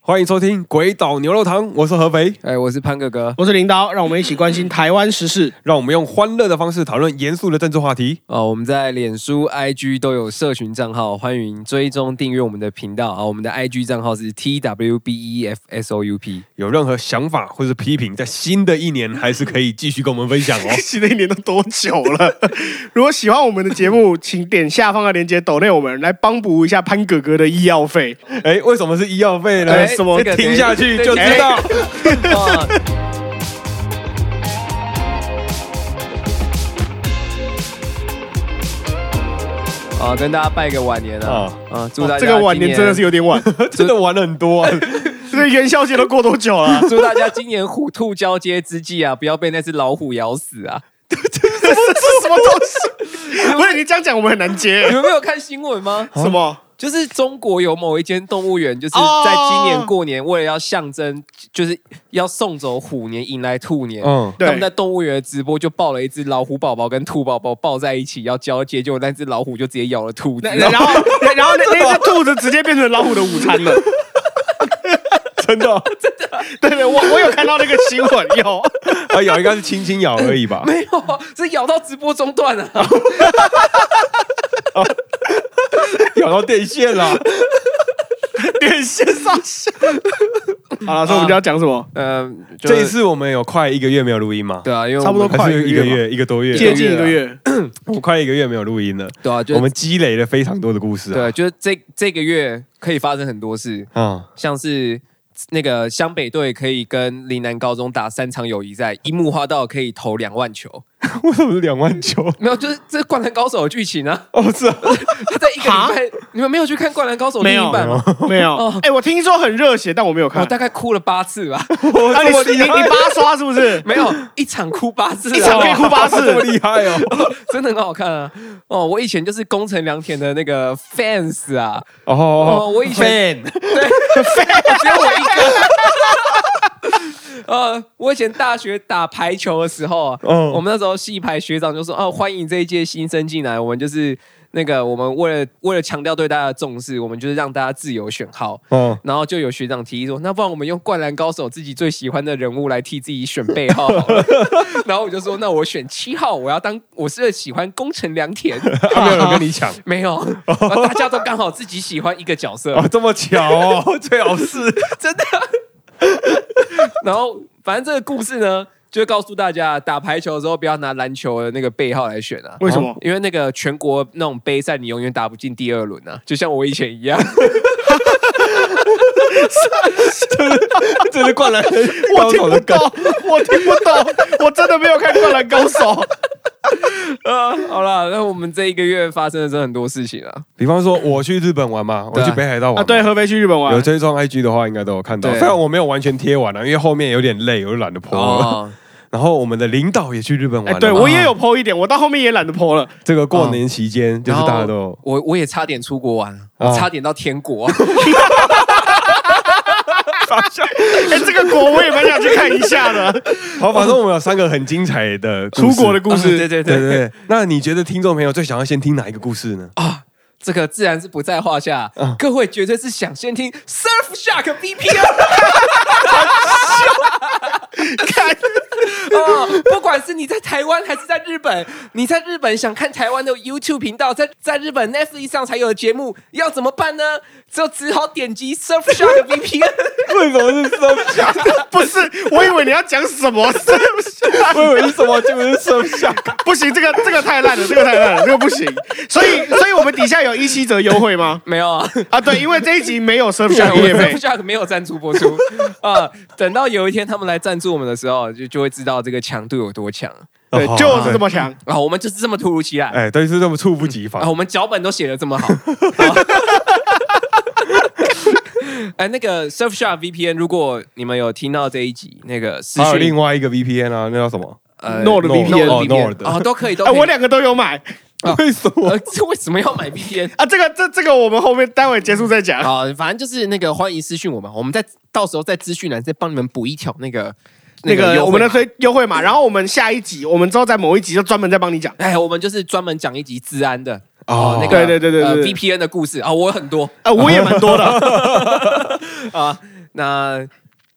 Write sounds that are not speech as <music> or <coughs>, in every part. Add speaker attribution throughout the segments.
Speaker 1: 欢迎收听《鬼岛牛肉汤》，我是合肥，
Speaker 2: 哎，我是潘哥哥
Speaker 3: 我是林刀，让我们一起关心台湾时事。。
Speaker 1: 让我们用欢乐的方式讨论严肃的政治话题。
Speaker 2: 啊、我们在脸书、IG 都有社群账号，欢迎追踪订阅我们的频道啊、我们的 IG 账号是 T W B E F S O U P。
Speaker 1: 有任何想法或是批评，在新的一年还是可以继续跟我们分享哦 <laughs>
Speaker 3: 新的一年都多久了？ <laughs> 如果喜欢我们的节目，请点下方的链接抖内我们，来帮补一下潘哥哥的医药费。
Speaker 1: 哎，为什么是医药费呢？
Speaker 3: 哎什么
Speaker 1: 这听下去就知道。
Speaker 2: 啊
Speaker 3: 哎
Speaker 2: 啊，跟大家拜个晚年啊！啊，祝大家
Speaker 3: 哦这个晚
Speaker 2: 今
Speaker 3: 年真的是有点晚，
Speaker 1: <laughs> 真的玩了很多、啊，
Speaker 3: 这个元宵节都过多久
Speaker 2: <laughs>
Speaker 3: 了？
Speaker 2: 祝大家今年虎兔交接之际啊，不要被那只老虎咬死啊！
Speaker 3: 这是什么东西？不是你这样讲，我们很难接
Speaker 2: 你。们没有看新闻吗？
Speaker 3: 什么？
Speaker 2: 就是中国有某一间动物园，就是在今年过年，为了要象征，就是要送走虎年，迎来兔年。
Speaker 1: <laughs> 嗯，
Speaker 2: 他们
Speaker 3: 对
Speaker 2: 在，动物园的直播就抱了一只老虎宝宝跟兔宝宝抱在一起要交接，结果那只老虎就直接咬了兔子。
Speaker 3: 那然后然后那那只兔子直接变成老虎的午
Speaker 2: <laughs>
Speaker 3: 餐了。
Speaker 1: 真的、哦，
Speaker 3: 对对，我我有看到那个新闻，有。
Speaker 1: 啊，咬应该是轻轻咬而已 <laughs> 吧。
Speaker 2: 没有啊， <laughs> 是咬到直播中断了、
Speaker 3: <laughs>
Speaker 1: 咬到电线 <laughs> 了。
Speaker 3: 点线上线。好了，所以我们就要讲什么？
Speaker 2: 嗯、就
Speaker 1: 这一次我们有快一个月没有录音吗？
Speaker 2: 对啊，因为我们
Speaker 3: 差不多
Speaker 1: 还
Speaker 3: 快
Speaker 1: 是一
Speaker 3: 一
Speaker 1: 个
Speaker 3: 个月吧
Speaker 1: 月，一个多
Speaker 3: 接
Speaker 1: 月，
Speaker 3: 近一个月，
Speaker 1: 我快一个月没有录音了。
Speaker 2: 对啊，就
Speaker 1: 我们积累了非常多的故事啊。
Speaker 2: 对，就是这这个月可以发生很多事，
Speaker 1: 嗯，
Speaker 2: 像是那个湘北队可以跟岭南高中打三场友谊赛，樱木花道可以投两万球，
Speaker 1: <laughs> 为什么是两万九？。
Speaker 2: 没有，就是这是《灌篮高手》的剧情啊 <laughs>
Speaker 1: 哦，是啊，
Speaker 2: 他在一个礼拜，你们没有去看《灌篮高手》
Speaker 3: 没
Speaker 2: 电
Speaker 3: 有
Speaker 2: 影版吗？哦
Speaker 3: 没有。哎，我听说很热血，但我没有看
Speaker 2: 我。大概哭了八次
Speaker 3: <laughs>
Speaker 2: 吧，
Speaker 1: <laughs> 我
Speaker 3: 啊，你
Speaker 1: 这么
Speaker 3: 你
Speaker 1: 厉
Speaker 3: 你
Speaker 1: 害，
Speaker 3: 八刷是不 <laughs> 是？
Speaker 2: 没有一场哭八次、啊，
Speaker 3: <laughs> 一场可以哭八
Speaker 1: 这么
Speaker 3: 次，
Speaker 1: 厉害哦。
Speaker 2: 真的很好看啊！哦，我以前就是宫城良田的那个 fans 啊，
Speaker 1: <laughs> 哦
Speaker 2: 哦，我以前只有我一个。 <laughs> 呃，我以前大学打排球的时候啊，
Speaker 1: 嗯
Speaker 2: 我们那时候系排学长就说：“哦，欢迎这一届新生进来，我们就是那个，我们为了为了强调对大家的重视，我们就是让大家自由选号。”
Speaker 1: 哦，
Speaker 2: 然后就有学长提议说，那不然我们用《灌篮高手》自己最喜欢的人物来替自己选背号好了。 <laughs> 然后我就说，那我选七号，我要当我是喜欢宫城良田，
Speaker 1: 他没有人跟你抢。
Speaker 2: 没有，大家都刚好自己喜欢一个角色，
Speaker 1: 哦，这么巧哦， <laughs> 最好是
Speaker 2: 真的。啊然后反正这个故事呢，就会告诉大家，打排球的时候不要拿篮球的那个背号来选啊。
Speaker 3: 为什么？
Speaker 2: 因为那个全国那种杯赛，你永远打不进第二轮啊，就像我以前一样。
Speaker 1: 这是灌篮
Speaker 3: 我
Speaker 1: 高
Speaker 3: 听
Speaker 1: 手的
Speaker 3: 不
Speaker 1: 梗
Speaker 3: 懂，我听不懂，我真的没有看《灌篮高手》。
Speaker 2: <laughs> 啊，好了，那我们这一个月发生了真的很多事情啊。
Speaker 1: 比方说，我去日本玩嘛，我
Speaker 2: 对啊
Speaker 1: 去北海道玩嘛
Speaker 3: 啊，对，合肥去日本
Speaker 1: 有
Speaker 3: 玩，
Speaker 1: 追踪 IG 的话，应该都有看到。
Speaker 2: 对
Speaker 1: 虽然我没有完全贴完了、啊因为后面有点累，我就懒得 po 了。
Speaker 2: 哦，
Speaker 1: 然后我们的领导也去嗯日本玩
Speaker 3: 哎，
Speaker 1: 了。
Speaker 3: 对我也有 PO 一点，我到后面也懒得 PO 了。
Speaker 1: 这个过年期间，就是大家都有
Speaker 2: 我我也差点出国玩，
Speaker 1: 哦
Speaker 2: 我差点到天国。啊
Speaker 3: 哎，这个国我也蛮想去看一下的，
Speaker 1: 好，反正我们有三个很精彩的故
Speaker 3: 出
Speaker 1: 事
Speaker 3: 国的。故
Speaker 2: 啊对
Speaker 3: 事。
Speaker 2: 对
Speaker 1: 对
Speaker 2: 对
Speaker 1: 对对，那你觉得听众朋友最想要先听哪一个故事呢？
Speaker 2: 啊，这个自然是不在话下
Speaker 1: 嗯，
Speaker 2: 各位绝对是想先听 Surf Shark <laughs> VPN
Speaker 3: 看，
Speaker 2: 哦，不管是你在台湾还是在日本，你在日本想看台湾的 YouTube 频道，在在日本 Netflix 上才有的节目，要怎么办呢？就只好点击 Surf Shark VPN。
Speaker 1: 为什么是生下？
Speaker 3: 不是，我以为你要讲什么， <laughs> 是不是？
Speaker 1: 我以为是什么？结果是生下。
Speaker 3: 不行，这个这个太烂了，这个太烂了，这个不行。所以，所以我们底下有一七折优惠吗？
Speaker 2: <laughs> 没有 <laughs> 啊。
Speaker 3: 啊，对，因为这一集没有 Surf
Speaker 2: 对
Speaker 3: Shark 业
Speaker 2: 我
Speaker 3: 费
Speaker 2: Surf。Shark 没有赞助播 <laughs> 出啊。等到有一天他们来赞助我们的时候，就就会知道这个强度有多强
Speaker 3: 对
Speaker 1: 哦，
Speaker 3: 就是这么强。
Speaker 2: 啊。我们就是这么突如其来
Speaker 1: 哎，对，是这么猝不及
Speaker 2: 啊，
Speaker 1: 防。
Speaker 2: 我们脚本都写的这么好。 <laughs> 啊哎，那个 Surfshark VPN，如果你们有听到这一集，那个私
Speaker 1: 还有
Speaker 2: 讯
Speaker 1: 另外一个 VPN 啊，那叫什么？
Speaker 2: 呃
Speaker 3: Nord VPN
Speaker 1: 哦
Speaker 2: VPN
Speaker 1: Nord
Speaker 2: 哦，都可以，都
Speaker 3: 哎，
Speaker 2: 可以。
Speaker 3: 我两个都有买
Speaker 2: 啊
Speaker 1: <laughs> 为什么？
Speaker 2: 呃，这为什么要买 VPN？
Speaker 3: 啊。这个这这个我们后面待会结束再讲。
Speaker 2: 啊，反正就是那个欢迎私讯我们，我们在到时候在资讯栏再帮你们补一条那个
Speaker 3: 那个
Speaker 2: 优
Speaker 3: 我
Speaker 2: 惠
Speaker 3: 们的
Speaker 2: 码
Speaker 3: 推优惠码，然后我们下一集，我们之后在某一集就专门再帮你讲。
Speaker 2: 哎，我们就是专门讲一集治安的
Speaker 1: 哦
Speaker 2: 哦，那个
Speaker 3: 对对对对对
Speaker 2: 呃
Speaker 3: 对呃
Speaker 2: VPN 的故事啊，我有很多
Speaker 3: 啊，我也蛮多的，
Speaker 2: 啊。那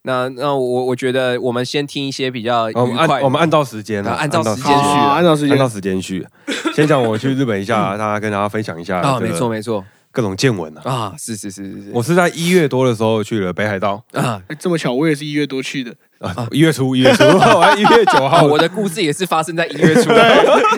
Speaker 2: 那那我我觉得我们先听一些比较
Speaker 3: 哦
Speaker 2: 愉
Speaker 1: 我们按
Speaker 2: 快的，
Speaker 1: 哦我们按照时间啊，
Speaker 2: 啊按照时间
Speaker 3: 好
Speaker 2: 序
Speaker 3: 好按照时
Speaker 1: 按
Speaker 3: 间
Speaker 1: 照时间序。先讲我去日本一下，大家跟大家分享一下
Speaker 2: 啊，
Speaker 1: 这
Speaker 2: 嗯没
Speaker 1: 个
Speaker 2: 错没错
Speaker 1: 各种见闻啊。
Speaker 2: 啊，是是是是是，
Speaker 1: 我是在一月多的时候去了北海道
Speaker 2: 啊。
Speaker 3: 哎这么巧，我也是一月多去的。
Speaker 1: 啊，一月初一
Speaker 2: <laughs>
Speaker 1: 月初，我一月九
Speaker 2: 啊，
Speaker 1: 号，
Speaker 2: 我的故事也是发生在一月初
Speaker 3: <laughs>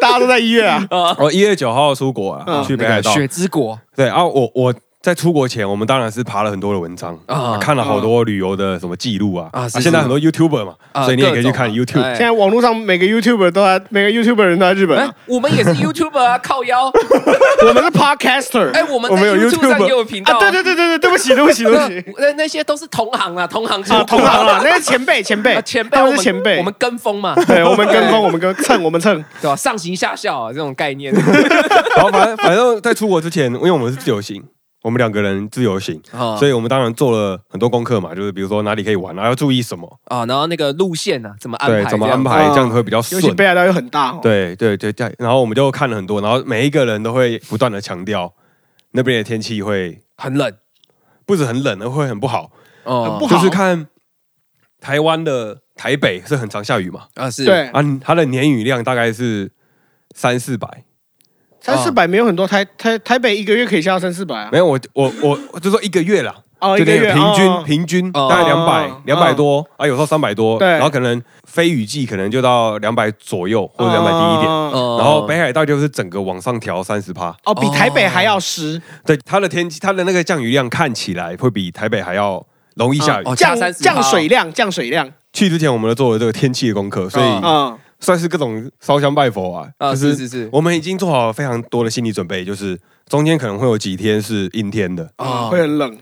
Speaker 3: 大家都在一月啊，
Speaker 1: 我哦一月九号出国啊，
Speaker 3: 嗯
Speaker 1: 去北
Speaker 2: 那
Speaker 1: 海
Speaker 2: 个
Speaker 1: 道。
Speaker 2: 雪之国
Speaker 1: 对啊，我我在出国前，我们当然是爬了很多的文章
Speaker 2: 啊
Speaker 1: 啊，看了好多旅游的什么记录啊。
Speaker 2: 啊
Speaker 1: 啊，
Speaker 2: 是是
Speaker 1: 现在很多 YouTuber 嘛，
Speaker 2: 啊
Speaker 1: 所以你也可以去
Speaker 2: 各种啊
Speaker 1: 看 YouTube。
Speaker 2: 哎
Speaker 3: 现在网络上每个 YouTuber 都在，每个 YouTuber 人都在日本
Speaker 2: 哎
Speaker 3: 啊。，
Speaker 2: 我们也是 YouTuber
Speaker 3: <laughs>
Speaker 2: 啊，靠腰。
Speaker 3: 我们是 Podcaster
Speaker 2: 哎，我们
Speaker 1: 我
Speaker 2: 在
Speaker 1: 们有
Speaker 2: YouTube 上
Speaker 1: YouTuber
Speaker 2: 也有频道
Speaker 3: 啊，
Speaker 2: 啊。
Speaker 3: 对对对对对，对不起对不起对不起
Speaker 2: 那那那些都是同行啊，同行出
Speaker 3: 啊，同
Speaker 2: <laughs>
Speaker 3: 行了，那是前辈前辈
Speaker 2: 啊，前辈，
Speaker 3: 他
Speaker 2: 我
Speaker 3: 们
Speaker 2: 们
Speaker 3: 是前辈，
Speaker 2: 我们跟风嘛，
Speaker 3: 对我们跟
Speaker 2: 对
Speaker 3: 风，我们跟蹭，我们蹭。
Speaker 2: <laughs> 对吧？上行下效啊，这种概
Speaker 3: <laughs>
Speaker 2: 念。
Speaker 1: 然后反正反正在出国之前，因为我们是自由行，我们两个人自由行，
Speaker 2: 啊
Speaker 1: 所以我们当然做了很多功课嘛，就是比如说哪里可以玩啊，要注意什么，
Speaker 2: 啊，然后那个路线啊，怎么安
Speaker 1: 对，
Speaker 2: 排？啊
Speaker 1: 怎么安？排，这样会比较
Speaker 3: 尤其
Speaker 1: 顺。
Speaker 3: 北海道又很大哦，
Speaker 1: 对对对对，然后我们就看了很多，然后每一个人都会不断的强调那边的天气会
Speaker 2: 很冷
Speaker 1: 不止很冷，会很不好，
Speaker 2: 哦
Speaker 3: 很不好
Speaker 1: 就是看台湾的台北是很常下雨嘛，
Speaker 2: 啊，是
Speaker 3: 对，
Speaker 1: 啊，它的年雨量大概是三四百，
Speaker 3: 三四百没有很多，台台台北一个月可以下到三四百啊
Speaker 1: 没，有我我我我就说一个月啦，
Speaker 3: 哦，
Speaker 1: 就
Speaker 3: 一个
Speaker 1: 那
Speaker 3: 月
Speaker 1: 个平均
Speaker 3: 哦
Speaker 1: 平均
Speaker 2: 哦
Speaker 1: 大概两百
Speaker 3: 哦
Speaker 1: 两百多啊，有时候三百多，
Speaker 3: 对
Speaker 1: 然后可能非雨季可能就到两百左右或者两百低一点，
Speaker 3: 哦
Speaker 2: 哦
Speaker 1: 然后北海道就是整个往上调三十趴，
Speaker 3: 哦，比台北还要湿，
Speaker 1: 对它的天气它的那个降雨量看起来会比台北还要容易下雨
Speaker 2: 哦。
Speaker 3: 降
Speaker 2: 下30
Speaker 3: 降水量，降水量，
Speaker 1: 去之前我们都做了这个天气的功课，所
Speaker 2: 哦
Speaker 1: 以
Speaker 3: 嗯，
Speaker 1: 算是各种烧香拜佛啊，
Speaker 2: 啊，
Speaker 1: 就是是
Speaker 2: 是是
Speaker 1: 我们已经做好非常多的心理准备，就是中间可能会有几天是阴天的，
Speaker 2: 啊
Speaker 3: 会很冷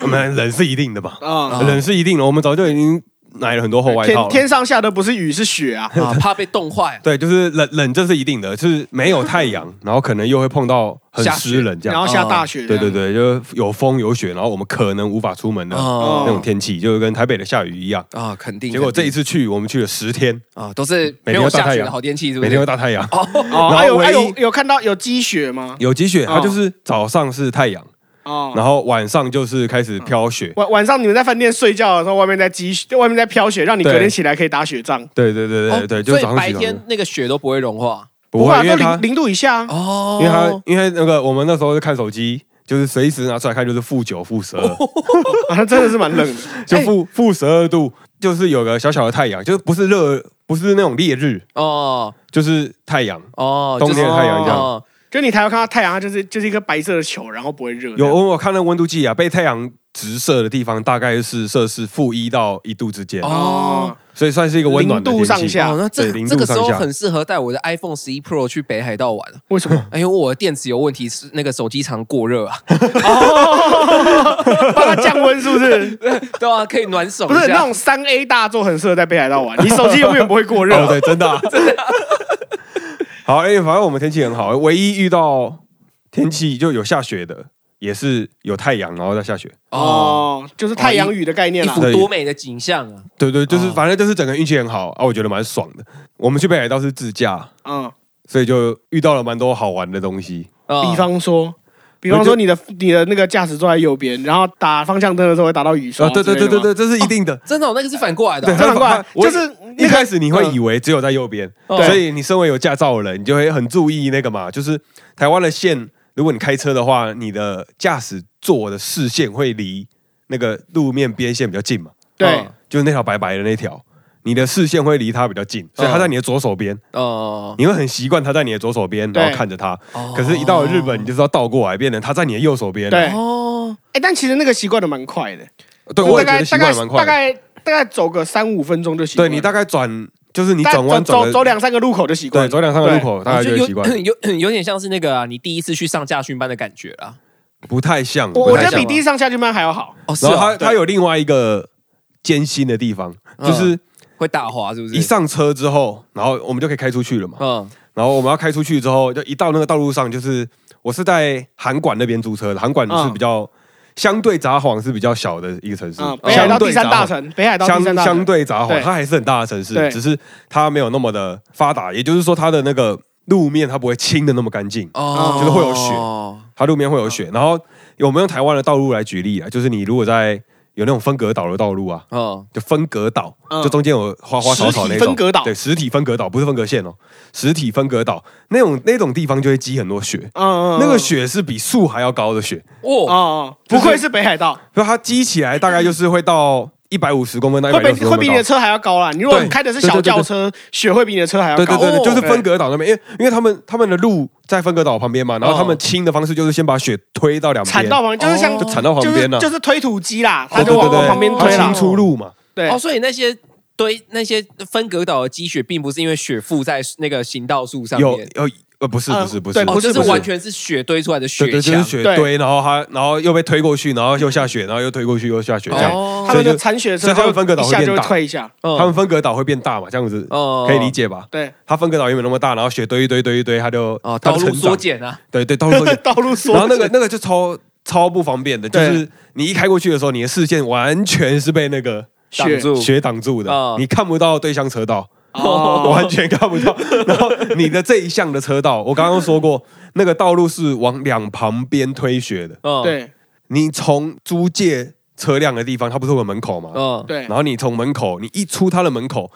Speaker 1: 我们冷是一定的嘛，
Speaker 3: 啊。
Speaker 2: 哦
Speaker 1: 冷是一定的，我们早就已经买了很多厚外套
Speaker 3: 天
Speaker 1: 了。
Speaker 3: 天上下的不是雨是雪啊，
Speaker 2: 啊，怕被冻坏
Speaker 3: <laughs>
Speaker 2: 啊
Speaker 1: 对，就是冷冷这是一定的，就是没有太阳，然后可能又会碰到很
Speaker 2: 下雪
Speaker 1: 湿 <laughs> 冷这
Speaker 3: 然
Speaker 1: 样
Speaker 3: 后。下大雪，啊
Speaker 1: 对对，对，就是有风有雪，然后我们可能无法出门的
Speaker 2: 哦
Speaker 1: 那种天气，就是跟台北的下雨一样。
Speaker 2: 啊，肯定。
Speaker 1: 结果这一次
Speaker 2: 次
Speaker 1: 去，我们去了十天，
Speaker 2: 啊，都是
Speaker 1: 每
Speaker 2: 没
Speaker 1: 天
Speaker 2: 有
Speaker 1: 都大
Speaker 2: 下
Speaker 1: 太
Speaker 2: 雪的
Speaker 1: 阳
Speaker 2: 好天气，是不
Speaker 1: 每天
Speaker 2: 是
Speaker 1: 都？大太阳，
Speaker 3: 哦，
Speaker 1: 然后
Speaker 3: 啊有
Speaker 1: 唯一
Speaker 3: 啊有有看到有积雪吗？
Speaker 1: 有积雪，它
Speaker 3: 哦
Speaker 1: 就是早上是太阳，
Speaker 3: 哦，
Speaker 1: 然后晚上就是开始飘雪。
Speaker 3: 晚晚上你们在饭店睡觉的时候，外面在积雪，外面在飘雪，让你隔天起来可以打雪仗。
Speaker 1: 对对对对对，
Speaker 2: 哦
Speaker 1: 就是
Speaker 2: 所以
Speaker 1: 早上
Speaker 2: 白
Speaker 1: 起床
Speaker 2: 天那个雪都不会融化
Speaker 1: 不会
Speaker 3: 会啊，，
Speaker 1: 因
Speaker 3: 都
Speaker 1: 为它
Speaker 3: 零零度以下啊。
Speaker 2: 哦
Speaker 1: 因为它因为那个我们那时候是看手机，就是随时拿出来看就是负九负十二。哦
Speaker 3: 啊， <laughs> 真的是蛮冷的。
Speaker 1: 就负负十二度，就是有个小小的太阳，就是不是热，不是那种烈日，
Speaker 2: 哦
Speaker 1: 就是太阳，
Speaker 2: 哦，
Speaker 1: 冬天
Speaker 2: 就是
Speaker 1: 的太阳这样。
Speaker 2: 哦
Speaker 3: 就你抬头看到太阳，它就是就是一颗白色的球，然后不会热。
Speaker 1: 有我有看那温度计啊，被太阳直射的地方大概是摄氏负一到一度之间，
Speaker 2: 哦
Speaker 3: 哦，
Speaker 1: 所以算是一个温暖的
Speaker 3: 零度
Speaker 1: 天
Speaker 3: 上
Speaker 1: 气。
Speaker 3: 下
Speaker 2: 哦，那这
Speaker 1: 对
Speaker 2: 个
Speaker 1: 零
Speaker 2: 这
Speaker 1: 度
Speaker 2: 个时
Speaker 1: 上
Speaker 2: 候
Speaker 1: 下
Speaker 2: 很适合带我的 iPhone 十一 Pro 去北海道玩，
Speaker 3: 为
Speaker 1: <laughs>
Speaker 3: 什么？
Speaker 2: 哎因为我的电池有问题，是那个手机常过热啊， <laughs>
Speaker 3: 帮它降温是不是？
Speaker 2: 对啊，可以暖手
Speaker 3: 不
Speaker 2: 一
Speaker 3: 是那
Speaker 2: 下。哦
Speaker 3: 种三 A 大作很适合在北海道玩，你手机永远不会
Speaker 1: <laughs>
Speaker 3: 过
Speaker 1: 哦，
Speaker 3: 热。
Speaker 1: 对，真的、啊， <laughs> 好，哎、反正我们天气很好，唯一遇到天气就有下雪的，也是有太阳然后再下雪。
Speaker 2: 哦，
Speaker 3: 哦，就是太阳雨的概念
Speaker 2: 一
Speaker 1: 哦
Speaker 3: 啦。
Speaker 2: 幅多美的景象啊！
Speaker 1: 对对，就是、
Speaker 2: 哦
Speaker 1: 反正就是整个运气很好啊，我觉得蛮爽的。我们去北海道是自驾，
Speaker 3: 嗯，
Speaker 1: 所以就遇到了蛮多好玩的东西。
Speaker 2: 啊
Speaker 3: 比方说，比方说你的你的那个驾驶座在右边，然后打方向灯的时候会打到雨刷。
Speaker 1: 啊，对对对对，对，这是一定的。
Speaker 2: 真的哦，那个是反过来的
Speaker 1: 对
Speaker 2: 哦
Speaker 3: 这很怪，啊
Speaker 1: 我
Speaker 3: 就是
Speaker 1: 一
Speaker 3: 那
Speaker 1: 开
Speaker 3: 个
Speaker 1: 始你会以为只有在右边，
Speaker 2: 对
Speaker 1: 所以你身为有驾照的人，你就会很注意那个嘛，就是台湾的线，如果你开车的话，你的驾驶座的视线会离那个路面边线比较近嘛，
Speaker 3: 对
Speaker 1: 就是那条白白的那条，你的视线会离它比较近，所以它在你的左手边，
Speaker 2: 哦，
Speaker 1: 你会很习惯它在你的左手边，
Speaker 3: 对
Speaker 1: 然后看着它
Speaker 2: 哦。
Speaker 1: 可是，一到了日本，你就是要倒过来，变成它在你的右手边。
Speaker 3: 对
Speaker 2: 哦，
Speaker 3: 哎，但其实那个习惯的蛮快的，
Speaker 1: 对，
Speaker 3: 就
Speaker 1: 我
Speaker 3: 大
Speaker 1: 也觉
Speaker 3: 概
Speaker 1: 得习惯得
Speaker 3: 大概
Speaker 1: 蛮快
Speaker 3: 大
Speaker 1: 的。
Speaker 3: 概大概走个三五分钟就习惯
Speaker 1: 对
Speaker 3: 了。
Speaker 1: 你大概转，就是你
Speaker 3: 大概
Speaker 1: 转弯
Speaker 3: 走
Speaker 1: 的
Speaker 3: 走两三个路口就习惯
Speaker 1: 对，
Speaker 3: 了。
Speaker 1: 走两三个路口，哦大
Speaker 2: 啊
Speaker 1: 家就
Speaker 2: 就
Speaker 1: 会
Speaker 2: 有
Speaker 1: 习惯。
Speaker 2: <clears throat> 有有点像是那个啊，你第一次去上驾训班的感觉啦。
Speaker 1: 不太像，
Speaker 3: 我
Speaker 1: 不
Speaker 3: 我
Speaker 1: 太
Speaker 3: 觉
Speaker 1: 像
Speaker 3: 得比第一上下去班还要好。
Speaker 2: 哦，是
Speaker 1: 然后
Speaker 2: 哦
Speaker 1: 他他有另外一个艰辛的地方，
Speaker 2: 嗯
Speaker 1: 就是
Speaker 2: 会打滑是不是？
Speaker 1: 一上车之后，然后我们就可以开出去了嘛。
Speaker 2: 嗯
Speaker 1: 然后我们要开出去之后，就一到那个道路上，就是我是在函馆那边租车的，函馆是比较相对札幌是比较小的一个城市
Speaker 3: 嗯，，北海
Speaker 1: 相
Speaker 3: 道
Speaker 1: 对
Speaker 3: 第三
Speaker 1: 札
Speaker 3: 大
Speaker 1: 幌。
Speaker 3: 城，北海道第三
Speaker 1: 相
Speaker 3: 大
Speaker 1: 相
Speaker 3: 城。
Speaker 1: 对札幌，
Speaker 3: 对
Speaker 1: 它还是很大的城市，
Speaker 3: 对
Speaker 1: 只是它没有那么的发达，也就是说它的那个路面它不会清的那么干净，
Speaker 2: 哦，
Speaker 1: 嗯就是会有雪
Speaker 2: 雪
Speaker 1: 它路面会有雪。然后我们用台湾的道路来举例啊，就是你如果在有那种分隔岛的道路啊，
Speaker 2: 哦，
Speaker 1: 就分隔岛，
Speaker 3: 嗯
Speaker 1: 就中间有花花草草那种
Speaker 3: 实体分隔岛
Speaker 1: 对，实体分隔岛不是分隔线哦，实体分隔岛那种那种地方就会积很多雪，
Speaker 3: 嗯，
Speaker 1: 那个雪是比树还要高的雪，
Speaker 2: 哦，
Speaker 3: 哦，不愧是北海道，
Speaker 1: 所以它积起来大概就是会到一百五十公分到一百
Speaker 3: 会
Speaker 1: 六
Speaker 3: 比
Speaker 1: 十公
Speaker 3: 会
Speaker 1: 分
Speaker 3: 比
Speaker 1: 高
Speaker 3: 你的车还要高啦。你如果
Speaker 1: 对
Speaker 3: 开的是小轿车，雪会比你的车还要
Speaker 1: 对
Speaker 3: 高。
Speaker 1: 对对
Speaker 2: 哦
Speaker 1: 对，就是分隔岛那边，因为因为他们他们的路在分隔岛旁边嘛，然后他们清的方式就是先把雪推到两边，
Speaker 3: 嗯铲到旁边，就是像
Speaker 2: 哦
Speaker 1: 就铲到旁
Speaker 3: 就是
Speaker 1: 边了，
Speaker 3: 就是推土机啦，
Speaker 1: 对
Speaker 3: 他
Speaker 1: 对
Speaker 3: 就
Speaker 1: 对
Speaker 3: 往
Speaker 1: 对
Speaker 3: 往旁边
Speaker 1: 它
Speaker 3: 推啦
Speaker 1: 清。出路嘛。
Speaker 3: 对
Speaker 2: 哦，，所以那些堆那些分隔岛的积雪，并不是因为雪覆在那个行道树上
Speaker 1: 有
Speaker 2: 面，
Speaker 1: 有呃不是
Speaker 3: 呃
Speaker 1: 不是不
Speaker 3: 对
Speaker 1: 是
Speaker 2: 哦，
Speaker 3: 不
Speaker 2: 就是
Speaker 3: 不是
Speaker 2: 完全是雪堆出来的
Speaker 1: 对
Speaker 2: 雪
Speaker 1: 对就是
Speaker 2: 墙。
Speaker 1: 雪
Speaker 3: 对
Speaker 1: 堆，然后它然后又被推过去，然后又下雪，然后又推过去又下雪这样。
Speaker 2: 哦
Speaker 3: 他
Speaker 1: 所
Speaker 3: 们
Speaker 1: 以就
Speaker 3: 的铲雪
Speaker 1: 所以
Speaker 3: 车
Speaker 1: 他
Speaker 3: 就
Speaker 1: 们分隔岛
Speaker 3: 一
Speaker 1: 会
Speaker 3: 下
Speaker 1: 变
Speaker 3: 就会
Speaker 1: 大
Speaker 3: 推一下。
Speaker 2: 嗯
Speaker 1: 他们分隔岛会变大嘛，这样子
Speaker 2: 哦
Speaker 1: 可以理解吧？
Speaker 3: 对，，
Speaker 1: 它分隔岛原本那么大，然后雪堆一堆一堆一堆，它就
Speaker 2: 哦，
Speaker 1: 它
Speaker 2: 道
Speaker 1: 就
Speaker 2: 路
Speaker 1: 成
Speaker 2: 缩
Speaker 1: 长，
Speaker 2: 减啊，
Speaker 1: 对对，道路缩
Speaker 2: <laughs>
Speaker 1: 减
Speaker 3: <laughs> 道路缩，
Speaker 1: 然后那个那个就超超不方便的，就
Speaker 3: 对
Speaker 1: 是你一开过去的时候，你的视线完全是被那个
Speaker 2: 挡
Speaker 3: 雪
Speaker 2: 住
Speaker 1: 雪挡住
Speaker 2: 哦
Speaker 1: 的，你看不到对向车道，
Speaker 3: 哦
Speaker 1: <laughs> 完全看不到。然后你的这一项的车道，我刚刚说过，那个道路是往两旁边推雪的。
Speaker 2: 嗯，，
Speaker 3: 对
Speaker 1: 你从租借车辆的地方，它不是会有门口吗？
Speaker 2: 嗯，
Speaker 3: 哦对
Speaker 1: 然后你从门口，你一出它的门口，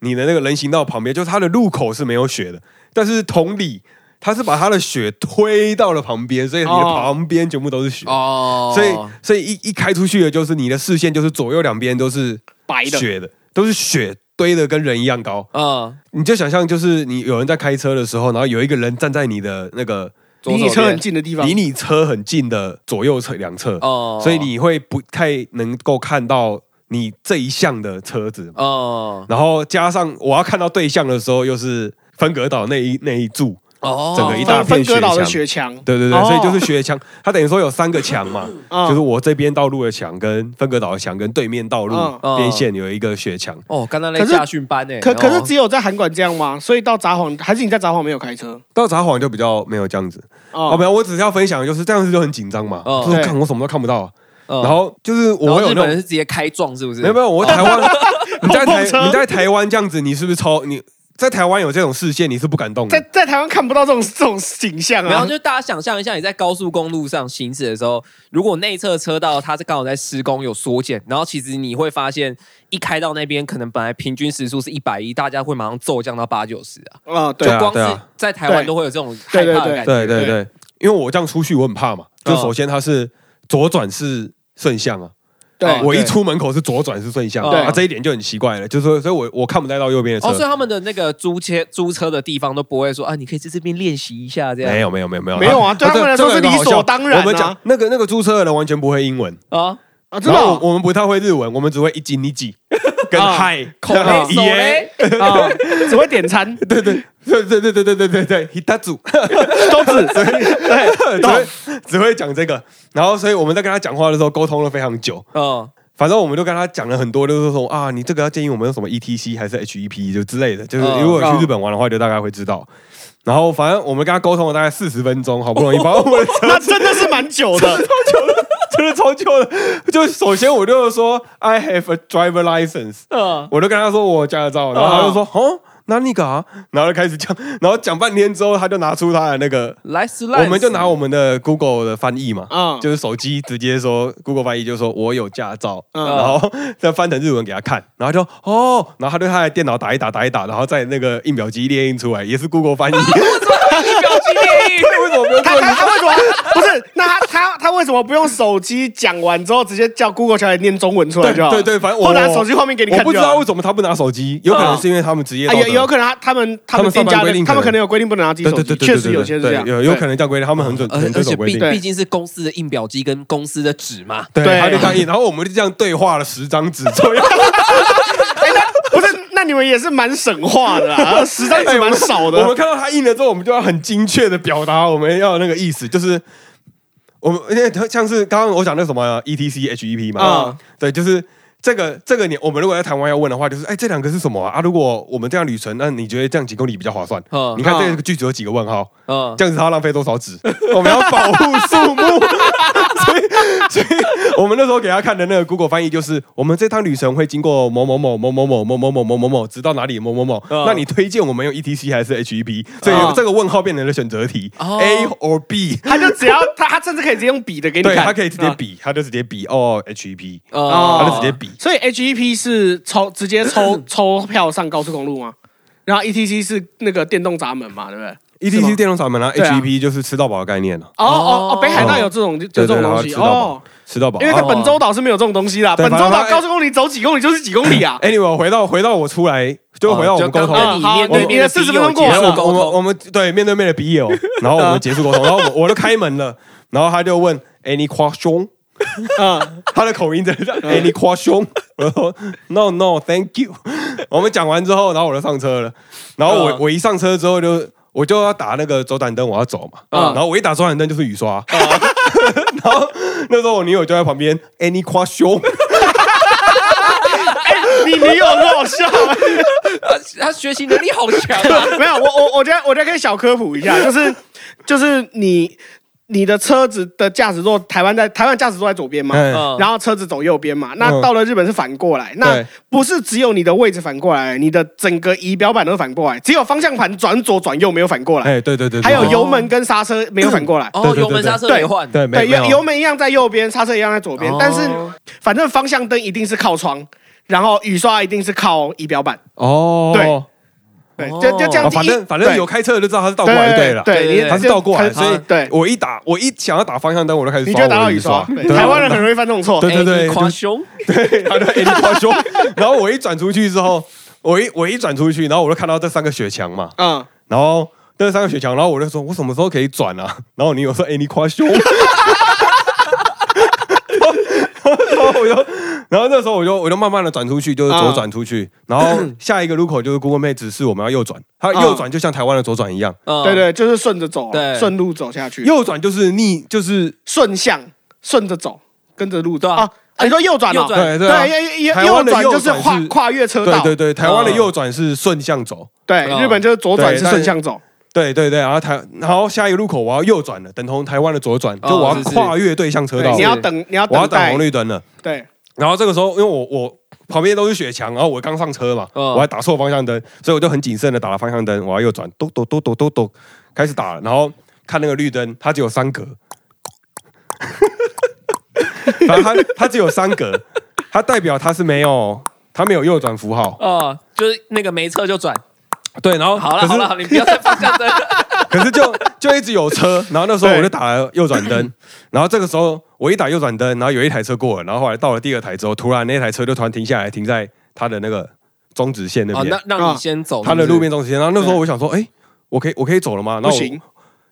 Speaker 1: 你的那个人行道旁边，就是它的路口是没有雪的，但是同理，它是把它的雪推到了旁边，所以你的
Speaker 3: 哦
Speaker 1: 旁边全部都是雪。
Speaker 2: 哦，
Speaker 1: 所以，所以一一开出去的就是你的视线，就是左右两边都是
Speaker 3: 白的，
Speaker 1: 雪的，都是雪堆的跟人一样高。
Speaker 2: 嗯，
Speaker 1: 你就想象，就是你有人在开车的时候，然后有一个人站在你的那个
Speaker 2: 左
Speaker 3: 离
Speaker 2: 手
Speaker 3: 你车
Speaker 2: 边
Speaker 3: 很近的地方
Speaker 1: 离，你车很近的左右侧两侧，
Speaker 2: 哦，
Speaker 1: 所以你会不太能够看到你这一项的车子。
Speaker 2: 哦
Speaker 1: 然后加上我要看到对象的时候，又是分隔岛那一那一柱，
Speaker 2: 哦，
Speaker 1: 整个一大片
Speaker 3: 分分割岛的
Speaker 1: 雪
Speaker 3: 雪墙，
Speaker 1: 对对对，
Speaker 3: 哦
Speaker 1: 所以就是雪墙，它等于说有三个墙嘛，
Speaker 3: 嗯
Speaker 1: 就是我这边道路的墙跟分隔岛的墙跟对面道路
Speaker 2: 嗯
Speaker 1: 边线有一个雪墙，
Speaker 2: 哦，刚刚那
Speaker 3: 可是
Speaker 2: 驾训班呢？
Speaker 3: 可可是
Speaker 2: 哦
Speaker 3: 只有在韩馆这样吗？所以到札幌还是你在札幌没有开车？
Speaker 1: 到札幌就比较没有这样子。哦，没
Speaker 3: 哦，
Speaker 1: 有，我只是要分享的就是这样子就很紧张嘛，
Speaker 2: 嗯
Speaker 1: 就是
Speaker 3: 对
Speaker 1: 看我什么都看不到，啊
Speaker 2: 嗯
Speaker 1: 然后就是
Speaker 2: 然
Speaker 1: 我
Speaker 2: 后
Speaker 1: 有那
Speaker 2: 日本
Speaker 1: 种
Speaker 2: 人。是直接开撞，是不是？
Speaker 1: 没有没有，我台湾，
Speaker 3: <laughs>
Speaker 1: 你在
Speaker 3: 哦碰碰车
Speaker 1: 台你在台湾这样子，你是不是超你在台湾有这种视线，你是不敢动
Speaker 3: 在
Speaker 1: 的。
Speaker 3: 在台湾看不到这种这种景
Speaker 2: <laughs>
Speaker 3: 象
Speaker 2: 然
Speaker 3: 啊
Speaker 2: 后。就大家想象一下，你在高速公路上行驶的时候，如果内侧车道它是刚好在施工有缩减，然后其实你会发现，一开到那边可能本来平均时速是一百一，大家会马上骤降到八九十啊。
Speaker 3: 啊，
Speaker 2: 就
Speaker 3: 对
Speaker 1: 啊
Speaker 2: 光
Speaker 1: 对
Speaker 2: 是
Speaker 1: 啊
Speaker 2: 在台湾
Speaker 3: 对
Speaker 2: 都会有这种害怕的
Speaker 3: 对
Speaker 2: 感觉。
Speaker 1: 对
Speaker 2: 哦
Speaker 1: 对对，因为我这样出去我很怕嘛。就
Speaker 2: 嗯
Speaker 1: 首先它是左转是顺向啊，
Speaker 3: 对，
Speaker 1: 我一
Speaker 3: 哦对
Speaker 1: 出门口是左转是顺向，
Speaker 2: 对
Speaker 1: 啊这一点就很奇怪了。就是说所以我我看不太到右边的
Speaker 2: 哦，所
Speaker 3: 啊
Speaker 1: 车。
Speaker 2: 以他们的那个租车租车的地方都不会说啊，你可以在这边练习一下这样。
Speaker 1: 没有没有没有没有
Speaker 3: 没有啊对他们来说
Speaker 1: 这这个
Speaker 3: 是理所
Speaker 1: 好笑
Speaker 3: 当然啊
Speaker 1: 我们讲那个那个租车的人完全不会英文，
Speaker 2: 啊，
Speaker 3: 啊，真
Speaker 1: 然
Speaker 3: 的
Speaker 1: 后
Speaker 3: 哦
Speaker 1: 我我们不太会日文，我们只会一斤一几跟
Speaker 3: 啊
Speaker 1: 嗨 <laughs>
Speaker 2: 口嘞手嘞，
Speaker 3: 啊，
Speaker 1: 哦
Speaker 3: 只会点餐，
Speaker 1: 对对对对对对对对对对，一大组
Speaker 2: <laughs>
Speaker 3: 都只
Speaker 2: 嗯
Speaker 3: 对
Speaker 1: 只会只会讲这个，然后所以我们在跟他讲话的时候沟通了非常久，
Speaker 2: 嗯，
Speaker 1: 反正我们就跟他讲了很多，就是说啊，你这个要建议我们用什么 ETC 还是 HEP 就之类的，就是
Speaker 2: 嗯
Speaker 1: 如果有去日本玩的话，就大概会知道。然后反正我们跟他沟通了大概四十分钟，好不容易把我们的车
Speaker 3: <laughs> 那真的是蛮久
Speaker 1: <laughs>
Speaker 3: 的。
Speaker 1: 就是超旧了。就首先我就说 I have a driver license，
Speaker 2: 嗯，
Speaker 1: 我就跟他说我有驾照，然后他就说哦，那你个啊，然后就开始讲，然后讲半天之后，他就拿出他的那个
Speaker 2: 来斯来，
Speaker 1: 我们就拿我们的 Google 的翻译嘛，
Speaker 3: 嗯
Speaker 1: 就是手机直接说 Google 翻译，就说我有驾照，
Speaker 3: 嗯
Speaker 1: 然后再翻成日文给他看，然后他就哦，然后他就他的电脑打一打打一打，然后在那个印表机列印出来，也是 Google
Speaker 3: <laughs>
Speaker 1: 翻译，为
Speaker 2: 啊表情电影
Speaker 1: 什么不用
Speaker 3: 他
Speaker 1: 做？
Speaker 3: 他他为什么 <laughs> 不是？那他他他为什么不用手机讲完之后直接叫 Google 小姐念中文出来就好？
Speaker 1: 对对，反正我
Speaker 3: 或者拿手机画面给你看
Speaker 1: 我不
Speaker 3: 就好。
Speaker 1: 知道为什么他不拿手机，有可能是因为他们职业
Speaker 3: 啊，
Speaker 1: 道德
Speaker 3: 有有可能他他们他们
Speaker 1: 上
Speaker 3: 店
Speaker 1: 班
Speaker 3: 家
Speaker 1: 规
Speaker 3: 的
Speaker 1: 定
Speaker 3: 他们
Speaker 1: 可能
Speaker 3: 可能有规定不能拿自己
Speaker 1: 对
Speaker 3: 手
Speaker 1: 对
Speaker 3: 机
Speaker 1: 对，对
Speaker 3: 确
Speaker 1: 对
Speaker 3: 实
Speaker 1: 对
Speaker 3: 有些是
Speaker 1: 对
Speaker 3: 这样，
Speaker 1: 有有可能这样规定，他们很准，
Speaker 2: 而
Speaker 1: 很
Speaker 2: 呃而
Speaker 1: 这
Speaker 2: 且
Speaker 1: 种规
Speaker 2: 毕
Speaker 1: 定。
Speaker 2: 毕竟是公司的印表机跟公司的纸嘛，
Speaker 1: 对，
Speaker 3: 对
Speaker 1: 他就这样印，然后我们就这样对话了十张纸左右。
Speaker 3: 不是？那你们也是蛮省话的啊
Speaker 1: <laughs>
Speaker 3: 啦，十张纸蛮少
Speaker 1: 哎我们
Speaker 3: 的。
Speaker 1: 看到他印了之后，我们就要很精确的表达我们要的那个意思，就是我们因为像是刚刚我讲那什么 E T C H E P 嘛，
Speaker 3: 嗯
Speaker 1: 对，就是这个这个你我们如果在台湾要问的话，就是哎这两个是什么啊？啊如果我们这样旅程，那你觉得这样几公里比较划算？
Speaker 2: 嗯
Speaker 1: 你看这
Speaker 3: 嗯
Speaker 1: 个句子有几个问号？
Speaker 2: 嗯，
Speaker 1: <laughs> 这样子他浪费多少纸？我们要保护树木， <laughs> 所以我们那时候给他看的那个 Google 翻译就是，我们这趟旅程会经过某某某某某某某某某某某某，直到哪里某某某。
Speaker 4: 嗯
Speaker 1: 那你推荐我们用 ETC 还是 HEP？所
Speaker 2: 嗯
Speaker 1: 以这个问号变成了选择题
Speaker 2: 哦
Speaker 1: ，A or B。
Speaker 3: 他就只要他他甚至可以直接用笔的给你
Speaker 1: 对，他
Speaker 3: 看，啊嗯
Speaker 1: 可以直接比，他就直接比哦 HEP，
Speaker 2: 哦
Speaker 1: 他就直接比。
Speaker 3: 所以 HEP 是抽直
Speaker 1: <clears throat>
Speaker 3: 接抽抽票上高速公路吗？然后 ETC 是那个电动闸门嘛，对不对？是
Speaker 1: ETC
Speaker 3: 吗
Speaker 1: 电动闸门啊
Speaker 3: 对啊
Speaker 1: ，HEP 就是吃到饱的概念了。
Speaker 3: 哦哦
Speaker 2: 哦
Speaker 3: 哦，北海道有这种有
Speaker 1: 对对
Speaker 3: 这种
Speaker 1: 对
Speaker 3: 东
Speaker 1: 它
Speaker 3: 西
Speaker 1: 吃到饱
Speaker 3: 哦，
Speaker 1: 吃到饱。
Speaker 3: 因为在
Speaker 1: 啊
Speaker 3: 本州岛是没有这种东西啦。
Speaker 1: 对
Speaker 3: 本州
Speaker 1: 反正
Speaker 3: 岛
Speaker 1: 它哎
Speaker 3: 高速公里走几公里就是几公
Speaker 1: <laughs>
Speaker 3: 里啊。
Speaker 1: Anyway，回到回到我出来，就回到我们沟
Speaker 4: 就
Speaker 1: 通哦
Speaker 4: 刚
Speaker 3: 哦刚。
Speaker 2: 你
Speaker 3: 好
Speaker 2: 面
Speaker 3: 我
Speaker 2: 对
Speaker 3: 们
Speaker 2: 面
Speaker 3: 你
Speaker 2: 的
Speaker 3: 的
Speaker 2: 笔
Speaker 3: 40分
Speaker 2: 友
Speaker 3: 钟过
Speaker 1: 然
Speaker 2: 结
Speaker 1: 后
Speaker 2: 束
Speaker 3: 了
Speaker 1: 我
Speaker 2: 沟
Speaker 1: 们
Speaker 2: 通，
Speaker 1: 我们对面对面的笔
Speaker 3: <laughs>
Speaker 1: 友，然后我们结束沟通，然后我我就开门了，然后他就问 any
Speaker 3: <laughs>
Speaker 1: question，
Speaker 3: 嗯，
Speaker 1: 他的口音真的是 any question，我说 no no thank you。我们讲完之后，然后我就上车了，然后
Speaker 3: 啊
Speaker 1: 我
Speaker 4: 嗯
Speaker 1: 我一上车之后就我就要打那个走盏灯，我要走嘛，
Speaker 4: 嗯
Speaker 3: 啊
Speaker 1: 然后我一打走盏灯就是雨刷， <laughs> 然后那时候我女友就在旁边 any question，
Speaker 3: 你你有很好笑。 <laughs>
Speaker 2: 呃他学习能力好强
Speaker 1: <laughs>
Speaker 2: 啊！
Speaker 3: 没有，我我我觉得我觉得可以小科普一下，就是就是你你的车子的驾驶座，台湾在台湾驾驶座在左边嘛，哦
Speaker 1: 嗯
Speaker 4: 嗯
Speaker 3: 然后车子走右边嘛，
Speaker 1: 嗯
Speaker 3: 那到了日本是反过来，那
Speaker 1: 对
Speaker 3: 不是只有你的位置反过来，你的整个仪表板都是反过来，只有方向盘转左转右没有反过来，
Speaker 1: 哎对对对，对
Speaker 3: 还有油门跟刹车没有反过来。
Speaker 1: 对
Speaker 2: 哦，
Speaker 1: 对对
Speaker 2: 油门刹车没换，
Speaker 1: 对没
Speaker 3: 对，
Speaker 1: 没
Speaker 3: 油
Speaker 1: 有
Speaker 3: 油门一样在右边，刹车一样在左边
Speaker 2: 哦，
Speaker 3: 但是反正方向灯一定是靠窗，然后雨刷一定是靠仪表板。
Speaker 1: 哦
Speaker 3: 对对，就就这样
Speaker 1: 啊，
Speaker 3: 子一。
Speaker 1: 反正反正
Speaker 3: 对
Speaker 1: 有开车的就知道他是倒过来就对了。
Speaker 3: 对
Speaker 2: 对
Speaker 3: 对
Speaker 2: 对
Speaker 3: 你
Speaker 1: 他是倒过来，
Speaker 3: 就
Speaker 1: 所以
Speaker 3: 对，
Speaker 1: 我一打，我一想要打方向灯，我就开始
Speaker 3: 你
Speaker 1: 刷
Speaker 3: 就会打
Speaker 1: 我
Speaker 3: 到
Speaker 1: 的
Speaker 3: 雨刷。对
Speaker 1: 对
Speaker 3: 台湾人很容易犯这种错。
Speaker 1: 对对对
Speaker 2: 哎
Speaker 1: 就
Speaker 2: 夸胸，
Speaker 1: 对，他就哎你好凶。然后我一转出去之后，我一我一转出去，然后我就看到这三个雪墙嘛，
Speaker 3: 嗯，
Speaker 1: 然后这三个雪墙，然后我就说，我什么时候可以转啊？然后你有说，哎，你夸凶。 <laughs> 然后我就，然后那时候我就我就慢慢的转出去，就是左转出去，然后下一个路口就是 Google Map 指示我们要右转，它右转就像台湾的左转一样，
Speaker 2: 嗯
Speaker 3: 对，对，就是顺着走啊
Speaker 2: 对，
Speaker 3: 顺路走下去，
Speaker 1: 右转就是逆，就是
Speaker 3: 顺向顺着走，跟着路走
Speaker 2: 对啊
Speaker 3: 啊。啊你说右转
Speaker 2: 右
Speaker 3: 啊？
Speaker 1: 对
Speaker 2: 转
Speaker 3: 对，
Speaker 1: 啊
Speaker 3: 右
Speaker 1: 台
Speaker 3: 右右
Speaker 1: 湾的
Speaker 3: 转
Speaker 1: 右
Speaker 3: 就是
Speaker 1: 转
Speaker 3: 跨
Speaker 1: 是
Speaker 3: 跨越车
Speaker 1: 对
Speaker 3: 道。
Speaker 1: 对对，台湾的
Speaker 2: 嗯
Speaker 1: 右转是顺向走，
Speaker 3: 对
Speaker 2: 嗯
Speaker 3: 日本就是左转
Speaker 1: 对
Speaker 3: 是顺向走。
Speaker 1: 对对对，然后台，然后下一个路口我要右转了，等同台湾的左转，
Speaker 2: 哦
Speaker 1: 就我要
Speaker 2: 是是
Speaker 1: 跨越对向车道
Speaker 3: 对，
Speaker 1: 了，
Speaker 3: 你要等，你要
Speaker 1: 我要
Speaker 3: 等
Speaker 1: 等
Speaker 3: 待
Speaker 1: 红。绿灯了。
Speaker 3: 对，
Speaker 1: 然后这个时候，因为我我旁边都是雪墙，然后我刚上车嘛，
Speaker 2: 嗯
Speaker 1: 我还打错方向灯，所以我就很谨慎的打了方向灯，我要右转，咚咚咚咚咚咚，开始打了，然后看那个绿灯，它只有三格， <laughs> 反正它它只有三格，它代表它是没有它没有右转符号，
Speaker 2: 哦，就是那个没车就转，
Speaker 1: 对，然后
Speaker 2: 好了
Speaker 1: 可是
Speaker 2: 好了，好了你不要再方向灯了，
Speaker 1: 可是就 <laughs> 就一直有车，然后那时候
Speaker 3: 对
Speaker 1: 我就打了右转
Speaker 3: <laughs>
Speaker 1: 灯，然后这个时候我一打右转灯，然后有一台车过了，然后后来到了第二台之后，突然那台车就突然停下来，停在它的那个中直线那
Speaker 2: 哦，
Speaker 1: 边
Speaker 2: 那，让你先走，
Speaker 1: 啊它的
Speaker 3: 哦
Speaker 2: 是不是
Speaker 1: 路面中直线。然后那时候我想说，哎，我可以我可以走了吗？然
Speaker 3: 不
Speaker 1: 后我
Speaker 3: 行，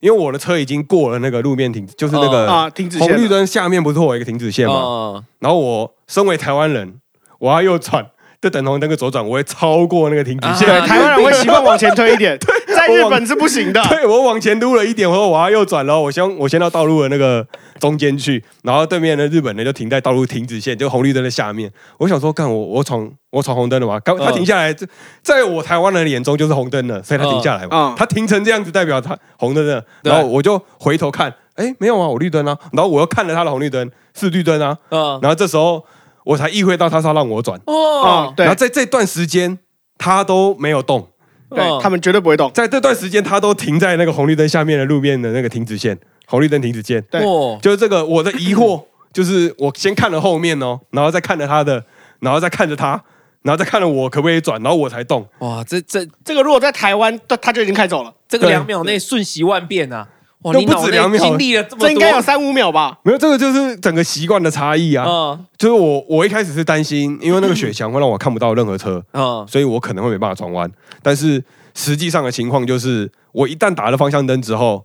Speaker 1: 因为我的车已经过了那个路面停，就是那
Speaker 2: 哦
Speaker 1: 个
Speaker 3: 啊，停止
Speaker 1: 红
Speaker 3: 线
Speaker 1: 绿
Speaker 3: 了。
Speaker 1: 灯下面不是会有一个停止线吗？
Speaker 2: 哦
Speaker 1: 然后我身为台湾人，我要右转，就等同那个左转，我会超过那个停止线。
Speaker 2: 啊
Speaker 3: 对，台湾人会习惯往前推一点，在日本是不行 <laughs> 的。
Speaker 1: 对我往前撸了一点，然后我要右转，然后我先我先到道路的那个中间去，然后对面的日本人就停在道路停止线，就红绿灯的下面。我想说，干我我闯我闯红灯了嘛？刚他
Speaker 4: 嗯
Speaker 1: 停下来，这在我台湾人的眼中就是红灯了，所以他停下来嘛
Speaker 3: 嗯。
Speaker 1: 他停成这样子，代表他红灯了。
Speaker 4: 对
Speaker 1: 然后我就回头看，哎，没有啊，我绿灯啊。然后我又看了他的红绿灯，是绿灯啊。
Speaker 2: 嗯
Speaker 1: 然后这时候我才意会到他是要让我转。
Speaker 3: 啊
Speaker 2: 哦，，
Speaker 3: 对
Speaker 1: 然后，在这段时间他都没有动。
Speaker 2: 嗯
Speaker 3: 对，他们绝对不会动。
Speaker 1: 在这段时间，他都停在那个红绿灯下面的路面的那个停止线，红绿灯停止线。
Speaker 3: 对
Speaker 2: 哦
Speaker 1: 就是这个，我的疑惑就是，我先看了后面哦，然后再看着他的，然后再看着他，然后再看着我可不可以转，然后我才动。
Speaker 2: 哇，这这
Speaker 3: 这个如果在台湾，他他就已经开走了，
Speaker 2: 这个
Speaker 1: 对
Speaker 2: 两秒内瞬息万变啊！哇，
Speaker 1: 都
Speaker 2: 你
Speaker 1: 不
Speaker 2: 脑
Speaker 1: 止
Speaker 2: 内
Speaker 1: 两秒
Speaker 2: 经历了这么多，
Speaker 3: 这应该有三五秒吧。
Speaker 1: 没有，这个就是整个习惯的差异啊。
Speaker 2: 嗯
Speaker 1: 就是我，我一开始是担心，因为那个雪墙会让我看不到任何车，
Speaker 2: 嗯
Speaker 1: 所以我可能会没办法转弯。但是实际上的情况就是，我一旦打了方向灯之后，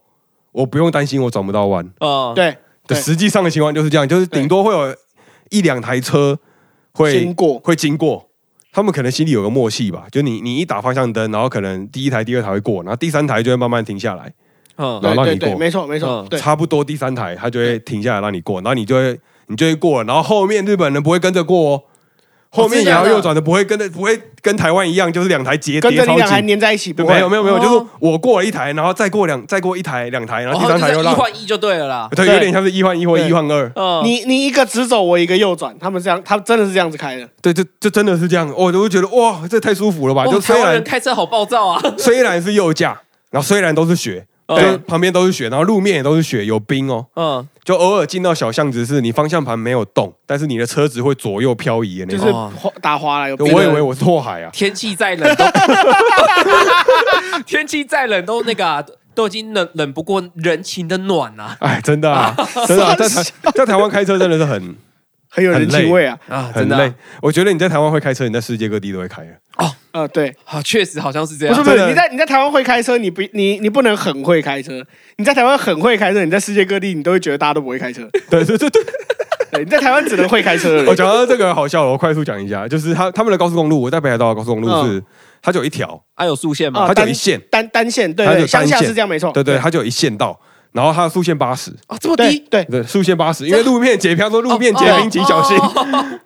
Speaker 1: 我不用担心我转不到弯。
Speaker 2: 嗯，
Speaker 3: 对，
Speaker 1: 对，
Speaker 3: 对
Speaker 1: 实际上的情况就是这样，就是顶多会有一两台车会
Speaker 3: 经过
Speaker 1: 会经过，他们可能心里有个默契吧，就你你一打方向灯，然后可能第一台、第二台会过，然后第三台就会慢慢停下来，
Speaker 2: 嗯
Speaker 1: 然
Speaker 3: 对
Speaker 1: 后让
Speaker 3: 对
Speaker 1: 你
Speaker 3: 对，
Speaker 1: 过
Speaker 3: 没错没错
Speaker 2: 嗯，
Speaker 3: 对，
Speaker 1: 差不多第三台它就会停下来让你过，然后你就会你就会过了，然后后面日本人不会跟着过哦。后面也
Speaker 3: 我
Speaker 1: 要
Speaker 3: 知道
Speaker 1: 右转的不会跟的不会跟台湾一样，就是两台叠
Speaker 3: 跟
Speaker 1: 叠
Speaker 3: 着
Speaker 1: 超
Speaker 3: 你俩还
Speaker 1: 紧。
Speaker 3: 粘在一起，
Speaker 1: 对，
Speaker 3: 不会
Speaker 1: 没有没有没有，
Speaker 2: 哦
Speaker 1: 就是我过了一台，然后再过两再过一台两台，然后第
Speaker 2: 哦
Speaker 1: 三
Speaker 2: 就
Speaker 1: 台
Speaker 2: 是
Speaker 1: 又
Speaker 2: 一
Speaker 1: 让，
Speaker 2: 换一就对了
Speaker 1: <laughs>
Speaker 2: 啦。
Speaker 1: 对，有点像是一换一或一换二，
Speaker 2: 嗯，
Speaker 3: 你你一个直走，我一个右转，他们这样，他们真的是这样子
Speaker 2: 哦
Speaker 3: 开的。
Speaker 1: 对，就就真的是这样，哦我都觉得哇，这太舒服了吧？
Speaker 2: 哇
Speaker 1: 就虽
Speaker 2: 台湾
Speaker 1: 然
Speaker 2: 人开车好暴躁啊。 <laughs>
Speaker 1: 虽然是右驾，然后虽然都是雪，
Speaker 2: 嗯
Speaker 1: 就旁边都是雪，然后路面也都是雪，有冰哦。
Speaker 2: 嗯，
Speaker 1: 就偶尔进到小巷子，是你方向盘没有动，但是你的车子会左右漂移的那
Speaker 3: 就是
Speaker 1: 种。
Speaker 3: 花打滑了，有
Speaker 1: 我以为我是拓海啊，
Speaker 2: 天气再
Speaker 1: <laughs>
Speaker 2: 冷都， <laughs> 天气再冷都那个啊、都已经冷冷不过人情的暖啊
Speaker 1: 哎，真的
Speaker 2: <laughs>
Speaker 1: 啊，真的啊，在台在台湾开车真的是很
Speaker 3: 很有人情味啊。
Speaker 2: 啊，
Speaker 1: 很
Speaker 2: 真的
Speaker 1: 累
Speaker 2: 啊。
Speaker 1: 我觉得你在台湾会开车，你在世界各地都会开啊的。
Speaker 3: 呃，对，
Speaker 2: 啊，确实好像是这
Speaker 3: 不
Speaker 2: 样
Speaker 3: 是。不是，
Speaker 1: 真的
Speaker 3: 你在你在台湾会开车，你不你你不能很会开车。你在台湾很会开车，你在世界各地你都会觉得大家都不会开车。
Speaker 1: 对对
Speaker 2: <laughs>
Speaker 1: 对对，
Speaker 3: 对，你在台湾只能会开车
Speaker 1: <laughs> 我
Speaker 3: 了。
Speaker 1: 讲到这个好笑了，我快速讲一下，就是他他们的高速公路，我在北海道的高速公
Speaker 2: 嗯
Speaker 1: 路是、它就有一条，
Speaker 2: 啊，有竖线吗？
Speaker 1: 它
Speaker 3: 啊
Speaker 1: 就有
Speaker 3: 单
Speaker 1: 一线，
Speaker 3: 单单线，对
Speaker 1: 它就
Speaker 3: 对，
Speaker 1: 有单
Speaker 3: 乡
Speaker 1: 线
Speaker 3: 下是这样没错。
Speaker 1: 对对，它就有一线道，然后它的速限八十，
Speaker 2: 啊，这么
Speaker 3: 对
Speaker 2: 低，
Speaker 3: 对，
Speaker 1: 对，速限八十，因为路面结票说
Speaker 3: 哦
Speaker 1: 路面结冰，请小心。 <laughs>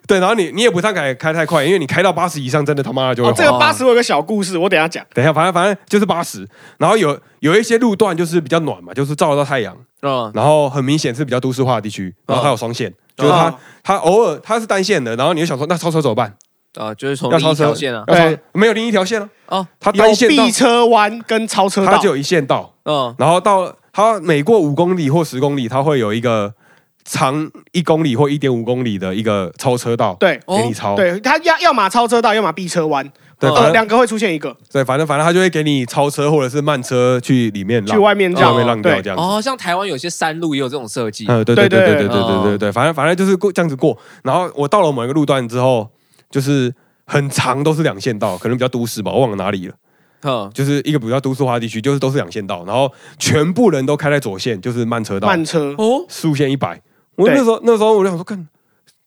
Speaker 1: 对，然后你你也不太敢开太快，因为你开到八十以上，真的他妈的就会
Speaker 3: 哦，这
Speaker 1: 滑。
Speaker 3: 个八十我有个小故事，我等一下讲。
Speaker 1: 等一下，反正反正就是八十，然后有有一些路段就是比较暖嘛，就是照得到太阳，
Speaker 2: 嗯，
Speaker 1: 然后很明显是比较都市化的地区，然后它有双线，就是它
Speaker 3: 哦
Speaker 1: 它偶尔它是单线的，然后你就想说那超车怎么办？
Speaker 2: 啊，就是从
Speaker 3: 哦
Speaker 1: 要
Speaker 2: 另
Speaker 1: 超
Speaker 2: 一条
Speaker 1: 车
Speaker 2: 线啊，
Speaker 1: 要超
Speaker 3: 对
Speaker 1: 没有另一条线了，啊
Speaker 2: 哦，
Speaker 1: 它
Speaker 3: 有
Speaker 1: 单线道
Speaker 3: 避车弯跟超车
Speaker 1: 它
Speaker 3: 道
Speaker 1: 只，有一线道，
Speaker 2: 嗯，
Speaker 1: 然后到它每过五公里或十公里，它会有一个长一公里或一点五公里的一个超车道，
Speaker 3: 对
Speaker 1: 给你超，
Speaker 3: 对，它要要么超车道，要么避车弯，
Speaker 1: 哦对，
Speaker 2: 嗯
Speaker 1: 反
Speaker 3: 呃，
Speaker 1: 正
Speaker 3: 两个会出现一个
Speaker 1: 对，反正反正他就会给你超车或者是慢车去里面
Speaker 3: 去
Speaker 1: 让，
Speaker 3: 外面
Speaker 1: 去外
Speaker 3: 绕。
Speaker 1: 面让掉
Speaker 3: 对
Speaker 1: 这样子。
Speaker 2: 哦，像台湾有些山路也有这种设计，
Speaker 1: 嗯，对对对
Speaker 3: 对
Speaker 1: 对对
Speaker 3: 对
Speaker 1: 对对对对，反正反正就是过这样子过。然后我到了某一个路段之后，就是很长都是两线道，可能比较都市吧，我忘了哪里了。
Speaker 2: 嗯，
Speaker 1: 就是一个比较都市化地区，就是都是两线道，然后全部人都开在左线，就是慢车道，
Speaker 3: 慢车，
Speaker 2: 哦，
Speaker 1: 速限一百。我
Speaker 3: 对
Speaker 1: 那时候那时候我就想说，看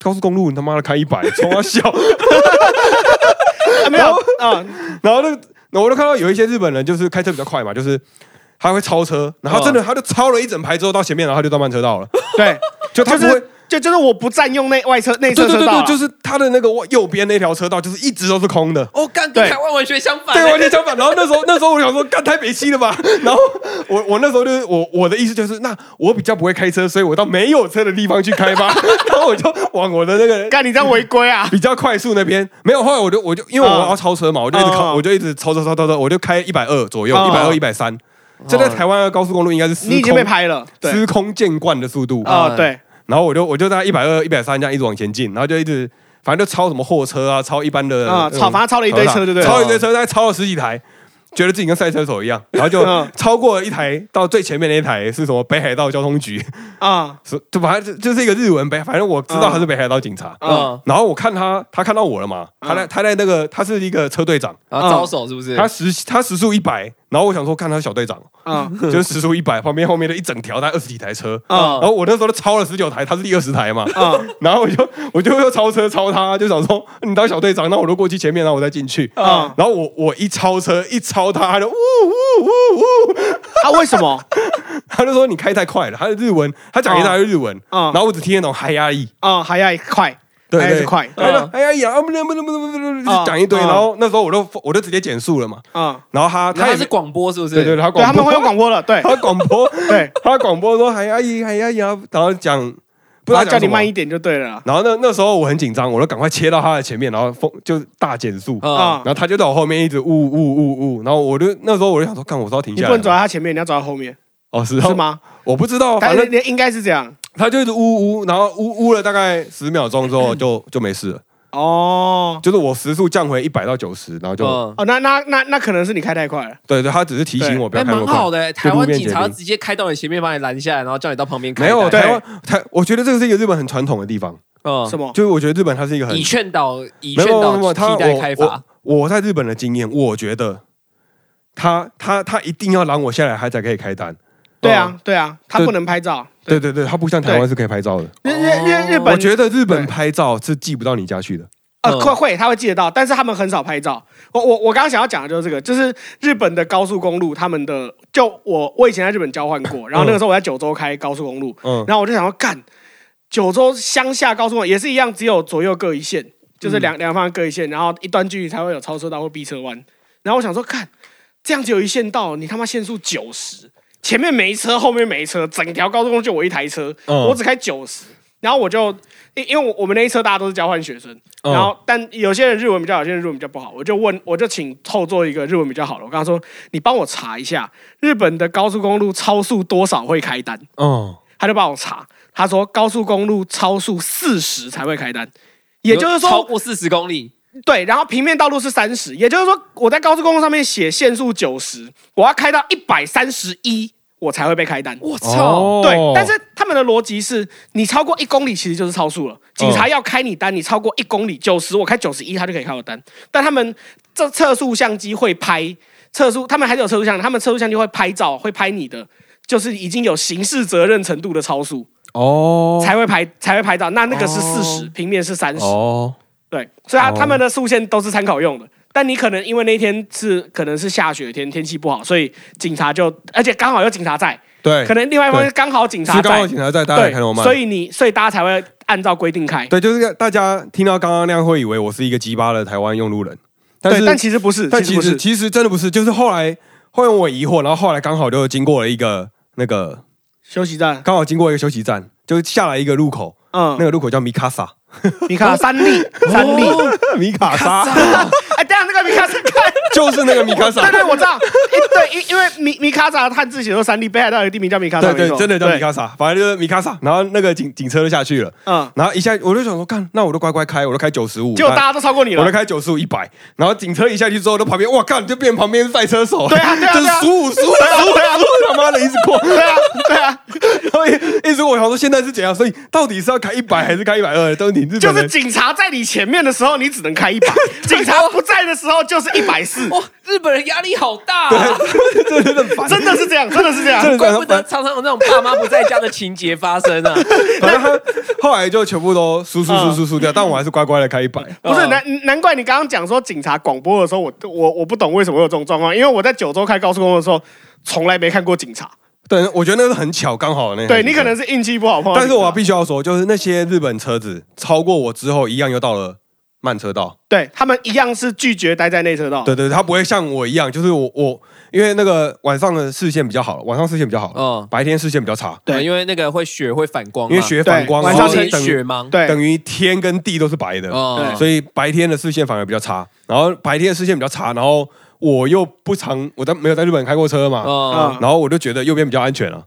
Speaker 1: 高速公路你他妈的开一百， <laughs> 冲啊笑。
Speaker 3: 啊没有啊，
Speaker 1: 然后那个，然后我就看到有一些日本人就是开车比较快嘛，就是他会超车，然后他真的
Speaker 3: 嗯
Speaker 1: 他就超了一整排之后到前面，然后他就到慢车道了， <laughs>
Speaker 3: 对，
Speaker 1: 就他
Speaker 3: <laughs> 就
Speaker 1: 不会
Speaker 3: 是。就就是我不占用内外车内
Speaker 1: 对
Speaker 3: 侧
Speaker 1: 对
Speaker 3: 车
Speaker 1: 对
Speaker 3: 道啊
Speaker 1: 对，
Speaker 3: 啦，
Speaker 1: 就是他的那个右边那条车道，就是一直都是空的。
Speaker 2: 哦，干跟
Speaker 3: 对
Speaker 2: 台湾完全相
Speaker 3: 啊
Speaker 2: 反
Speaker 1: 对，
Speaker 2: 欸，
Speaker 1: 完全相反。然后那时候，那时候我想说，干太北西了吧？然后我我那时候就是我我的意思就是，那我比较不会开车，所以我到没有车的地方去开吧。 <laughs> 然后我就往我的那个
Speaker 3: 干你这样违规
Speaker 1: <laughs>
Speaker 3: 啊！
Speaker 1: 比较快速那边没有，后来我就我就因为我
Speaker 3: 嗯
Speaker 1: 要超车嘛，我就一直靠，
Speaker 3: 嗯
Speaker 1: 我就一直超超超超超，我就开一百二左右，
Speaker 3: 嗯
Speaker 1: 一百二一百三。这在台湾的高速公路应该是司
Speaker 3: 你已经
Speaker 1: 空
Speaker 3: 被拍了，对
Speaker 1: 司空见惯的速度，
Speaker 3: 啊，对，
Speaker 1: 然后我就我就在一百二一百三这样一直往前进，然后就一直反正就超什么货车啊，超一般的
Speaker 3: 啊
Speaker 1: 那种
Speaker 3: 超反正超了一堆车就对了
Speaker 1: 超了一堆车，大概超了十几台。觉得自己跟赛车手一样，然后就
Speaker 3: 嗯
Speaker 1: 超过一台，到最前面那一台是什么？北海道交通局，
Speaker 3: 啊
Speaker 1: 是就反正就就是一个日文北，反正我知道他是北海道警察。
Speaker 2: 嗯，
Speaker 1: 然后我看他，他看到我了嘛？他在他在那个，他是一个车队长，
Speaker 2: 然后招手是不是？
Speaker 1: 嗯他时他时速一百，然后我想说看他小队长，
Speaker 3: 啊
Speaker 1: 就是时速一百，旁边后面的一整条，大概二十几台车，
Speaker 3: 啊
Speaker 1: 然后我那时候都超了十九台，他是第二十台嘛，
Speaker 3: 啊！
Speaker 1: 然后我就我就又超车超他，就想说你当小队长，那我就过去前面，然后我再进去。
Speaker 3: 啊
Speaker 1: 然后我我一超车一超他，他就呜呜呜呜，
Speaker 3: 啊！为什么
Speaker 1: 他就说你开太快了，他的日文，他讲一大堆日文，
Speaker 3: 哦
Speaker 1: <laughs> 然后我只听得懂嗨压抑，
Speaker 3: 啊？还要快，
Speaker 1: 对
Speaker 3: 还
Speaker 1: 对
Speaker 3: 要快
Speaker 1: 哎呀
Speaker 2: 嗯
Speaker 1: 哎呀呀，啊不能不能不能不能，就
Speaker 3: 哦
Speaker 1: 讲一堆，
Speaker 3: 哦
Speaker 1: 然后那时候我都我就直接减速了嘛，
Speaker 3: 啊！
Speaker 1: 然后他
Speaker 2: 然
Speaker 1: 他
Speaker 2: 后
Speaker 1: 也
Speaker 2: 他是广播是不是？
Speaker 1: 对对对他
Speaker 3: 对，他
Speaker 1: 广
Speaker 3: 们
Speaker 1: 播
Speaker 3: 会用广播了，对
Speaker 1: 他广 <laughs> 播
Speaker 3: 对，
Speaker 1: 他广播说哎嗨阿姨嗨阿姨啊，然后讲不知道
Speaker 3: 然后叫
Speaker 1: 讲
Speaker 3: 你
Speaker 1: 什么
Speaker 3: 慢一。点就对了啦
Speaker 1: 然后那那时候我很紧张，我就赶快切到他的前面，然后风就大减速，
Speaker 2: 啊
Speaker 3: 啊
Speaker 1: 然！后他就在我后面一直呜呜呜呜，然后我就那时候我就想说，看我是要停
Speaker 3: 你
Speaker 1: 下
Speaker 3: 不
Speaker 1: 来
Speaker 3: 能走
Speaker 1: 吗，
Speaker 3: 在他前面，你要走在后面，
Speaker 1: 哦是哦
Speaker 3: 是？吗？
Speaker 1: 我不知道，
Speaker 3: 但
Speaker 1: 哦反正
Speaker 3: 是应该是这样
Speaker 1: 他就一直呜呜，然后呜呜了大概十秒钟之后就就没事了，
Speaker 3: 哦
Speaker 1: 就是我时速降回一百到九十，然后就
Speaker 2: 嗯，
Speaker 3: 哦，那那那那可能是你开太快了，
Speaker 1: 对对，他只是提醒我不
Speaker 2: 哎，
Speaker 1: 要开
Speaker 2: 蛮
Speaker 1: 过
Speaker 2: 好
Speaker 1: 快。
Speaker 2: 的欸，台湾警
Speaker 1: 路
Speaker 2: 察
Speaker 1: 面决定
Speaker 2: 直接开到你前面，把你拦下来，然后叫你到旁边开
Speaker 1: 没
Speaker 2: 单。
Speaker 1: 有
Speaker 3: 对
Speaker 1: 台湾台，我觉得这个是一个日本很传统的地方，
Speaker 2: 嗯
Speaker 3: 什么？
Speaker 1: 就是我觉得日本它是一个很
Speaker 2: 以劝导，以
Speaker 1: 没
Speaker 2: 劝
Speaker 1: 有没有没
Speaker 2: 导
Speaker 1: 有他
Speaker 2: 替代开
Speaker 1: 我
Speaker 2: 发。
Speaker 1: 我我在日本的经验，我觉得他他他一定要拦我下来，他才可以开单。
Speaker 3: 对
Speaker 1: 哦
Speaker 3: 啊对啊，他
Speaker 1: 对
Speaker 3: 不能拍照，
Speaker 1: 对对对，他不像台湾是可以拍照的。
Speaker 3: 日日日日
Speaker 1: 哦我
Speaker 3: 本
Speaker 1: 觉得日本
Speaker 3: 对
Speaker 1: 拍照是寄不到你家去的。
Speaker 3: 呃，
Speaker 2: 嗯
Speaker 3: 会会，他会记得到，但是他们很少拍照。我我我刚刚想要讲的就是这个，就是日本的高速公路，他们的就我我以前在日本交换过，然后那个时候我在九州开高速公路，
Speaker 1: 嗯嗯
Speaker 3: 然后我就想要干，九州乡下高速公路也是一样，只有左右各一线，就是两两方各一线，然后一段距离才会有超车道或逼车弯。然后我想说，看这样只有一线道，你他妈限速九十，前面没车，后面没车，整条高速公路就我一台车，
Speaker 1: 嗯
Speaker 3: 我只开九十。然后我就因因为我我们那一车大家都是交换学生，
Speaker 1: 嗯
Speaker 3: 然后但有些人日文比较好，有些人日文比较不好，我就问我就请后座一个日文比较好的，我跟他说，你帮我查一下日本的高速公路超速多少会开单。
Speaker 1: 嗯，
Speaker 3: 他就帮我查，他说高速公路超速四十才会开单，也就是
Speaker 2: 超
Speaker 3: 说
Speaker 2: 过四十公里，
Speaker 3: 对，然后平面道路是三十，也就是说我在高速公路上面写限速九十，我要开到一百三十一，我才会被开单。
Speaker 2: 我操！
Speaker 1: 哦
Speaker 3: 对，但是他们的逻辑是你超过一公里其实就是超速了，警察要开你单，你超过一公里九十，我开九十一，他就可以开我单。但他们这测速相机会拍测速，他们还是有测速相机，他们测速相机会拍照，会拍你的，就是已经有刑事责任程度的超速。
Speaker 1: 哦
Speaker 3: 才会排才会排到。那那个是四十、平面是三十、
Speaker 1: 哦，
Speaker 3: 对，所以他
Speaker 1: 哦
Speaker 3: 他们的速限都是参考用的。但你可能因为那天是可能是下雪天，天气不好，所以警察就，而且刚好有警察在，
Speaker 1: 对，
Speaker 3: 可能另外一方面
Speaker 1: 对
Speaker 3: 刚好警察
Speaker 1: 是刚
Speaker 3: 在
Speaker 1: 好，警察在，大家也
Speaker 3: 对
Speaker 1: 看得我，慢，
Speaker 3: 所以你所以大家才会按照规定开。
Speaker 1: 对，就是大家听到刚刚那样会以为我是一个鸡巴的台湾用路人，但
Speaker 3: 对，
Speaker 1: 是
Speaker 3: 但其实不是，
Speaker 1: 但
Speaker 3: 其
Speaker 1: 其
Speaker 3: 实不
Speaker 1: 实
Speaker 3: 是，
Speaker 1: 其实真的不是，就是后来后来我疑惑，然后后来刚好就经过了一个那个
Speaker 3: 休息站，
Speaker 1: 刚好经过一个休息站，就下来一个路口，
Speaker 3: 嗯
Speaker 1: 那，个路口叫米卡
Speaker 3: <laughs>
Speaker 1: 萨，
Speaker 3: 米卡三
Speaker 1: <laughs>
Speaker 3: 立
Speaker 1: 哦
Speaker 3: 三立，
Speaker 1: 米卡萨
Speaker 3: 哎，等一下那个米卡是看，
Speaker 1: <laughs> 就是 <laughs> 啊那个米卡
Speaker 3: 对
Speaker 1: 萨，
Speaker 3: 对，我知道，因对，因因为米米卡扎的汉字写作三立，北海道有个地名叫米卡扎，
Speaker 1: 对对，
Speaker 3: 没错
Speaker 1: 真的叫米，
Speaker 3: 对
Speaker 1: 卡萨，反正就是米卡萨，然后那个警警车就下去了，
Speaker 3: 嗯，
Speaker 1: 然后一下我就想说，干，那我都乖乖开，我都开九十五，
Speaker 3: 结果大家都超过你了
Speaker 1: 我都，开九十五一百，然后警车一下去之后，都旁边哇靠，你就变旁边赛车手，
Speaker 3: 对啊对啊
Speaker 1: 就是
Speaker 3: 对啊
Speaker 1: 十五十五十五，他妈的一直过，
Speaker 3: 对啊，对
Speaker 1: <laughs>
Speaker 3: 啊，
Speaker 1: 然后一一直我想说现在是怎样，所以到底是要开一百还是开一百二？都是你日
Speaker 3: 就
Speaker 1: 本
Speaker 3: 是
Speaker 1: 人
Speaker 3: 警察在你前面的时候，你只能开一
Speaker 1: <laughs>
Speaker 3: 百；警察不在的时候，就是一百四。
Speaker 2: 哇，日本人压力好大啊！
Speaker 1: 真的很烦，
Speaker 3: 真的是这样，真的是这
Speaker 2: <laughs>
Speaker 3: 样。
Speaker 1: 真的
Speaker 2: 怪不得常常有那种爸妈不在家的情节发生
Speaker 1: <laughs>
Speaker 2: 啊！
Speaker 1: 反正他后来就全部都输输输
Speaker 3: 嗯
Speaker 1: 输输掉，但我还是乖乖的开一百。
Speaker 3: 不是
Speaker 2: 嗯
Speaker 3: 难难怪你刚刚讲说警察广播的时候，我我我不懂为什么会有这种状况，因为我在九州开高速公路的时候，从来没看过警察。
Speaker 1: 对，我觉得那是很巧，刚好那
Speaker 3: 对你可能，是运气不好碰到
Speaker 1: 但
Speaker 3: 警察，
Speaker 1: 是我必须要说，就是那些日本车子超过我之后，一样又到了慢车道。
Speaker 3: 对他们一样是拒绝待在内车道。
Speaker 1: 对对，对他不会像我一样，就是我我因为那个晚上的视线比较好，晚上视线比较好，
Speaker 2: 嗯
Speaker 1: 白天视线比较差，
Speaker 3: 对
Speaker 2: 啊因为那个会雪会反光嘛，
Speaker 1: 因为雪反光，
Speaker 3: 对
Speaker 2: 晚
Speaker 1: 然
Speaker 2: 上
Speaker 1: 后
Speaker 3: 晚
Speaker 2: 成
Speaker 3: 上
Speaker 1: 等于
Speaker 2: 雪盲，
Speaker 3: 对
Speaker 1: 等于天跟地都是白的，
Speaker 2: 哦，
Speaker 1: 所以白天的视线反而比较差，然后白天的视线比较差，然后我又不常我在没有在日本开过车嘛，
Speaker 2: 哦，
Speaker 1: 然后我就觉得右边比较安全了，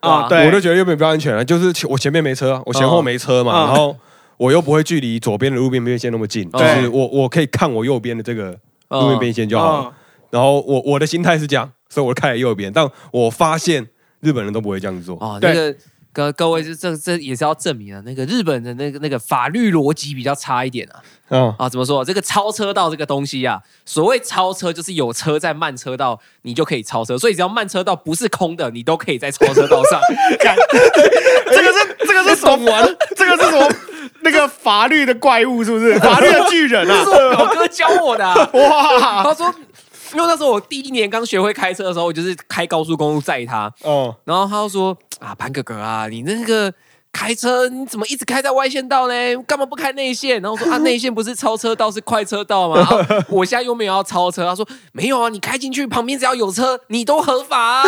Speaker 3: 啊，
Speaker 2: 哇
Speaker 3: 对，
Speaker 1: 我就觉得右边比较安全了，就是前我前面没车啊，我前后没车嘛，
Speaker 3: 嗯
Speaker 1: 然后我又不会距离左边的路边边线那么近，就
Speaker 2: 对
Speaker 1: 是我我可以看我右边的这个路边边线就好了。
Speaker 3: 嗯
Speaker 1: 然后我我的心态是这样，所以我开了右边，但我发现日本人都不会这样做。
Speaker 2: 哦，
Speaker 3: 对
Speaker 2: 那个各各位，这这这也是要证明啊，那个日本的那个那个法律逻辑比较差一点啊。
Speaker 1: 嗯，
Speaker 2: 啊，怎么说？这个超车道这个东西啊，所谓超车就是有车在慢车道，你就可以超车，所以只要慢车道不是空的，你都可以在超车道上。哎
Speaker 3: 干这个是这个是什么？这个是什么？那个法律的怪物是不
Speaker 1: <laughs>
Speaker 3: 是？法律的巨人
Speaker 2: 这
Speaker 3: 啊，
Speaker 2: 是！我表哥教我的、啊
Speaker 3: 哇，
Speaker 2: 他说。因为那时候我第一年刚学会开车的时候，我就是开高速公路载他，
Speaker 1: 哦，
Speaker 2: 然后他就说：“啊，潘哥哥啊，你那个开车你怎么一直开在外线道呢？干嘛不开内线？”然后我说：“啊，内线不是超车道，是快车道
Speaker 3: <laughs>
Speaker 2: 吗？啊、我现在又没有要超车。”他说：“没有啊，你开进去旁边只要有车，你都合法
Speaker 3: <laughs>
Speaker 2: 啊。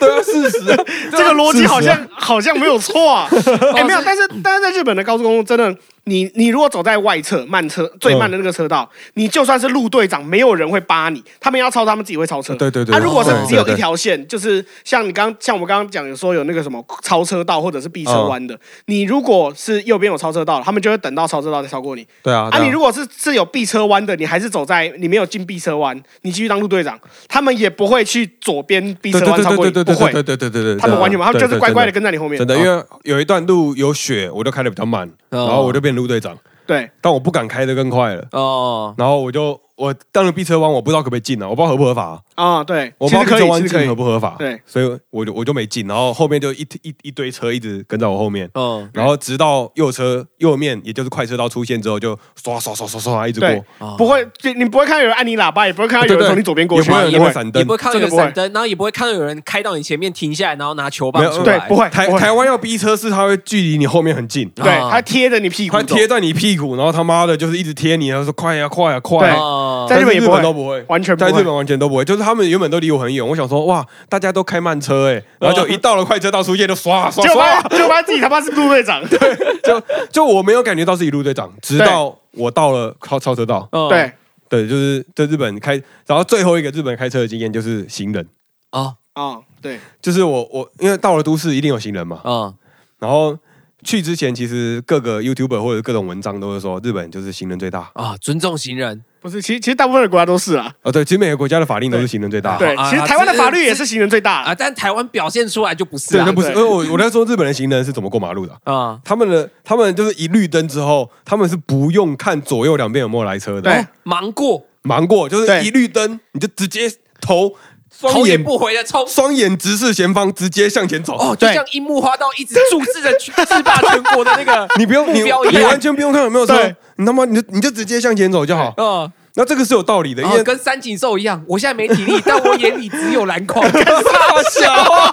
Speaker 1: 对啊，事
Speaker 2: <laughs>
Speaker 1: 实啊，
Speaker 3: 这个逻辑好
Speaker 1: 事
Speaker 3: 像好像没有错
Speaker 1: <laughs>
Speaker 3: 啊，
Speaker 1: 哦
Speaker 3: 哎、没有，但是但是在日本的高速公路真的，你你如果走在外侧慢车
Speaker 1: 嗯
Speaker 3: 最慢的那个车道，你就算是路队长，没有人会扒你，他们要超他们自己会超车。
Speaker 1: 对对对
Speaker 3: 啊，如果是
Speaker 1: 对
Speaker 3: 只有
Speaker 1: 对对
Speaker 3: 一条线，就是像你刚像我们刚刚讲有说有那个什么超车道或者是避车弯
Speaker 1: 哦
Speaker 3: 的，你如果是右边有超车道，他们就会等到超车道再超过你。
Speaker 1: 对啊，
Speaker 3: 啊，
Speaker 1: 对
Speaker 3: 你如果是是有避车弯的，你还是走在你没有进避车弯，你继续当路队长，他们也不会去左边避车弯超过你，
Speaker 1: 对
Speaker 3: 不
Speaker 1: 对
Speaker 3: 会。
Speaker 1: 对对对对对对，
Speaker 3: 他们完全不，他们就是乖乖的
Speaker 1: 跟
Speaker 3: 跟在你后面。哦
Speaker 1: 真的，因为有一段路有雪，我就开的比较慢，
Speaker 2: 哦
Speaker 1: 然后我就变路队长，
Speaker 3: 对
Speaker 1: 但我不敢开的更快了，
Speaker 2: 哦，
Speaker 1: 然后我就我当了 B 车弯，我不知道可不可以进啊，我不知道合不合法啊、
Speaker 3: 啊，对，
Speaker 1: 我
Speaker 3: 其
Speaker 1: 不
Speaker 3: 实
Speaker 1: 知道 B
Speaker 3: 可
Speaker 1: 车
Speaker 3: 以，其
Speaker 1: 弯
Speaker 3: 实可
Speaker 1: 进合
Speaker 3: 以。
Speaker 1: 不合法，
Speaker 3: 对，
Speaker 1: 所以我就我就没进，然后后面就一一一堆车一直跟在我后面，
Speaker 2: 嗯，
Speaker 1: 然后直到右车右面，也就是快车道出现之后，就刷刷刷刷刷一直过，
Speaker 3: 对
Speaker 2: 哦
Speaker 3: 不会，就你不会看到有人按你喇叭，也不会看到有
Speaker 1: 对
Speaker 3: 人
Speaker 1: 对
Speaker 3: 从你左边过去，
Speaker 1: 也不会有
Speaker 3: 也
Speaker 1: 人会闪
Speaker 2: 也
Speaker 1: 灯
Speaker 2: 不，会看到有
Speaker 3: 这个不会
Speaker 2: 闪灯，然后也不会看到有人开到你前面停下来，然后拿球棒
Speaker 1: 没有
Speaker 2: 出
Speaker 1: 嗯
Speaker 2: 来。
Speaker 3: 对，不会，
Speaker 1: 台
Speaker 3: 不会
Speaker 1: 台湾要逼车是它会距离你后面很近，
Speaker 3: 对，
Speaker 2: 啊
Speaker 3: 它贴着你屁股
Speaker 1: 它
Speaker 3: 走，
Speaker 1: 贴在你屁股，然后他妈的就是一直贴你，然后说快呀快呀快
Speaker 3: 对
Speaker 1: 呀。
Speaker 2: 哦
Speaker 3: 在日本也
Speaker 1: 但是
Speaker 3: 不会
Speaker 1: 都不会，
Speaker 3: 完全不
Speaker 1: 在
Speaker 3: 会
Speaker 1: 日本完全都不会，就是他们原本都离我很远，我想说哇，大家都开慢车哎、然后就一
Speaker 3: 嗯
Speaker 1: 到了快车道出现就刷刷
Speaker 3: 结果
Speaker 1: 刷
Speaker 3: <laughs> 发，结果发现自己他妈是陆队长，对
Speaker 1: 就就我没有感觉到是一路队长，直到我到了超超车道，
Speaker 2: 哦
Speaker 3: 对
Speaker 1: 对，就是在日本开，然后最后一个日本开车的经验就是行人，
Speaker 2: 哦
Speaker 3: 啊，对，
Speaker 1: 就是我我因为到了都市一定有行人嘛，
Speaker 2: 哦
Speaker 1: 然后去之前其实各个 YouTuber 或者各种文章都是说日本就是行人最大
Speaker 2: 啊，尊重行人，
Speaker 3: 不是，其实其实大部分的国家都是啊，
Speaker 1: 哦，对，其实每个国家的法令都是行人最大，
Speaker 3: 对，
Speaker 2: 啊
Speaker 3: 其实台湾的
Speaker 2: 这
Speaker 3: 法律也是行人最大
Speaker 2: 啊，
Speaker 3: 的，
Speaker 2: 但台湾表现出来就不是
Speaker 1: 对，
Speaker 2: 啊
Speaker 1: 那不是，因
Speaker 3: 对
Speaker 1: 为我我在说日本的行人是怎么过马路的啊、
Speaker 2: 啊，
Speaker 1: 他们的他们就是一绿灯之后，他们是不用看左右两边有没有来车的，
Speaker 3: 对
Speaker 1: 哦
Speaker 2: 忙过
Speaker 1: 忙过就是
Speaker 3: 对
Speaker 1: 一绿灯，你就直接头双
Speaker 2: 头也
Speaker 1: 眼
Speaker 2: 不回的冲。
Speaker 1: 双眼直视前方，直接向前走。
Speaker 2: 哦，就
Speaker 3: 对
Speaker 2: 像樱木花道一直注视着全 <laughs> 制霸全国的那个，
Speaker 1: 你不用你
Speaker 2: 目标一
Speaker 1: 你
Speaker 2: 样
Speaker 1: 完全不用看有没有车
Speaker 3: 对，
Speaker 1: 你他妈你就你就直接向前走就好。
Speaker 2: 嗯，
Speaker 1: 那这个是有道理的，因
Speaker 2: 啊
Speaker 1: 为
Speaker 2: 跟三井寿一样，我现在没体
Speaker 3: <laughs>
Speaker 2: 力，但我眼里只有篮筐。
Speaker 1: 大
Speaker 2: <laughs>
Speaker 1: 小。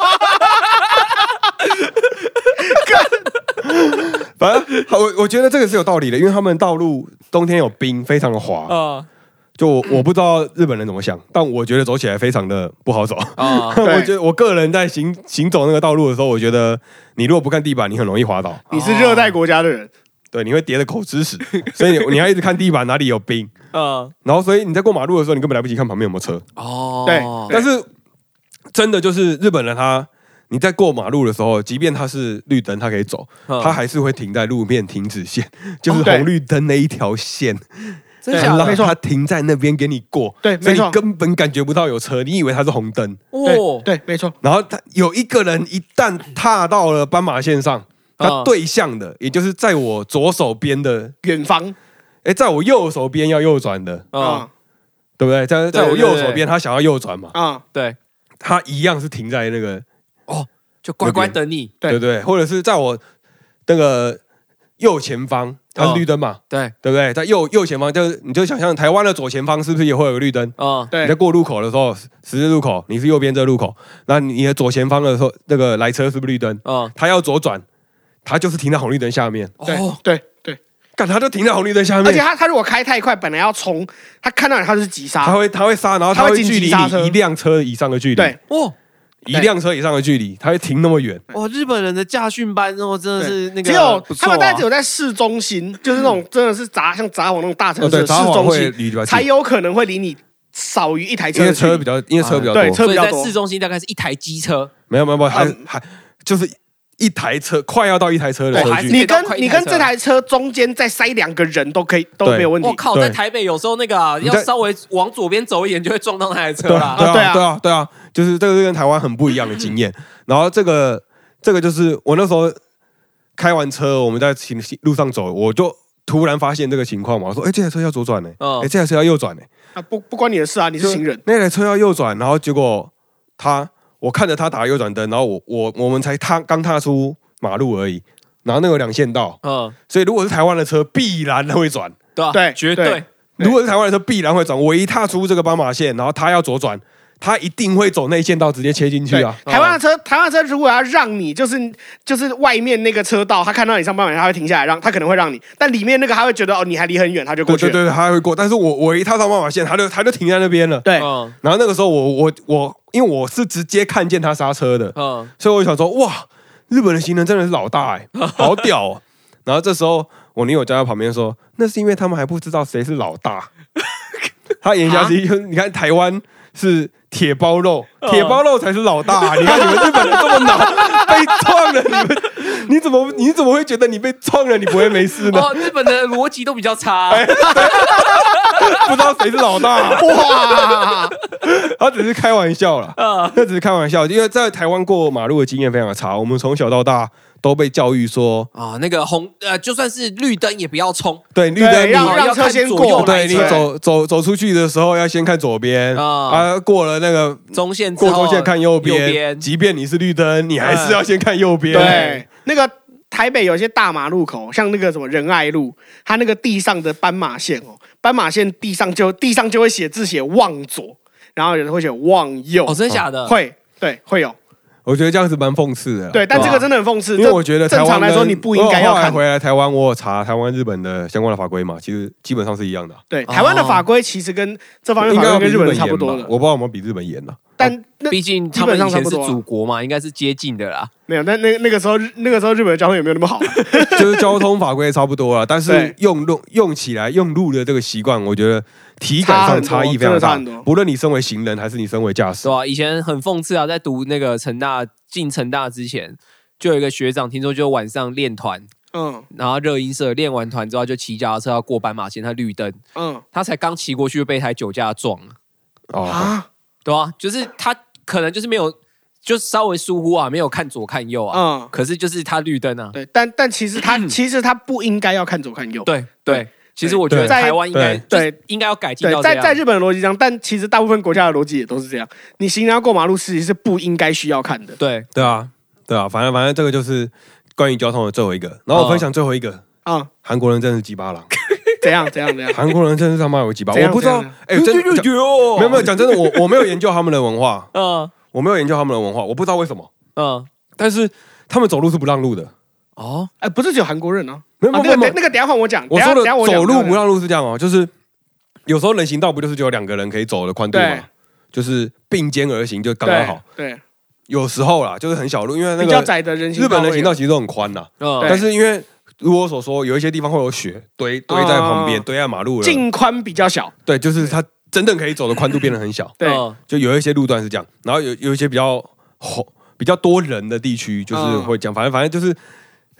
Speaker 1: 反正 <laughs> 好我我觉得这个是有道理的，因为他们道路冬天有冰，非常的滑。
Speaker 2: 啊
Speaker 1: 就我我不知道日本人怎么想，但我觉得走起来非常的不好走。
Speaker 2: 啊，
Speaker 3: 对
Speaker 1: <laughs> 我觉得我个人在行行走那个道路的时候，我觉得你如果不看地板，你很容易滑倒，
Speaker 3: 你是热带国家的人，
Speaker 1: 对，你会跌得口吃屎。所以你 <laughs> 你要一直看地板哪里有冰，
Speaker 2: 嗯，
Speaker 1: 然后所以你在过马路的时候，你根本来不及看旁边有没有车。
Speaker 2: 哦，
Speaker 3: 对
Speaker 1: 但是真的就是日本人他。你在过马路的时候，即便他是绿灯，他可以走，
Speaker 2: 嗯
Speaker 1: 他还是会停在路面停止线， <laughs> 就是
Speaker 3: 哦对
Speaker 1: 红绿灯那一条线，
Speaker 2: 真
Speaker 3: 对
Speaker 2: 假
Speaker 1: 他
Speaker 2: 的
Speaker 1: 哎让
Speaker 3: 没错
Speaker 1: 他停在那边给你过，
Speaker 3: 对
Speaker 1: 所
Speaker 3: 没
Speaker 1: 以
Speaker 3: 错
Speaker 1: 你根本感觉不到有车，你以为他是红灯，
Speaker 2: 哦，
Speaker 3: 对，对没错，
Speaker 1: 然后他有一个人一旦踏到了斑马线上，他
Speaker 2: 嗯
Speaker 1: 对向的，也就是在我左手边的，
Speaker 3: 远方
Speaker 1: 哎，在我右手边要右转的，
Speaker 2: 啊
Speaker 3: 啊
Speaker 1: 对不对？在在我
Speaker 2: 对对
Speaker 1: 右
Speaker 2: 对
Speaker 1: 手边，他想要右转嘛，
Speaker 3: 啊，
Speaker 2: 对，
Speaker 1: 他一样是停在那个，
Speaker 2: 哦，就乖乖等你，
Speaker 1: 对
Speaker 3: 对
Speaker 1: 不对？或者是在我那个右前方，它
Speaker 2: 嗯
Speaker 1: 是绿灯嘛，
Speaker 2: 对，
Speaker 1: 对不对？在右右前方，就是你就想象台湾的左前方是不是也会有个绿灯？
Speaker 2: 嗯，
Speaker 1: 你在
Speaker 3: 对
Speaker 1: 过路口的时候，十字路口，你是右边这路口，那你的左前方的时候，那个来车是不是绿灯？
Speaker 2: 嗯，
Speaker 1: 他要左转，他就是停在红绿灯下面，
Speaker 3: 对
Speaker 2: 哦，
Speaker 3: 对对，
Speaker 1: 干他就停在红绿灯下
Speaker 3: 而且
Speaker 1: 面，
Speaker 3: 他他如果开太快，本来要冲，他看到你他就是急
Speaker 1: 他
Speaker 3: 刹，
Speaker 1: 会他会刹，然后
Speaker 3: 他会
Speaker 1: 会
Speaker 3: 紧急
Speaker 1: 距离
Speaker 3: 刹车
Speaker 1: 你一辆车以上的距离
Speaker 3: 对，
Speaker 2: 哦，
Speaker 1: 一辆车以上的距离，他会停那么远，
Speaker 2: 哇，日本人的驾训班哦，真的是那个
Speaker 3: 只有
Speaker 2: 不错
Speaker 3: 他
Speaker 2: 啊
Speaker 3: 们大概只有在市中心，就是那种真的是砸像砸往那种大城
Speaker 1: 哦
Speaker 3: 市
Speaker 1: 对，
Speaker 3: 的市
Speaker 1: 札幌
Speaker 3: 中
Speaker 1: 会
Speaker 3: 心，
Speaker 1: 离比较
Speaker 3: 才
Speaker 1: 近，
Speaker 3: 有可能会离你少于一台
Speaker 1: 因
Speaker 3: 车
Speaker 1: 为
Speaker 3: 的距
Speaker 1: 车比
Speaker 3: 离。啊
Speaker 1: 较因为车比较
Speaker 3: 对
Speaker 1: 多，
Speaker 3: 车
Speaker 2: 所
Speaker 3: 比
Speaker 2: 以
Speaker 3: 较
Speaker 2: 在
Speaker 3: 多
Speaker 2: 市中心大概是一台机车，
Speaker 1: 没有没有没有，还
Speaker 3: 嗯
Speaker 1: 还就是一台车快要到一台车的
Speaker 2: 对
Speaker 1: 车
Speaker 2: 还
Speaker 1: 距
Speaker 2: 是
Speaker 1: 离，
Speaker 3: 你跟
Speaker 2: 可以到快一
Speaker 3: 你
Speaker 2: 台车
Speaker 3: 跟这台车中间再塞两个人都可以都没有问题
Speaker 2: 我。靠，
Speaker 1: 对
Speaker 2: 在台北有时候那个啊
Speaker 1: 你在
Speaker 2: 要稍微往左边走一点就会撞到那台
Speaker 1: <laughs>
Speaker 2: 车
Speaker 1: 对
Speaker 2: 啦。
Speaker 1: 啊对
Speaker 3: 对
Speaker 1: 啊
Speaker 3: 啊
Speaker 1: 对啊对啊，就是这个是跟台湾很不一样的经验。然后这个这个就是我那时候开完车，我们在行路上走，我就突然发现这个情况嘛，我说哎、这台车要左转呢、
Speaker 2: 嗯
Speaker 1: 哎、这台车要右转呢、
Speaker 3: 啊，不不关你的事啊，你是行人。
Speaker 1: 那台车要右转，然后结果他我看着他打右转灯，然后我我我们才踏刚踏出马路而已，然后那有两线道，
Speaker 2: 嗯，
Speaker 1: 所以如果是台湾的车，必然会转。
Speaker 2: 对啊
Speaker 3: 对
Speaker 2: 绝
Speaker 3: 对
Speaker 2: 对。
Speaker 3: 对
Speaker 1: 如果是台湾的车，必然会转。我一踏出这个斑马线，然后他要左转，他一定会走内线道，直接切进去
Speaker 3: 对
Speaker 1: 啊。，
Speaker 3: 台湾的车，台湾的车如果要让你，就是就是外面那个车道，他看到你上班马线，他会停下来让，他可能会让你，但里面那个他会觉得哦，你还离很远，他就
Speaker 1: 对
Speaker 3: 过去
Speaker 1: 对
Speaker 3: 了。
Speaker 1: 对，他会过。但是我我一踏上斑马线，他就他就停在那边了。
Speaker 3: 对
Speaker 2: 嗯
Speaker 1: 然后那个时候我我我，因为我是直接看见他刹车的，
Speaker 2: 嗯，
Speaker 1: 所以我想说，哇，日本的行人真的是老大
Speaker 3: <laughs>
Speaker 1: 哎、好屌、哦。然后这时候我女友就在旁边说，那是因为他们还不知道谁是老大。他言下之意
Speaker 3: 啊
Speaker 1: <laughs> 就是，你看台湾是铁包肉，
Speaker 3: 哦
Speaker 1: 铁包肉才是老
Speaker 3: <laughs>
Speaker 1: 大、啊你看你们日本人这么老，被撞了，你们你怎么你怎么会觉得你被撞了你不会没事呢？
Speaker 2: 啊哦，日本的逻辑都比较差，
Speaker 1: <laughs> 不知道谁是老大，啊
Speaker 3: 哇，
Speaker 1: 他只是开玩笑啦，
Speaker 3: 嗯
Speaker 2: 啊，
Speaker 1: 那只是开玩笑，因为在台湾过马路的经验非常的差，我们从小到大都被教育说，
Speaker 2: 啊，那个红呃，就算是绿灯也不要冲
Speaker 1: 对绿灯
Speaker 3: 对
Speaker 1: 你
Speaker 3: 让
Speaker 2: 要
Speaker 3: 让车
Speaker 2: 看
Speaker 3: 先
Speaker 2: 左
Speaker 3: 过
Speaker 2: 右，
Speaker 1: 对
Speaker 2: 来
Speaker 1: 你
Speaker 2: 车
Speaker 1: 走走走出去的时候要先看左边
Speaker 2: 啊
Speaker 3: 嗯
Speaker 1: 啊，过了那个
Speaker 2: 中线之
Speaker 1: 过
Speaker 2: 后
Speaker 1: 中线看右边，
Speaker 2: 边
Speaker 1: 即便你是绿灯，你还是要先看右边。
Speaker 3: 嗯对，那个台北有一些大马路口，像那个什么仁爱路，它那个地上的斑马线哦，斑马线地上就地上就会写字写往左，然后有人会写往右，
Speaker 2: 哦，真的啊假的？
Speaker 3: 会对会有
Speaker 1: 我觉得这样子蛮讽刺的啦。
Speaker 3: 对，但
Speaker 2: 哇
Speaker 3: 这个真的很讽刺，
Speaker 1: 因为
Speaker 3: 这
Speaker 1: 我觉得台
Speaker 3: 正
Speaker 1: 湾
Speaker 3: 常来说
Speaker 1: 跟哦
Speaker 3: 你不应该要
Speaker 1: 我后来
Speaker 3: 看。
Speaker 1: 回来台湾，我有查台湾、日本的相关的法规嘛，其实基本上是一样的啊，
Speaker 3: 对，台湾的法规其实跟这方面
Speaker 1: 应
Speaker 3: 法
Speaker 1: 该要
Speaker 3: 规
Speaker 1: 比
Speaker 3: 跟日本
Speaker 1: 本
Speaker 3: 是差不
Speaker 1: 严吧
Speaker 3: 多的，
Speaker 1: 我不知道有没有比日本严啊呢？
Speaker 3: 但那
Speaker 2: 毕竟
Speaker 3: 基
Speaker 2: 他们
Speaker 3: 本上
Speaker 2: 以
Speaker 3: 差
Speaker 2: 前
Speaker 3: 不
Speaker 2: 是
Speaker 3: 多啊
Speaker 2: 祖国嘛，应该是接近的啦。
Speaker 3: 没有，但那那个时候日那个时候日本的交通也没有那么好，
Speaker 1: 就是交通法规差不多了，啊但是
Speaker 3: 对
Speaker 1: 用路用起来用路的这个习惯，我觉得体感上差异非常
Speaker 3: 差
Speaker 1: 大
Speaker 3: 很多真的差很多。
Speaker 1: 不论你身为行人还是你身为驾驶
Speaker 2: 是，吧？以前很讽刺啊，在读那个成大进成大之前，就有一个学长听说，就晚上练团，
Speaker 3: 嗯
Speaker 2: 然后热音社练完团之后，就骑脚踏车要过斑马线，他绿灯，
Speaker 3: 嗯
Speaker 2: 他才刚骑过去就被一台酒驾撞了，
Speaker 1: 哦，
Speaker 3: 啊
Speaker 2: 对吧、就是他可能就是没有，就稍微疏忽啊，没有看左看右啊，
Speaker 3: 嗯，
Speaker 2: 可是就是他绿灯啊，
Speaker 3: 对，但但其实
Speaker 2: <clears throat>
Speaker 3: 他其实他不应该要看左看右，
Speaker 2: 对对，其实我觉得
Speaker 1: 对
Speaker 2: 台湾应该
Speaker 3: 对
Speaker 2: 就是应该要改进
Speaker 3: 对
Speaker 2: 到，这
Speaker 3: 在在
Speaker 2: 样。
Speaker 3: 日本的逻辑上，但其实大部分国家的逻辑也都是这样。你行人要过马路，其实是不应该需要看的。
Speaker 2: 对，
Speaker 1: 对啊，对啊，反正反正这个就是关于交通的最后一个。然后我分享最后一个，
Speaker 3: 啊、
Speaker 1: 韩国人真是鸡
Speaker 3: <laughs>
Speaker 1: 巴狼，
Speaker 3: 怎样怎样怎样？
Speaker 1: 韩国人真是他妈有鸡巴，
Speaker 3: 怎
Speaker 1: 我
Speaker 3: 样
Speaker 1: 不知道
Speaker 3: 怎样，
Speaker 1: 哎，真
Speaker 3: <laughs>
Speaker 2: 对
Speaker 1: 讲
Speaker 2: 对哦
Speaker 1: 没有没有，讲真的，我我没有研究他们的文化，
Speaker 2: 嗯
Speaker 1: 我没有研究他们的文化，我不知道为什么，
Speaker 2: 嗯，
Speaker 1: 但是他们走路是不让路的。
Speaker 2: 哦，
Speaker 3: 哎、不是只有韩国人啊，
Speaker 1: <laughs> 没有
Speaker 3: 啊
Speaker 1: 没
Speaker 3: 那个
Speaker 1: 有没
Speaker 3: 等
Speaker 1: 有，
Speaker 3: 那个等一下换我讲，
Speaker 1: 我
Speaker 3: 等一下
Speaker 1: 说
Speaker 3: 等一下
Speaker 1: 的
Speaker 3: 我讲
Speaker 1: 走路
Speaker 3: 等
Speaker 1: 不
Speaker 3: 一下
Speaker 1: 让路是这样哦，就是有时候人行道不就是只有两个人可以走的宽度
Speaker 3: 对
Speaker 1: 嘛，就是并肩而行就刚刚好。
Speaker 3: 对，对
Speaker 1: 有时候啦，就是很小路，因为那
Speaker 3: 比较
Speaker 1: 个
Speaker 3: 窄的人行
Speaker 1: 日本人行道
Speaker 3: 会
Speaker 1: 其实都很宽呐，
Speaker 2: 嗯，
Speaker 3: 对
Speaker 1: 但是因为如我所说，有一些地方会有雪堆堆在旁边，
Speaker 3: 哦
Speaker 1: 堆在马路
Speaker 3: 有
Speaker 1: 了，
Speaker 3: 近宽比较小，
Speaker 1: 对，就是它真正可以走的宽度变得很小。
Speaker 3: 对，
Speaker 2: 嗯
Speaker 1: 就有一些路段是这样，然后有有一些比较红、比较多人的地区，
Speaker 3: 哦
Speaker 1: 就是会讲，反正反正就是，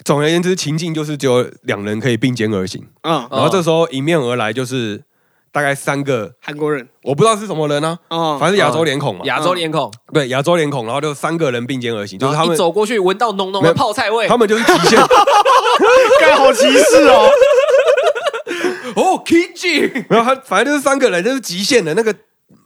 Speaker 1: 总而言之，情境就是只有两人可以并肩而行，
Speaker 3: 嗯，
Speaker 1: 然后这时候迎面而来就是大概三个，
Speaker 3: 韩国人，
Speaker 1: 我不知道是什么人啊，
Speaker 3: 哦、
Speaker 1: 反正是亚洲脸孔嘛，
Speaker 2: 嗯亚洲脸孔，
Speaker 1: 对，亚洲脸孔，然后就三个人并肩而行，嗯就是他
Speaker 2: 一
Speaker 1: 们，
Speaker 2: 走过去闻到浓浓
Speaker 1: 没有
Speaker 2: 的泡菜味
Speaker 1: 他，们就是极限， <laughs>
Speaker 3: 干好歧视哦，
Speaker 2: 哦，Kiji，
Speaker 1: 没有他，反正就是三个人就是极限的那个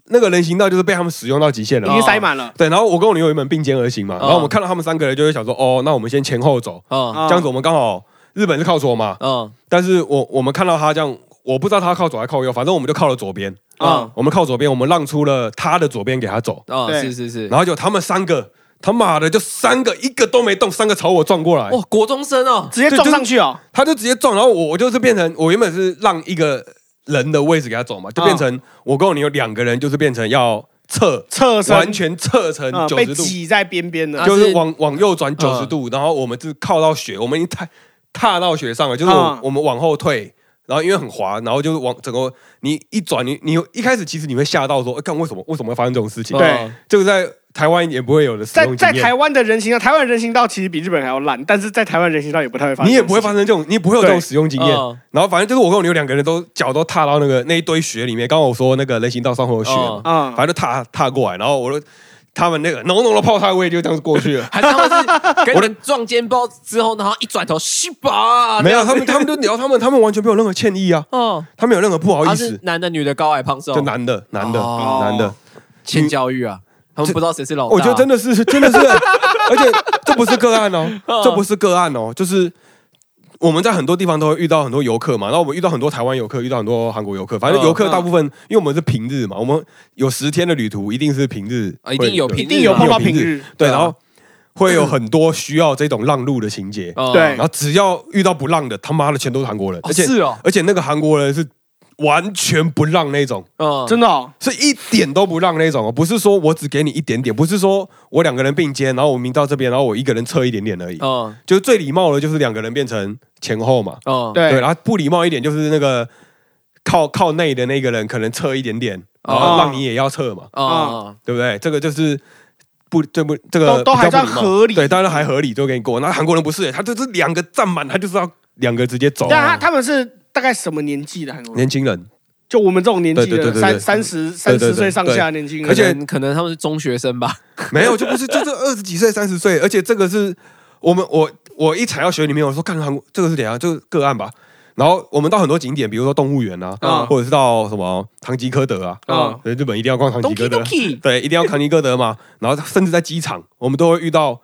Speaker 1: 那个人行道就是被他们使用到极限了啊
Speaker 3: 已。经塞满了。
Speaker 1: 对，然后我跟我女友们并肩而行嘛，然后我们看到他们三个人就会想说，哦，那我们先前后走，
Speaker 2: 嗯
Speaker 3: 啊
Speaker 1: 这样子我们刚好日本是靠左嘛，
Speaker 2: 嗯
Speaker 1: 但是我我们看到他这样，我不知道他靠左还靠右，反正我们就靠了左边，
Speaker 2: 嗯
Speaker 1: 我们靠左边，我们让出了他的左边给他走，
Speaker 2: 嗯，
Speaker 3: 对
Speaker 2: 是是是，
Speaker 1: 然后就他们三个他妈的就三个一个都没动，三个朝我撞过来
Speaker 2: 哇，，国中生哦，
Speaker 3: 直接撞上去哦，
Speaker 1: 他就直接撞，然后我我就是变成我原本是让一个人的位置给他走嘛，
Speaker 3: 啊
Speaker 1: 就变成我跟我女友两个人就是变成要侧
Speaker 3: 侧身
Speaker 1: 完全侧成
Speaker 3: 啊、
Speaker 1: 九
Speaker 3: 被
Speaker 1: 十度，
Speaker 3: 挤在边边了
Speaker 2: 啊，
Speaker 1: 就是
Speaker 2: 是
Speaker 1: 往往右转九十度，然后我们是靠到雪，我们已经踏踏到雪上了，就是我
Speaker 3: 嗯
Speaker 1: 我们往后退，然后因为很滑，然后就是往整个你一转，你你一开始其实你会吓到说，哎，干为什么为什么会发生这种事情？
Speaker 3: 对
Speaker 2: 嗯
Speaker 1: 这个在台湾也不会有的使
Speaker 3: 在
Speaker 1: 用经
Speaker 3: 在台
Speaker 1: 验，
Speaker 3: 湾的人行道，台湾人行道其实比日本还要烂，但是在台湾人行道也不太会发生
Speaker 1: 你
Speaker 3: 这种事情，
Speaker 1: 也不会发生这种，你也不会有这种
Speaker 3: 对
Speaker 1: 使用经验。
Speaker 2: 嗯
Speaker 1: 然后反正就是我跟我女友两个人都脚都踏到那个那一堆雪里面，刚刚我说那个人行道上会有雪嘛，
Speaker 2: 嗯
Speaker 3: 啊
Speaker 1: 反正就踏踏过来，然后我就他们那个浓浓的泡菜味就这样子过去了。
Speaker 2: 还是他们是跟人撞肩包之后，然后一转头，啊是吧？
Speaker 1: 没有，他们他们就聊他们，他们完全没有任何歉意啊，
Speaker 2: 哦，
Speaker 1: 他们有任何不好
Speaker 2: 他
Speaker 1: 意
Speaker 2: 是
Speaker 1: 思，
Speaker 2: 男的、女的、高矮、胖瘦
Speaker 1: 就，男的啊男的
Speaker 2: 哦
Speaker 1: 男的，
Speaker 2: 欠教育啊，他们不知道谁是老大。
Speaker 1: 我觉得真的是 <laughs> 真的是，而且这不是个案哦，
Speaker 2: <laughs> 嗯
Speaker 1: 这不是个案哦，就是。我们在很多地方都会遇到很多游客嘛，然后我们遇到很多台湾游客，遇到很多韩国游客，反正
Speaker 2: 嗯
Speaker 1: 游客大部分，因为我们是平日嘛，我们有十天的旅途，一定是平日
Speaker 2: 啊一定有
Speaker 1: 会
Speaker 3: 一
Speaker 2: 平
Speaker 3: 定有碰到平
Speaker 1: 有平
Speaker 3: 日，
Speaker 1: 对，
Speaker 2: 对啊
Speaker 1: 然后会有很多需要这种让路的情节，
Speaker 2: 哦
Speaker 3: 对
Speaker 1: 然后只要遇到不让的，他妈的全都是韩国人，
Speaker 2: 哦
Speaker 1: 而且
Speaker 2: 是哦
Speaker 1: 而且那个韩国人是完全不让那种，
Speaker 2: 嗯，
Speaker 3: 真的哦，
Speaker 1: 是一点都不让那种哦，不是说我只给你一点点，不是说我两个人并肩，然后我明到这边，然后我一个人侧一点点
Speaker 3: 哦
Speaker 1: 而已，
Speaker 2: 嗯
Speaker 1: 就是最礼貌的就是两个人变成前后嘛，
Speaker 2: 嗯，
Speaker 3: 对
Speaker 1: 对，然后不礼貌一点就是那个靠靠内的那个人可能侧一点点，然后
Speaker 3: 哦
Speaker 1: 让你也要侧嘛，
Speaker 2: 啊，
Speaker 1: 对不对？这个就是不这不这个
Speaker 3: 都都还
Speaker 1: 比较不礼貌
Speaker 3: 算合理
Speaker 1: 对，当然还合理，就给你过。那韩国人不是、欸他就是两
Speaker 2: 啊
Speaker 1: 个站满，他就是要两个直接走。啊
Speaker 3: 但他他们是大概什么年纪的韩国人？
Speaker 1: 年轻人
Speaker 3: 就我们这种年纪
Speaker 1: 对对对
Speaker 3: 的
Speaker 1: 对
Speaker 3: 三
Speaker 1: 对
Speaker 3: 三十三
Speaker 1: 对
Speaker 3: 十
Speaker 1: 对
Speaker 3: 岁上下的年轻人，
Speaker 1: 而且对
Speaker 3: 对
Speaker 2: 可能可能他们是中学生吧，
Speaker 1: 没有，就不是，就是二十几岁、三十岁，而且这个是我们我我一踩到水里面，我说干韩国这个是怎样，这个个案吧。然后我们到很多景点，比如说动物园啊，
Speaker 3: 嗯
Speaker 1: 或者是到什么唐吉诃德啊，
Speaker 3: 嗯
Speaker 1: 对，日本一定要逛唐吉诃德啊
Speaker 2: Donkey，Donkey，
Speaker 1: 对，一定要唐吉诃德嘛。然后甚至在机场，我们都会遇到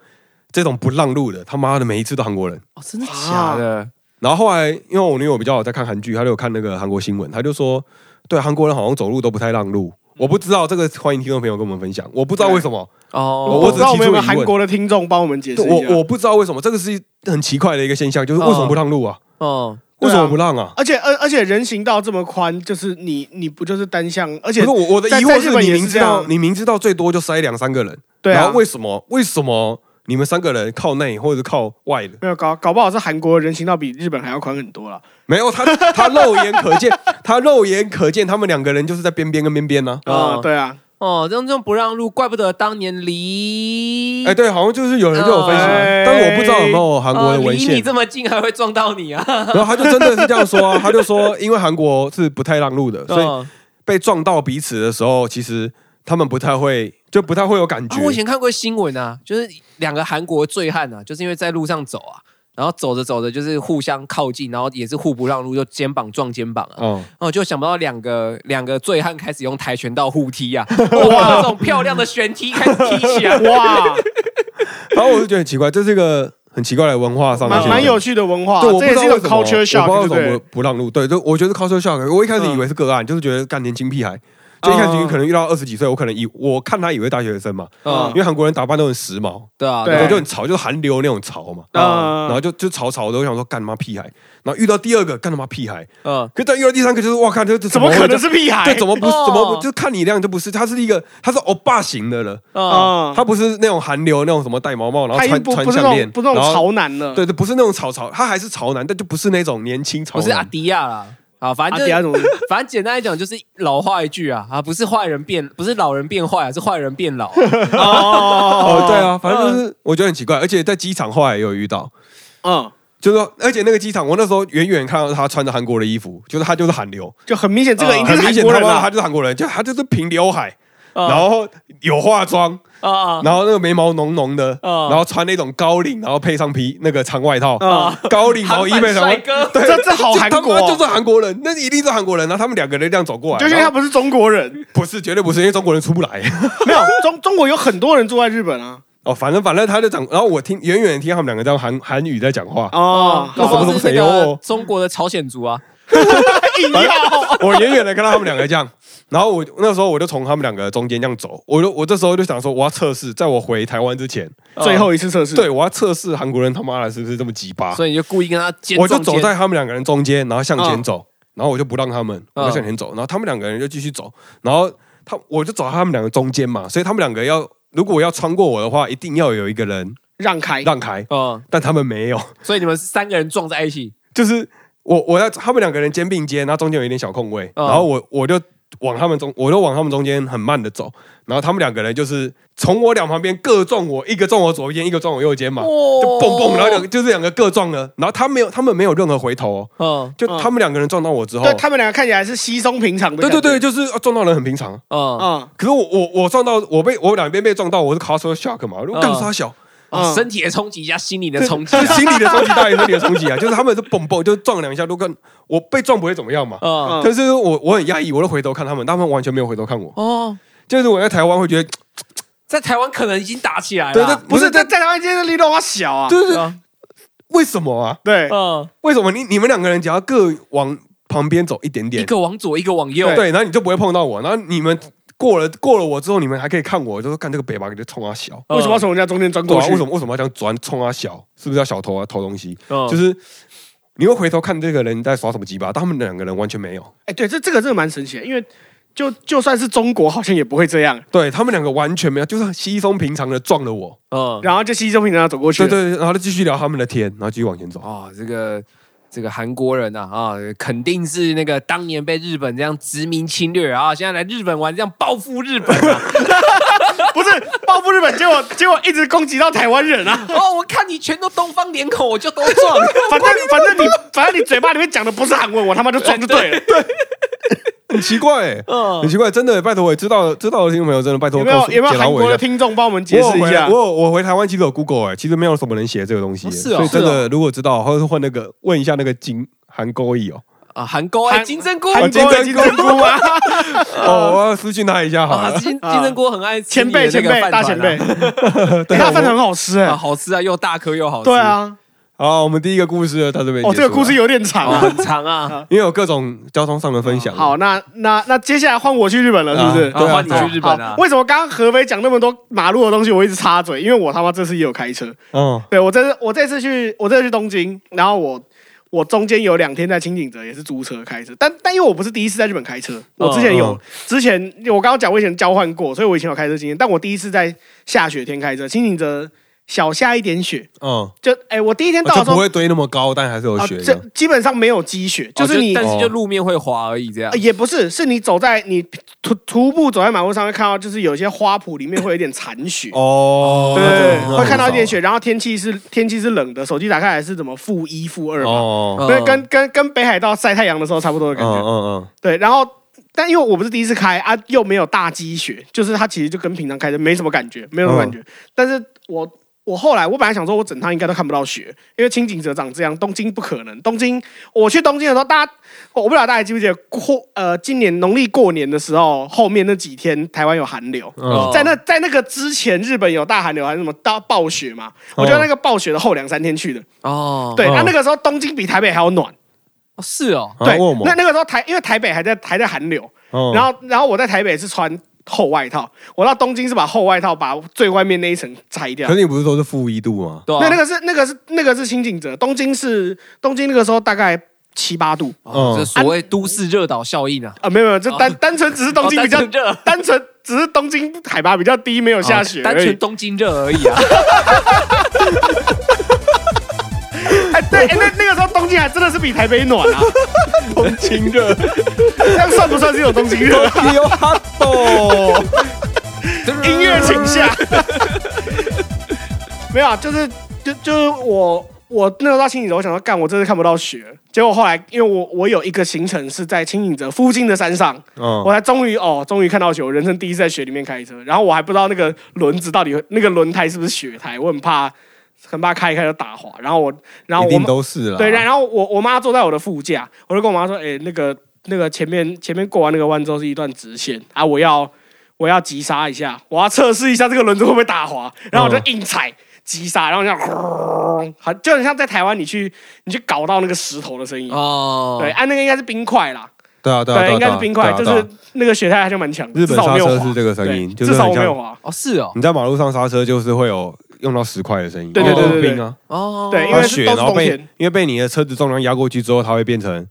Speaker 1: 这种不让路的，他妈的每一次都韩国人。
Speaker 2: 哦，真的
Speaker 3: 啊
Speaker 2: 假的？
Speaker 1: 然后后来，因为我女友比较有在看韩剧，她就有看那个韩国新闻，她就说，对韩国人好像走路都不太让路。我不知道这个，欢迎听众朋友跟我们分享。我不知道为什么，
Speaker 2: 哦，
Speaker 1: 我
Speaker 3: 我
Speaker 1: 我
Speaker 3: 不
Speaker 1: 只
Speaker 3: 知道我们有没有
Speaker 1: 提出疑
Speaker 3: 韩
Speaker 1: 问
Speaker 3: 国的听众帮我们解释
Speaker 1: 对
Speaker 3: 一下。
Speaker 1: 我我不知道为什么，这个是很奇怪的一个现象，就是为什么不让路啊？
Speaker 2: 哦，
Speaker 3: 对
Speaker 1: 为
Speaker 3: 啊
Speaker 1: 什么不让啊？
Speaker 3: 而且而而且人行道这么宽，就是你你不就是单向？而且
Speaker 1: 不是我我的
Speaker 3: 啊在
Speaker 1: 疑
Speaker 3: 在
Speaker 1: 惑
Speaker 3: 日
Speaker 1: 是
Speaker 3: 本
Speaker 1: 你
Speaker 3: 也是
Speaker 1: 明知
Speaker 3: 这样
Speaker 1: 道你明知道最多就塞两三个人，
Speaker 3: 对
Speaker 1: 然
Speaker 3: 啊
Speaker 1: 后，为什么为什么你们三个人靠内或者是靠外的？
Speaker 3: 没有搞搞不好是韩国人行道比日本还要宽很多啦。
Speaker 1: 没有他他肉眼可见，
Speaker 3: <laughs>
Speaker 1: 他肉眼可见他们两个人就是在边边跟边边呢、
Speaker 3: 啊
Speaker 2: 哦，
Speaker 3: 对啊，
Speaker 2: 哦，这样这样不让路，怪不得当年离
Speaker 1: 哎，对，好像就是有人就有分析，
Speaker 3: 哎
Speaker 1: 但是我不知道有没有韩国
Speaker 2: 哦
Speaker 1: 的文
Speaker 2: 离你
Speaker 1: 献。
Speaker 2: 这么近还会撞到你啊！
Speaker 1: 然后他就真的是这样说啊，他就说因为韩国是不太让路
Speaker 3: <laughs>
Speaker 1: 的， <laughs> 所以
Speaker 2: 嗯
Speaker 1: 被撞到彼此的时候，其实他们不太会，就不太会有感觉
Speaker 2: 啊，。我以前看过新闻啊，就是两个韩国醉汉啊，就是因为在路上走啊，然后走着走着就是互相靠近，然后也是互不让路，就肩膀撞肩膀啊，
Speaker 1: 哦，
Speaker 2: 然后就想不到两个两个醉汉开始用跆拳道互踢啊，
Speaker 1: <laughs>
Speaker 2: 哇，那种漂亮的旋踢开始踢起来，
Speaker 3: 哇，
Speaker 1: 然后我就觉得很奇怪，这是一个很奇怪的文化上的现
Speaker 3: 蛮
Speaker 1: 象，
Speaker 3: 蛮有趣的文化，
Speaker 1: 对，我不
Speaker 3: 这也
Speaker 1: 知道
Speaker 3: 是一
Speaker 1: 为
Speaker 3: 种
Speaker 1: 什么，我不
Speaker 3: culture
Speaker 1: 知道为
Speaker 3: shock，对不
Speaker 1: 什么
Speaker 3: 对？
Speaker 1: 不让路。对，就我觉得 culture shock，我一开始以为是个案，就是觉得干年轻屁孩。就一开始
Speaker 3: 嗯
Speaker 1: 可能遇到二十几岁，我可能以我看他以为大学生嘛，
Speaker 2: 嗯
Speaker 1: 因为韩国人打扮都很时髦，
Speaker 2: 对啊，
Speaker 3: 对
Speaker 1: 然后就很潮，就是韩流那种潮嘛，然
Speaker 3: 啊
Speaker 1: 后，就就潮潮的，我想说干他妈屁孩，然后遇到第二个干他妈屁孩，
Speaker 2: 嗯，
Speaker 1: 可再遇到第三个就是哇看这这
Speaker 3: 怎么可
Speaker 1: 会
Speaker 3: 能是屁孩？
Speaker 1: 对，怎么不
Speaker 2: 哦
Speaker 1: 怎么不就看你那样就不是，他是一个他是欧巴型的了，
Speaker 2: 啊，
Speaker 3: 啊？
Speaker 1: 他不是那种韩流那种什么戴毛帽，然
Speaker 3: 他
Speaker 1: 后
Speaker 3: 已
Speaker 1: 穿
Speaker 3: 经不
Speaker 1: 穿
Speaker 3: 不是
Speaker 1: 项
Speaker 3: 那种
Speaker 1: 链，
Speaker 3: 不是那
Speaker 1: 然
Speaker 3: 种
Speaker 1: 后
Speaker 3: 潮男了，
Speaker 1: 对对，不是那种潮潮，他还是潮男，但就不是那种年轻潮
Speaker 2: 我是阿
Speaker 1: 男。
Speaker 2: 迪亚啦，啊，反正
Speaker 3: 啊，
Speaker 2: 就
Speaker 3: 底下
Speaker 2: 是
Speaker 3: 怎么？
Speaker 2: <laughs> 反正简单来讲就是老话一句啊啊，不是坏人变，不是老人变坏啊，是坏人变老啊。
Speaker 1: 哦
Speaker 3: 哦，
Speaker 1: 对，啊，反正就是我觉得很奇怪，而且在机场后来也有遇到，啊
Speaker 3: 嗯，
Speaker 1: 就是说，而且那个机场，我那时候远远看到他穿着韩国的衣服，就是他就是韩流，
Speaker 3: 就很明显这个一定
Speaker 1: 嗯很
Speaker 3: 是
Speaker 1: 明
Speaker 3: 韩
Speaker 1: 显
Speaker 3: 国
Speaker 1: 他
Speaker 3: 人嗯
Speaker 1: 妈的
Speaker 3: 啊
Speaker 1: 他就是韩国人，就他就是平刘海，
Speaker 2: 然
Speaker 1: 然后有化妆， <laughs>
Speaker 2: 啊
Speaker 1: 然后那个眉毛浓浓的，
Speaker 2: 啊
Speaker 1: 然后穿那种高领，然后配上皮那个长外套，
Speaker 3: 啊，
Speaker 1: 高领毛衣配上
Speaker 2: 韩版帅哥
Speaker 1: 对，
Speaker 3: 这这好韩国
Speaker 1: 这他妈
Speaker 3: 哦
Speaker 1: 就是韩国人，那一定是韩国人。然啊后他们两个人这样走过来，
Speaker 3: 就因为他不是中国
Speaker 1: <laughs>
Speaker 3: 人，
Speaker 1: 不是绝对不是，因为中国人出不来。
Speaker 3: 没有中中国有很多人住在日本啊，
Speaker 1: <laughs> 哦，反正反正他就讲，然后我听远远听他们两个在用韩韩语在讲话，
Speaker 3: 哦，
Speaker 1: 那
Speaker 2: 搞
Speaker 1: 什么
Speaker 2: 不好
Speaker 1: 什么
Speaker 2: 是
Speaker 1: 谁哦
Speaker 2: 那
Speaker 1: 哟
Speaker 2: 个中国的朝鲜族啊，
Speaker 3: 硬要
Speaker 1: 我远远的看到他们两个这样，然后我那时候我就从他们两个中间这样走，我就我这时候就想说，我要测试，在我回台湾之前，
Speaker 3: 最后一次测试，
Speaker 1: 嗯对我要测试韩国人他妈的是不是这么鸡巴，
Speaker 2: 所以你就故意跟他肩
Speaker 1: 啊我就
Speaker 2: 撞
Speaker 1: 走
Speaker 2: 肩
Speaker 1: 在他们两个人中间，然后向前走，然后我就不让他们，
Speaker 2: 嗯
Speaker 1: 我就向前走，然后他们两个人就继续走，然后他我就走到他们两个中间嘛，所以他们两个要如果要穿过我的话，一定要有一个人
Speaker 3: 让开，
Speaker 1: 让开，
Speaker 2: 嗯，
Speaker 1: 但他们没有。
Speaker 2: 所以你们是三个人撞在一起，
Speaker 1: 就是我我在他们两个人肩并肩，然后中间有一点小空位，
Speaker 2: 嗯
Speaker 1: 然后我我就往他们中，我就往他们中间很慢的走，然后他们两个人就是从我两旁边各撞我，一个撞我左肩，一个撞我右肩嘛，
Speaker 2: 哦
Speaker 1: 就蹦蹦，然后两个就是两个各撞了，然后他没有他们没有任何回头、哦，
Speaker 2: 嗯
Speaker 1: 就
Speaker 3: 嗯
Speaker 1: 他们两个人撞到我之后，
Speaker 3: 对他们两个看起来是稀松平常的
Speaker 1: 对
Speaker 3: 感觉，
Speaker 1: 对对，哦就是啊撞到人很平常。
Speaker 2: 嗯，
Speaker 3: 嗯，
Speaker 1: 可是我我我撞到我被我两边被撞到，我是 cultural shock 嘛，我
Speaker 2: 嗯
Speaker 1: 更杀小，
Speaker 3: 嗯
Speaker 2: 哦身体的冲击加心理的
Speaker 1: 对 <laughs>
Speaker 2: 冲击
Speaker 1: 就
Speaker 2: 啊，
Speaker 1: 是心理的冲击大于身体的冲击啊，就是他们是蹦蹦就撞两下，都跟我被撞不会怎么样嘛，
Speaker 2: 嗯
Speaker 1: 可是我我很压抑，我就回头看他们，他们完全没有回头看我。
Speaker 2: 哦，
Speaker 1: 就是我在台湾会觉得，
Speaker 2: 在台湾可能已经打起来
Speaker 1: 对对
Speaker 2: 了，，
Speaker 3: 不是在
Speaker 1: 在，
Speaker 3: 在台湾今天的力度花小啊，
Speaker 1: 就是
Speaker 2: 嗯
Speaker 1: 为什么啊？
Speaker 3: 对，
Speaker 2: 嗯，
Speaker 1: 为什么你你们两个人只要各往旁边走一点
Speaker 2: 一
Speaker 1: 点，
Speaker 2: 个往左，一个往右，
Speaker 1: 对，然后你就不会碰到我，然后你们过了过了我之后，你们还可以看我，就说看这个北吧，你就冲他小。
Speaker 2: 嗯
Speaker 3: 为什么要从人家中间钻
Speaker 1: 对
Speaker 3: 过
Speaker 1: 啊，
Speaker 3: 去？
Speaker 1: 为什么为什么要这样转冲他小？是不是要小偷啊偷东西？
Speaker 2: 嗯
Speaker 1: 就是你会回头看这个人在耍什么鸡巴，但他们两个人完全没有，
Speaker 3: 哎，对，这这个真的蛮神奇的，因为就就算是中国，好像也不会这样，
Speaker 1: 对他们两个完全没有，就是稀松平常的撞了我。
Speaker 2: 嗯，
Speaker 3: 然后就稀松平常地走过
Speaker 1: 对
Speaker 3: 去了，
Speaker 1: 对，对然后就继续聊他们的天，然后继续往前
Speaker 3: 嗯
Speaker 1: 走。
Speaker 2: 哦，这个这个韩国人呐啊，肯定是那个当年被日本这样殖民侵略啊，现在来日本玩这样报复日本啊。
Speaker 3: <laughs> 不是报复日本，结果结果一直攻击到台湾人啊。
Speaker 2: 哦，我看你全都东方脸孔，我就都
Speaker 3: <laughs>
Speaker 2: 撞。 <laughs>
Speaker 3: 反正反正你反正你嘴巴里面讲的不是韩文，我他妈就装就对了。
Speaker 1: 很奇怪、欸，
Speaker 2: 嗯
Speaker 1: 很奇怪，真的、拜托，我也知道知道的听众朋友，真的拜托
Speaker 3: 有没有
Speaker 1: 告诉
Speaker 3: 有没有
Speaker 1: 解答
Speaker 3: 韩
Speaker 1: 我
Speaker 3: 国
Speaker 1: 一下。
Speaker 3: 的听众帮我们
Speaker 1: 我
Speaker 3: 解
Speaker 1: 有
Speaker 3: 释一
Speaker 1: 回
Speaker 3: 下
Speaker 1: 我？有我回台湾其实有 Google 哎、其实没有什么人写这个东西、
Speaker 2: 哦是哦
Speaker 1: 所以真
Speaker 2: 是
Speaker 1: 的如果知道，或者是换那个问一下那个金韩国语哦，
Speaker 2: 啊，韩国哎，
Speaker 3: 韩
Speaker 2: 金针菇，
Speaker 3: <laughs> 韩国的金针菇啊
Speaker 2: <laughs>
Speaker 3: 吗？ <laughs>
Speaker 1: 哦，我要私信他一下好
Speaker 3: 哦
Speaker 2: 啊，
Speaker 1: 了，
Speaker 2: 金金针菇很爱吃
Speaker 3: 前
Speaker 2: 你的
Speaker 3: 辈
Speaker 2: 那
Speaker 3: 前
Speaker 2: 个
Speaker 3: 辈
Speaker 2: 饭团
Speaker 3: 大
Speaker 2: 啊 <laughs>
Speaker 3: 前辈，欸他饭很好吃
Speaker 2: 啊，
Speaker 3: 哎。
Speaker 2: 好吃啊，又大颗又好吃，
Speaker 3: 对，啊，
Speaker 1: 好，我们第一个故事了，到这边
Speaker 3: 哦，
Speaker 1: 结束
Speaker 3: 这个故事
Speaker 1: 了
Speaker 3: 有点长
Speaker 2: 哦，
Speaker 3: 啊。
Speaker 2: 很长啊，
Speaker 1: 因为有各种交通上的分享，
Speaker 3: 好，那那那接下来换我去日本了，是不是
Speaker 1: 啊？对
Speaker 2: 然后换你去日
Speaker 3: 好
Speaker 2: 本啊，，
Speaker 3: 为什么刚刚合肥讲那么多马路的东西，我一直插嘴？因为我他妈这次也有开车。
Speaker 1: 嗯，
Speaker 3: 对我这次我这次去我这次去东京，然后我我中间有两天在清景泽也是租车开车，但但因为我不是第一次在日本开车，我之前有、
Speaker 1: 嗯
Speaker 3: 之前我刚刚讲我以前交换过，所以我以前有开车经验，但我第一次在下雪天开车，清景泽小下一点雪，
Speaker 1: 嗯，
Speaker 3: 就哎、我第一天到
Speaker 1: 哦就
Speaker 3: 的时
Speaker 1: 不
Speaker 3: 候
Speaker 1: 会堆那么高，但还是有
Speaker 3: 啊
Speaker 1: 雪
Speaker 3: 这
Speaker 1: 的。
Speaker 3: 基本上没有积雪，
Speaker 2: 哦
Speaker 3: 就是你
Speaker 2: 但是就路面会滑而已，这样
Speaker 3: 呃。也不是，是你走在你徒徒步走在马路上，会看到就是有一些花圃里面会有一点残雪，
Speaker 1: 哦，
Speaker 3: 对，
Speaker 1: 那
Speaker 3: 会看到一点
Speaker 1: 很
Speaker 3: 雪，然后天气是天气是冷的，手机打开来是怎么负一负二
Speaker 1: 少。
Speaker 3: 嘛，
Speaker 1: 哦，
Speaker 3: 对，跟跟跟北海道晒太阳的时候差不多
Speaker 1: 嗯
Speaker 3: 的感觉，
Speaker 1: 嗯
Speaker 3: 对，然后。但因为我不是第一次开啊，又没有大积雪，就是它其实就跟平常开的没什么感觉，没有什么感
Speaker 1: 嗯
Speaker 3: 觉。但是我我后来我本来想说，我整趟应该都看不到雪，因为清景泽长这样，东京不可能。东京我去东京的时候，大家我不知道大家记不记得过呃，今年农历过年的时候，后面那几天台湾有寒流，
Speaker 1: 嗯
Speaker 2: 哦
Speaker 1: 嗯，
Speaker 3: 在那在那个之前，日本有大寒流还是什么大暴雪嘛？我就在那个暴雪的后两三天去的。
Speaker 2: 哦，
Speaker 3: 对，
Speaker 1: 哦
Speaker 3: 那那个时候东京比台北还要暖。
Speaker 2: 哦是哦，
Speaker 1: 啊
Speaker 3: 对
Speaker 1: 为什么，
Speaker 3: 那那个时候台因为台北还在还在寒流，
Speaker 1: 嗯
Speaker 3: 然后然后我在台北是穿厚外套，我到东京是把厚外套把最外面那一层拆掉
Speaker 1: 可。是你不是都是负一度吗？
Speaker 2: 对啊，
Speaker 3: 那那个是那个是那个是清景泽，东京是东京那个时候大概七八度
Speaker 2: 哦
Speaker 1: 嗯
Speaker 2: 这所谓都市热岛效应啊，
Speaker 3: 啊，没有没有，这单单纯只是东京比较
Speaker 2: 哦单纯热，
Speaker 3: 单纯只是东京海拔比较低，没有下雪
Speaker 2: 哦单
Speaker 3: 而已
Speaker 2: 纯。东京热而已 <laughs> 啊。
Speaker 3: 哎，对，哎那那个时候东京还真的是比台北暖
Speaker 1: <laughs>
Speaker 3: 啊，
Speaker 1: 同情热，
Speaker 3: 这样算不算是有东京
Speaker 1: <laughs>
Speaker 3: 热？
Speaker 2: 哎
Speaker 1: 你有哈
Speaker 2: <laughs>
Speaker 1: 斗，
Speaker 3: 音乐
Speaker 1: <laughs>
Speaker 3: 请下。没有啊，就是就就是我我那时候到清景泽，我想说干，我真的看不到雪。结果后来因为我我有一个行程是在清景泽附近的山上，
Speaker 1: 嗯
Speaker 3: 我才终于哦终于看到雪，我人生第一次在雪里面开车。然后我还不知道那个轮子到底那个轮胎是不是雪胎，我很怕很怕开一开就打滑。然后我然后
Speaker 1: 一
Speaker 3: 我
Speaker 1: 定
Speaker 3: 妈
Speaker 1: 都是啦。
Speaker 3: 对，然后我我妈坐在我的副驾，我就跟我妈说，哎、那个那个前面前面过完那个弯之后是一段直线啊，我要我要急刹一下，我要测试一下这个轮子会不会打滑，然
Speaker 1: 嗯
Speaker 3: 后我就硬踩。急刹，然后这样轰，好，就很像在台湾你去你去搞到那个石头的声音。
Speaker 2: 哦，
Speaker 3: 对，，啊，那个应该是冰块啦，
Speaker 1: 对啊对啊，对啊
Speaker 3: 应该是冰块，
Speaker 1: 对啊
Speaker 3: 就
Speaker 1: 对啊
Speaker 3: 是那个雪胎还是蛮强的，
Speaker 1: 日本
Speaker 3: 至少我
Speaker 1: 刹
Speaker 3: 没有
Speaker 1: 车
Speaker 3: 滑
Speaker 1: 是这个声音，
Speaker 3: 对
Speaker 1: 就是
Speaker 3: 至少
Speaker 1: 很
Speaker 3: 我没有
Speaker 1: 像
Speaker 3: 滑。
Speaker 2: 哦是哦，
Speaker 1: 你在马路上刹车就是会有用到石块的声音，
Speaker 3: 对
Speaker 2: 对
Speaker 1: 因为
Speaker 2: 对
Speaker 1: 都是
Speaker 3: 对对
Speaker 1: 冰啊，
Speaker 2: 哦，
Speaker 3: 对因
Speaker 1: 它
Speaker 3: 为是
Speaker 1: 雪
Speaker 3: 都是
Speaker 1: 然后被
Speaker 3: 冬天
Speaker 1: 因为被你的车子重量压过去之后，它会变成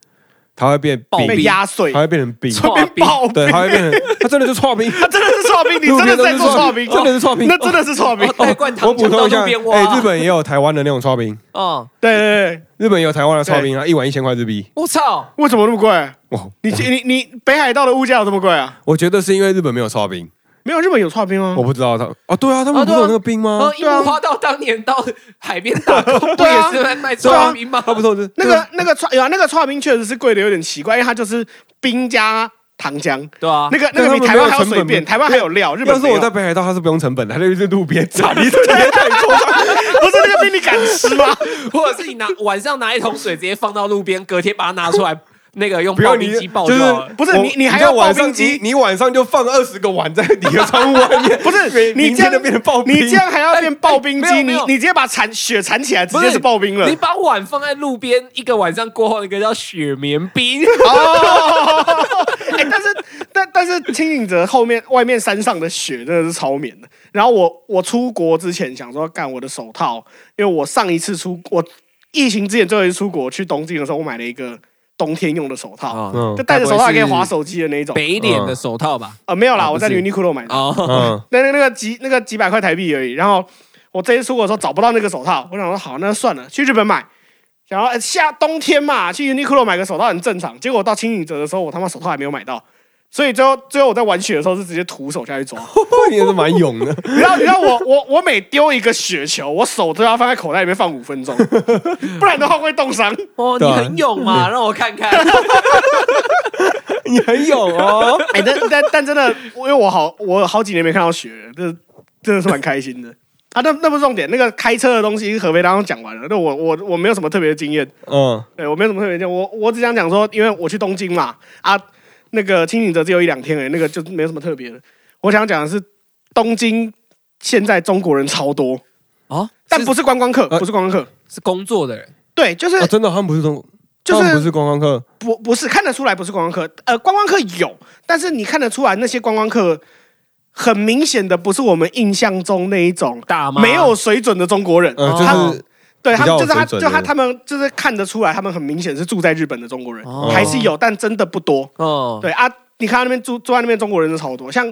Speaker 1: 它会变
Speaker 2: 爆
Speaker 1: 冰
Speaker 3: 被压碎
Speaker 1: 它，会变成冰，
Speaker 3: 会变 <laughs> 爆
Speaker 1: 对，
Speaker 3: 冰，
Speaker 1: 它会变成它真的是刨
Speaker 3: <laughs>
Speaker 1: 冰，
Speaker 3: 他真的是刨冰，你
Speaker 1: 路
Speaker 3: 真的
Speaker 1: 边
Speaker 3: 是
Speaker 1: 都
Speaker 3: 在
Speaker 1: 是
Speaker 3: 做
Speaker 1: 刨
Speaker 3: 刨冰
Speaker 1: 冰，，真的是刨冰
Speaker 3: 那。真的是刨冰
Speaker 2: 哦，带罐糖
Speaker 1: 我补
Speaker 2: 浆
Speaker 1: 充
Speaker 2: 到
Speaker 1: 一下，
Speaker 2: 路边挖，
Speaker 1: 哎，日本也有台湾的那种刨冰，
Speaker 2: 哦，
Speaker 3: 对对对，
Speaker 1: 日本也有台湾的刨冰啊，一碗一千块日币。
Speaker 2: 我操，
Speaker 3: 为什么那么贵？
Speaker 1: 哇，
Speaker 3: 你你你北海道的物价有这么贵啊？
Speaker 1: 我觉得是因为日本没有刨冰，
Speaker 3: 没有，日本有刨冰吗
Speaker 1: 我？不知道他哦，对啊，他们
Speaker 2: 哦
Speaker 1: 不
Speaker 2: 对啊
Speaker 1: 是有那个冰吗
Speaker 2: 哦，？樱木花道当年到海边打 <laughs> 工，不
Speaker 3: 对啊
Speaker 2: 也是在卖抓冰吗？
Speaker 1: 他不是有这
Speaker 3: 那个那个刨有啊，那个刨冰确实是贵的有点奇怪，因为它就是冰加糖浆。
Speaker 2: 对啊，
Speaker 3: 那个那个比
Speaker 1: 但他们
Speaker 3: 台湾
Speaker 1: 没有
Speaker 3: 还
Speaker 1: 成
Speaker 3: 要
Speaker 1: 本
Speaker 3: 随便，
Speaker 1: 吗
Speaker 3: 台湾还有料，日
Speaker 1: 要
Speaker 3: 本
Speaker 1: 是
Speaker 3: 没有啊
Speaker 1: 我在北海道，他是不用成本的，他就是路边炸，你直接在你桌上。
Speaker 3: <laughs> 不是那个冰你敢
Speaker 1: <laughs>
Speaker 3: 吃吗？
Speaker 2: <laughs> 或者是你拿晚上拿一桶水直接放到路边，隔天把它拿出来，那个用
Speaker 1: 不要
Speaker 2: 刨
Speaker 1: 你
Speaker 2: 冰机爆
Speaker 1: 就
Speaker 2: 掉
Speaker 1: 是
Speaker 2: 了。
Speaker 3: 不是
Speaker 1: 我
Speaker 3: 你你还
Speaker 1: 知道
Speaker 3: 要刨
Speaker 1: 晚
Speaker 3: 冰
Speaker 1: 上
Speaker 3: 机
Speaker 1: 你你晚上就放二十个碗在你
Speaker 3: <laughs>
Speaker 1: 的窗户外面，
Speaker 3: 不是
Speaker 1: 每
Speaker 3: 你
Speaker 1: 明
Speaker 3: 这
Speaker 1: 天
Speaker 3: 样
Speaker 1: 就变成刨冰，
Speaker 3: 你这样还要变刨冰
Speaker 2: 哎哎
Speaker 3: 机，
Speaker 2: 没有没
Speaker 3: 你
Speaker 2: 有
Speaker 3: 你直接把铲雪铲起来，直
Speaker 2: 不
Speaker 3: 接是刨冰了
Speaker 2: 你。把碗放在路边，一个晚上过后，一个叫雪棉冰，
Speaker 3: 哦， <laughs> 哎，但是但但是清景泽后面外面山上的雪真的是超绵的。然后我我出国之前想说干我的手套，因为我上一次出我疫情之前最后一次出国去东京的时候，我买了一个冬天用的手套，
Speaker 2: 哦
Speaker 1: 嗯
Speaker 3: 就戴着手套还可以
Speaker 2: 该不会是
Speaker 3: 滑手机的那一种。
Speaker 2: 北脸的手套吧？
Speaker 3: 呃，没有啦，
Speaker 2: 啊
Speaker 3: 我在
Speaker 2: 不是
Speaker 3: Uniqlo 买的，
Speaker 2: 哦，
Speaker 1: 嗯，
Speaker 3: <laughs> 那那那个几那个几百块台币而已。然后我这一次出国的时候找不到那个手套，我想说好，那算了，去日本买。然后呃夏冬天嘛，去 Uniqlo 买个手套很正常。结果我到清影折的时候，我他妈手套还没有买到，所以最后最后我在玩雪的时候是直接徒手下去抓。
Speaker 1: 你也是蛮勇的。
Speaker 3: 然后你知道我我我每丢一个雪球，我手都要放在口袋里面放五分钟，不然的话会冻伤。
Speaker 2: 哦，你
Speaker 3: 嗯
Speaker 1: 对啊
Speaker 2: 很勇嘛，让我看看。
Speaker 1: 你很勇哦。
Speaker 3: <laughs> 哎、但但但真的，因为我好我好几年没看到雪了，这真的是蛮开心的。 <laughs> 啊，那那不是重点，那个开车的东西合肥刚刚讲完了，那我我我没有什么特别的经验，
Speaker 1: <laughs> 嗯，
Speaker 3: 对我没有什么特别经验，我我只想讲说，因为我去东京嘛，啊，那个清醒者只有一两天而已，那个就没有什么特别的。我想讲的是，东京现在中国人超多，
Speaker 2: 哦，
Speaker 3: 但不
Speaker 2: 是
Speaker 3: 是观光客，
Speaker 1: 呃
Speaker 3: 不是观光客，
Speaker 2: 是工作的人，
Speaker 3: 对，就是
Speaker 1: 哦，真的，他们不是中，
Speaker 3: 就是
Speaker 1: 他们不是观光客，
Speaker 3: 不不是看得出来不是观光客，呃，观光客有，但是你看得出来那些观光客很明显的不是我们印象中那一种
Speaker 2: 大妈
Speaker 3: 没有水准的中国人，
Speaker 1: 嗯，
Speaker 3: 哦他
Speaker 1: 就是
Speaker 3: 对他们
Speaker 1: 比较有
Speaker 3: 就是他
Speaker 1: 水准
Speaker 3: 就他
Speaker 1: 的
Speaker 3: 他们就是看得出来，他们很明显是住在日本的中国人，
Speaker 2: 哦
Speaker 3: 还是有，但真的不多。
Speaker 2: 哦，
Speaker 3: 对啊，你看到那边住住在那边中国人是超多，像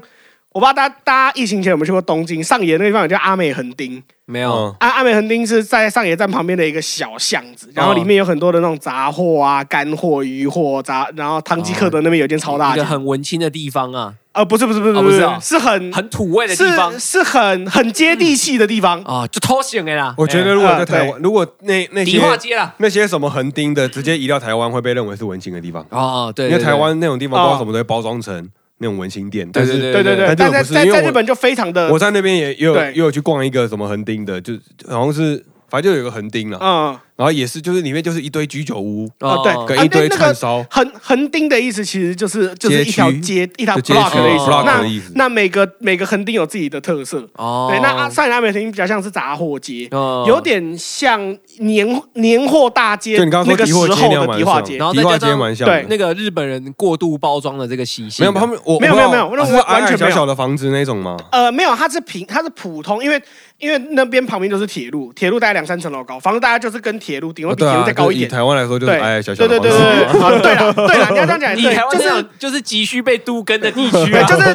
Speaker 3: 我不知道大家大家疫情前有没有去过东京上野那个地方，有叫阿美横丁。
Speaker 2: 没有，
Speaker 1: 嗯
Speaker 3: 阿阿美横丁是在上野站旁边的一个小巷子，然后里面有很多的那种杂货啊、干货、鱼货杂，然后唐吉诃德那边有间超大
Speaker 2: 一
Speaker 3: 的
Speaker 2: 个，很文青的地方啊，
Speaker 3: 呃，不是不是不是
Speaker 2: 哦
Speaker 3: 不
Speaker 2: 不
Speaker 3: 是
Speaker 2: 是哦，
Speaker 3: 是很
Speaker 2: 很土味的地方
Speaker 3: 是是很很接地气的地方。
Speaker 2: 啊，就偷闲的啦，
Speaker 1: 我觉得如果
Speaker 3: 哎
Speaker 1: 在台湾，如果那那
Speaker 2: 迪
Speaker 1: 些
Speaker 2: 化街啦，
Speaker 1: 那些什么横丁的，直接移到台湾会被认为是文青的地方，
Speaker 2: 哦，对，
Speaker 1: 因
Speaker 2: 对
Speaker 1: 为台，湾那种地方
Speaker 3: 哦
Speaker 1: 不知道什么都会包装成那种文青店，
Speaker 2: 对
Speaker 1: 但
Speaker 2: 对
Speaker 1: 是
Speaker 2: 对
Speaker 3: 对对对，
Speaker 1: 但这
Speaker 3: 但
Speaker 1: 个
Speaker 3: 在
Speaker 1: 不是
Speaker 3: 在
Speaker 1: 因为
Speaker 3: 在
Speaker 1: 我
Speaker 3: 日本就非常的
Speaker 1: 我在那边也也有
Speaker 3: 对
Speaker 1: 也有去逛一个什么横丁的，就好像是反正就有一个横丁了，
Speaker 3: 嗯。
Speaker 1: 然后也是就是里面就是一堆居酒屋
Speaker 3: 哦，对，
Speaker 1: 跟
Speaker 3: 啊
Speaker 1: 一堆
Speaker 3: 那那
Speaker 1: 串
Speaker 3: 个
Speaker 1: 烧
Speaker 3: 横横丁的意思其实就是就是
Speaker 1: 街
Speaker 3: 一条
Speaker 1: 区
Speaker 3: 街一条
Speaker 1: 就街区
Speaker 3: block 的意思。
Speaker 2: block
Speaker 3: 那
Speaker 1: 的意思
Speaker 3: 那每个每个横丁有自己的特色。
Speaker 2: 哦，
Speaker 3: 对，那阿上海阿美亭比较像是杂货街，
Speaker 2: 哦
Speaker 3: 有，点像年年货大街
Speaker 1: 就你刚刚
Speaker 3: 那
Speaker 1: 说迪化
Speaker 3: 个时
Speaker 1: 街那
Speaker 3: 候
Speaker 1: 样
Speaker 3: 的
Speaker 1: 蛮
Speaker 3: 迪化
Speaker 1: 像
Speaker 3: 街
Speaker 1: 的，
Speaker 2: 然后再
Speaker 1: 迪化
Speaker 2: 加
Speaker 1: 街
Speaker 2: 上
Speaker 1: 蛮像的
Speaker 3: 对。
Speaker 2: 那个日本人过度包装的这个习性
Speaker 1: 没
Speaker 2: 啊，
Speaker 1: 有，他们我
Speaker 3: 没有
Speaker 1: 我不知道
Speaker 3: 没有没有那
Speaker 1: 啊是
Speaker 3: 我
Speaker 1: 矮
Speaker 3: 完
Speaker 1: 矮
Speaker 3: 全没
Speaker 1: 小
Speaker 3: 有
Speaker 1: 小的房子那种吗？
Speaker 3: 呃，没有，它是平，它是普通，因为因为那边旁边就是铁路，铁路大概两三层楼高，反正大家就是跟铁路顶多
Speaker 1: 哦
Speaker 3: 比
Speaker 1: 对
Speaker 3: 铁路
Speaker 1: 啊，
Speaker 3: 再高一
Speaker 1: 就以
Speaker 3: 点。
Speaker 1: 台湾来说就是
Speaker 3: 对
Speaker 1: 矮矮小小
Speaker 3: 对
Speaker 1: 的
Speaker 3: 对
Speaker 1: 房子
Speaker 3: 对对，
Speaker 1: 嘛。<laughs>
Speaker 3: 对对啦对啦，你要这样讲，
Speaker 2: 你
Speaker 3: 对
Speaker 2: 台，湾
Speaker 3: 就
Speaker 2: 那
Speaker 3: 是
Speaker 2: 种就是急需被都跟的地区
Speaker 3: 对
Speaker 2: 啊，，
Speaker 3: 就是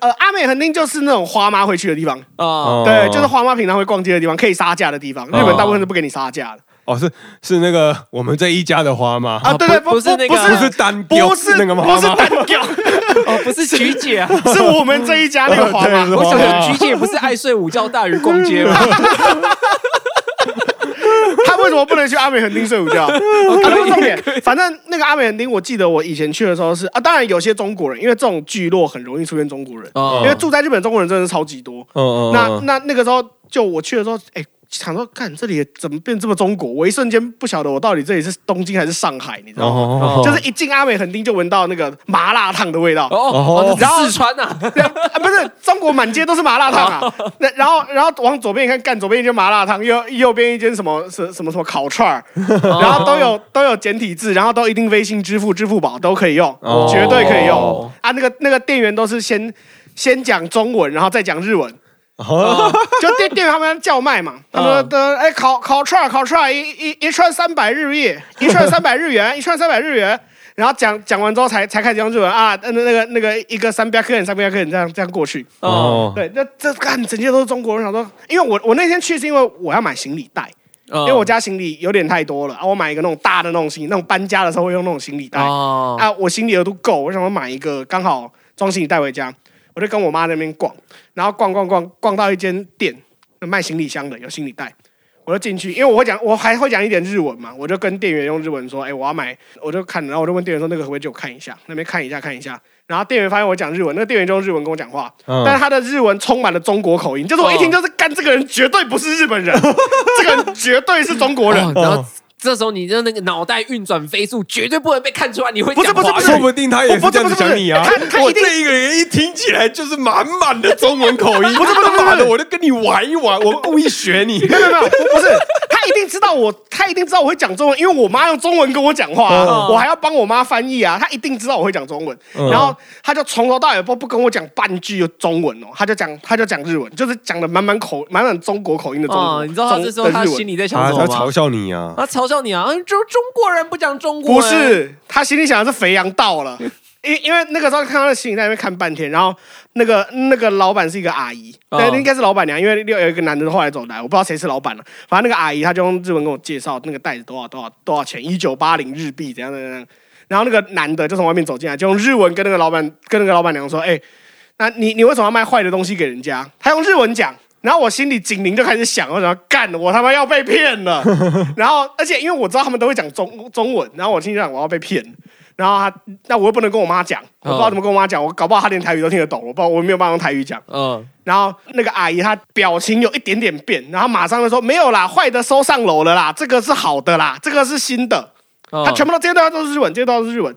Speaker 3: 呃，阿美横丁就是那种花妈会去的地方，
Speaker 1: 哦
Speaker 2: 啊，
Speaker 3: 对，就是花妈平常会逛街的地方，可以杀价的地方。日本大部分是不给你杀价的
Speaker 1: 哦，是是那个我们这一家的花吗？
Speaker 3: 啊，对对，
Speaker 2: 不不是那个
Speaker 3: 不
Speaker 1: 哦 <laughs> 不
Speaker 3: 是
Speaker 1: 是单
Speaker 3: 不
Speaker 1: 丢
Speaker 3: 是
Speaker 1: 那个吗？
Speaker 3: 不是单调，
Speaker 1: <laughs>
Speaker 2: 哦，不是菊姐啊，
Speaker 3: 是我们这一家那个花妈
Speaker 1: 哦对。
Speaker 2: <laughs> 我想
Speaker 3: 哦
Speaker 1: 花
Speaker 2: 说
Speaker 1: 妈
Speaker 2: 菊姐不是爱睡午觉大于逛街
Speaker 3: <laughs>
Speaker 2: 吗？
Speaker 3: 他为什么不能去阿美横丁睡午
Speaker 1: <laughs>
Speaker 3: 觉？啊，那不重点。反正那个阿美横丁，我记得我以前去的时候是啊，当然有些中国人，因为这种聚落很容易出现中国人，
Speaker 2: 哦
Speaker 3: 因为住在日本中国人真的是超级多。
Speaker 1: 嗯嗯
Speaker 3: 那
Speaker 1: 嗯
Speaker 3: 那那个时候，就我去的时候，哎、想说看这里怎么变这么中国？我一瞬间不晓得我到底这里是东京还是上海，你知道吗？
Speaker 1: 哦
Speaker 3: 就是一进阿美横丁就闻到那个麻辣烫的味道。
Speaker 2: 哦，然后四川呐，
Speaker 3: 啊，不是，中国满街都是麻辣烫
Speaker 1: 哦
Speaker 3: 啊。那然后，然后往左边一看，干左边一间麻辣烫，右右边一间什么什什么什么烤串儿， <laughs> 然后都有都有简体字，然后都一定微信、支付、支付宝都可以用，
Speaker 1: 哦
Speaker 3: 绝对可以用
Speaker 2: 哦
Speaker 3: 啊。那个那个店员都是先先讲中文，然后再讲日文。
Speaker 1: 哦
Speaker 3: 就店店员他们叫卖嘛，他
Speaker 1: 嗯
Speaker 3: 们的哎烤烤串儿烤串儿一一一串三百日币，一串三百日元，一串三百日元。然后讲讲完之后才才开始用日文啊，那那个那个一个三百克人三百克人这样这样过去，
Speaker 1: 哦，
Speaker 3: 对，那这干整些都是中国人，我想说，因为我我那天去是因为我要买行李袋，
Speaker 2: 因
Speaker 3: 因为我家行李有点太多了，啊，我买一个那种大的那种行李，那种搬家的时候会用那种行李袋，
Speaker 2: 哦
Speaker 3: 啊，我行李额度够，我想我买一个刚好装行李带回家，我就跟我妈在那边逛，然后逛逛逛逛到一间店，卖行李箱的，有行李袋。我就进去，因为我会讲，我还会讲一点日文嘛，我就跟店员用日文说：“哎、我要买。”我就看，然后我就问店员说：“那个可不可以借我看一下？”那边看一下，看一下。然后店员发现我讲日文，那个店员就用日文跟我讲话，
Speaker 1: 嗯
Speaker 3: 但是他的日文充满了中国口音，就是我一听就是干，这个人绝对不是日
Speaker 1: <laughs>
Speaker 3: 本人，这个人绝对是中国人。
Speaker 2: 哦然后这时候你的那个脑袋运转飞速，绝对不能被看出来你会
Speaker 3: 不是
Speaker 2: 讲
Speaker 3: 不是
Speaker 2: 华语
Speaker 3: 不是
Speaker 1: 说不定他也是这样子想你啊
Speaker 3: 不是不是不是他！他
Speaker 1: 我
Speaker 3: 一定
Speaker 1: 这一个人一听起来就是满满的中文口音，
Speaker 3: <laughs> 不是不是不是
Speaker 1: 妈的，我就跟你玩一玩，我故意学
Speaker 3: <laughs>
Speaker 1: 你。
Speaker 3: 没有没有，没有不是，他一定知道我，他一定知道我会讲中文，因为我妈用中文跟我讲话、啊，
Speaker 1: 嗯
Speaker 3: 我还要帮我妈翻译啊，他一定知道我会讲中文，
Speaker 1: 嗯
Speaker 3: 然后他就从头到尾不不跟我讲半句中文哦，他就讲他就讲日文，就是讲的满满口满满中国口音的中
Speaker 2: 哦，
Speaker 3: 文，
Speaker 2: 你知道他这时候
Speaker 3: 中
Speaker 2: 他
Speaker 3: 的日文
Speaker 2: 心里在想
Speaker 1: 他
Speaker 2: 什么
Speaker 1: 他
Speaker 2: 吗
Speaker 1: 嘲？笑你啊！
Speaker 2: 他嘲笑你啊！嗯就中国人不讲中国
Speaker 3: 不
Speaker 2: 文，
Speaker 3: 是，他心里想的是肥羊到
Speaker 2: <laughs>
Speaker 3: 了，因因为那个时候看他的行李在那边看半天，然后那个那个老板是一个阿姨，
Speaker 2: 哦
Speaker 3: 对，应该是老板娘，因为有有一个男的后来走来，我不知道谁是老板了，反正那个阿姨她就用日文跟我介绍那个袋子多少多少多少钱，一九八零日币怎样怎样怎样，然后那个男的就从外面走进来，就用日文跟那个老板跟那个老板娘说，哎、那你你为什么要卖坏的东西给人家？他用日文讲，然后我心里警铃就开始响，我想说干，我他妈要 <laughs> 被骗了。然后而且因为我知道他们都会讲中中文，然后我心里想我要被骗了。然后他，那我又不能跟我妈讲，我不知道怎么跟我妈讲，我搞不好她连台语都听得懂，我不知道我没有办法用台语讲。
Speaker 2: 嗯，
Speaker 3: 然后那个阿姨她表情有一点点变，然后马上就说没有啦，坏的收上楼了啦，这个是好的啦，这个是新的，
Speaker 2: 他
Speaker 3: 他全部都这些对话都是日文，这些都是日文。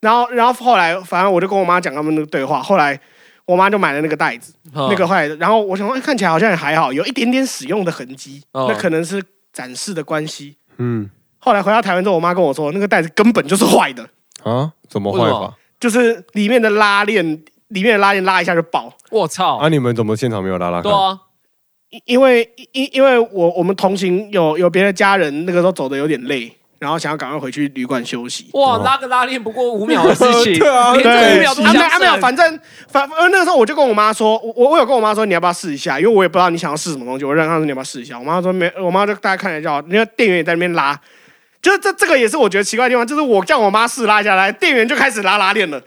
Speaker 3: 然后，然后后来，反正我就跟我妈讲他们的对话。后来我妈就买了那个袋子，
Speaker 2: 哦
Speaker 3: 那个后来，然后我想说，哎看起来好像也还好，有一点点使用的痕迹，
Speaker 2: 哦
Speaker 3: 那可能是展示的关系。
Speaker 1: 嗯
Speaker 3: 后来回到台湾之后，我妈跟我说，那个袋子根本就是坏的， <laughs>
Speaker 1: 啊，怎么坏
Speaker 2: 为什
Speaker 1: 法
Speaker 2: 么？
Speaker 3: 就是里面的拉链，里面的拉链拉一下就爆。
Speaker 2: 我操，
Speaker 1: 啊，你们怎么现场没有拉拉
Speaker 2: 对
Speaker 1: 看？
Speaker 2: 啊，
Speaker 3: 因因为因因为我我们同行有有别的家人，那个时候走的有点累，然后想要赶快回去旅馆休息。
Speaker 2: 哇，
Speaker 1: 哦
Speaker 2: 拉个拉链不过五秒的事
Speaker 3: <laughs>
Speaker 2: 情，
Speaker 1: 对啊
Speaker 2: 连这
Speaker 1: 对
Speaker 2: 五秒都
Speaker 3: 啊
Speaker 2: 不
Speaker 3: 没有
Speaker 2: 想
Speaker 3: 啊没有，反正反呃那个时候我就跟我妈说，我我我有跟我妈说你要不要试一下，因为我也不知道你想要试什么东西，我让她说你要不要试一下，我妈说没，我妈就大家看了一下，那个店员也在那边拉，就是这这个也是我觉得奇怪的地方，就是我叫我妈试拉下来，店员就开始拉拉链了，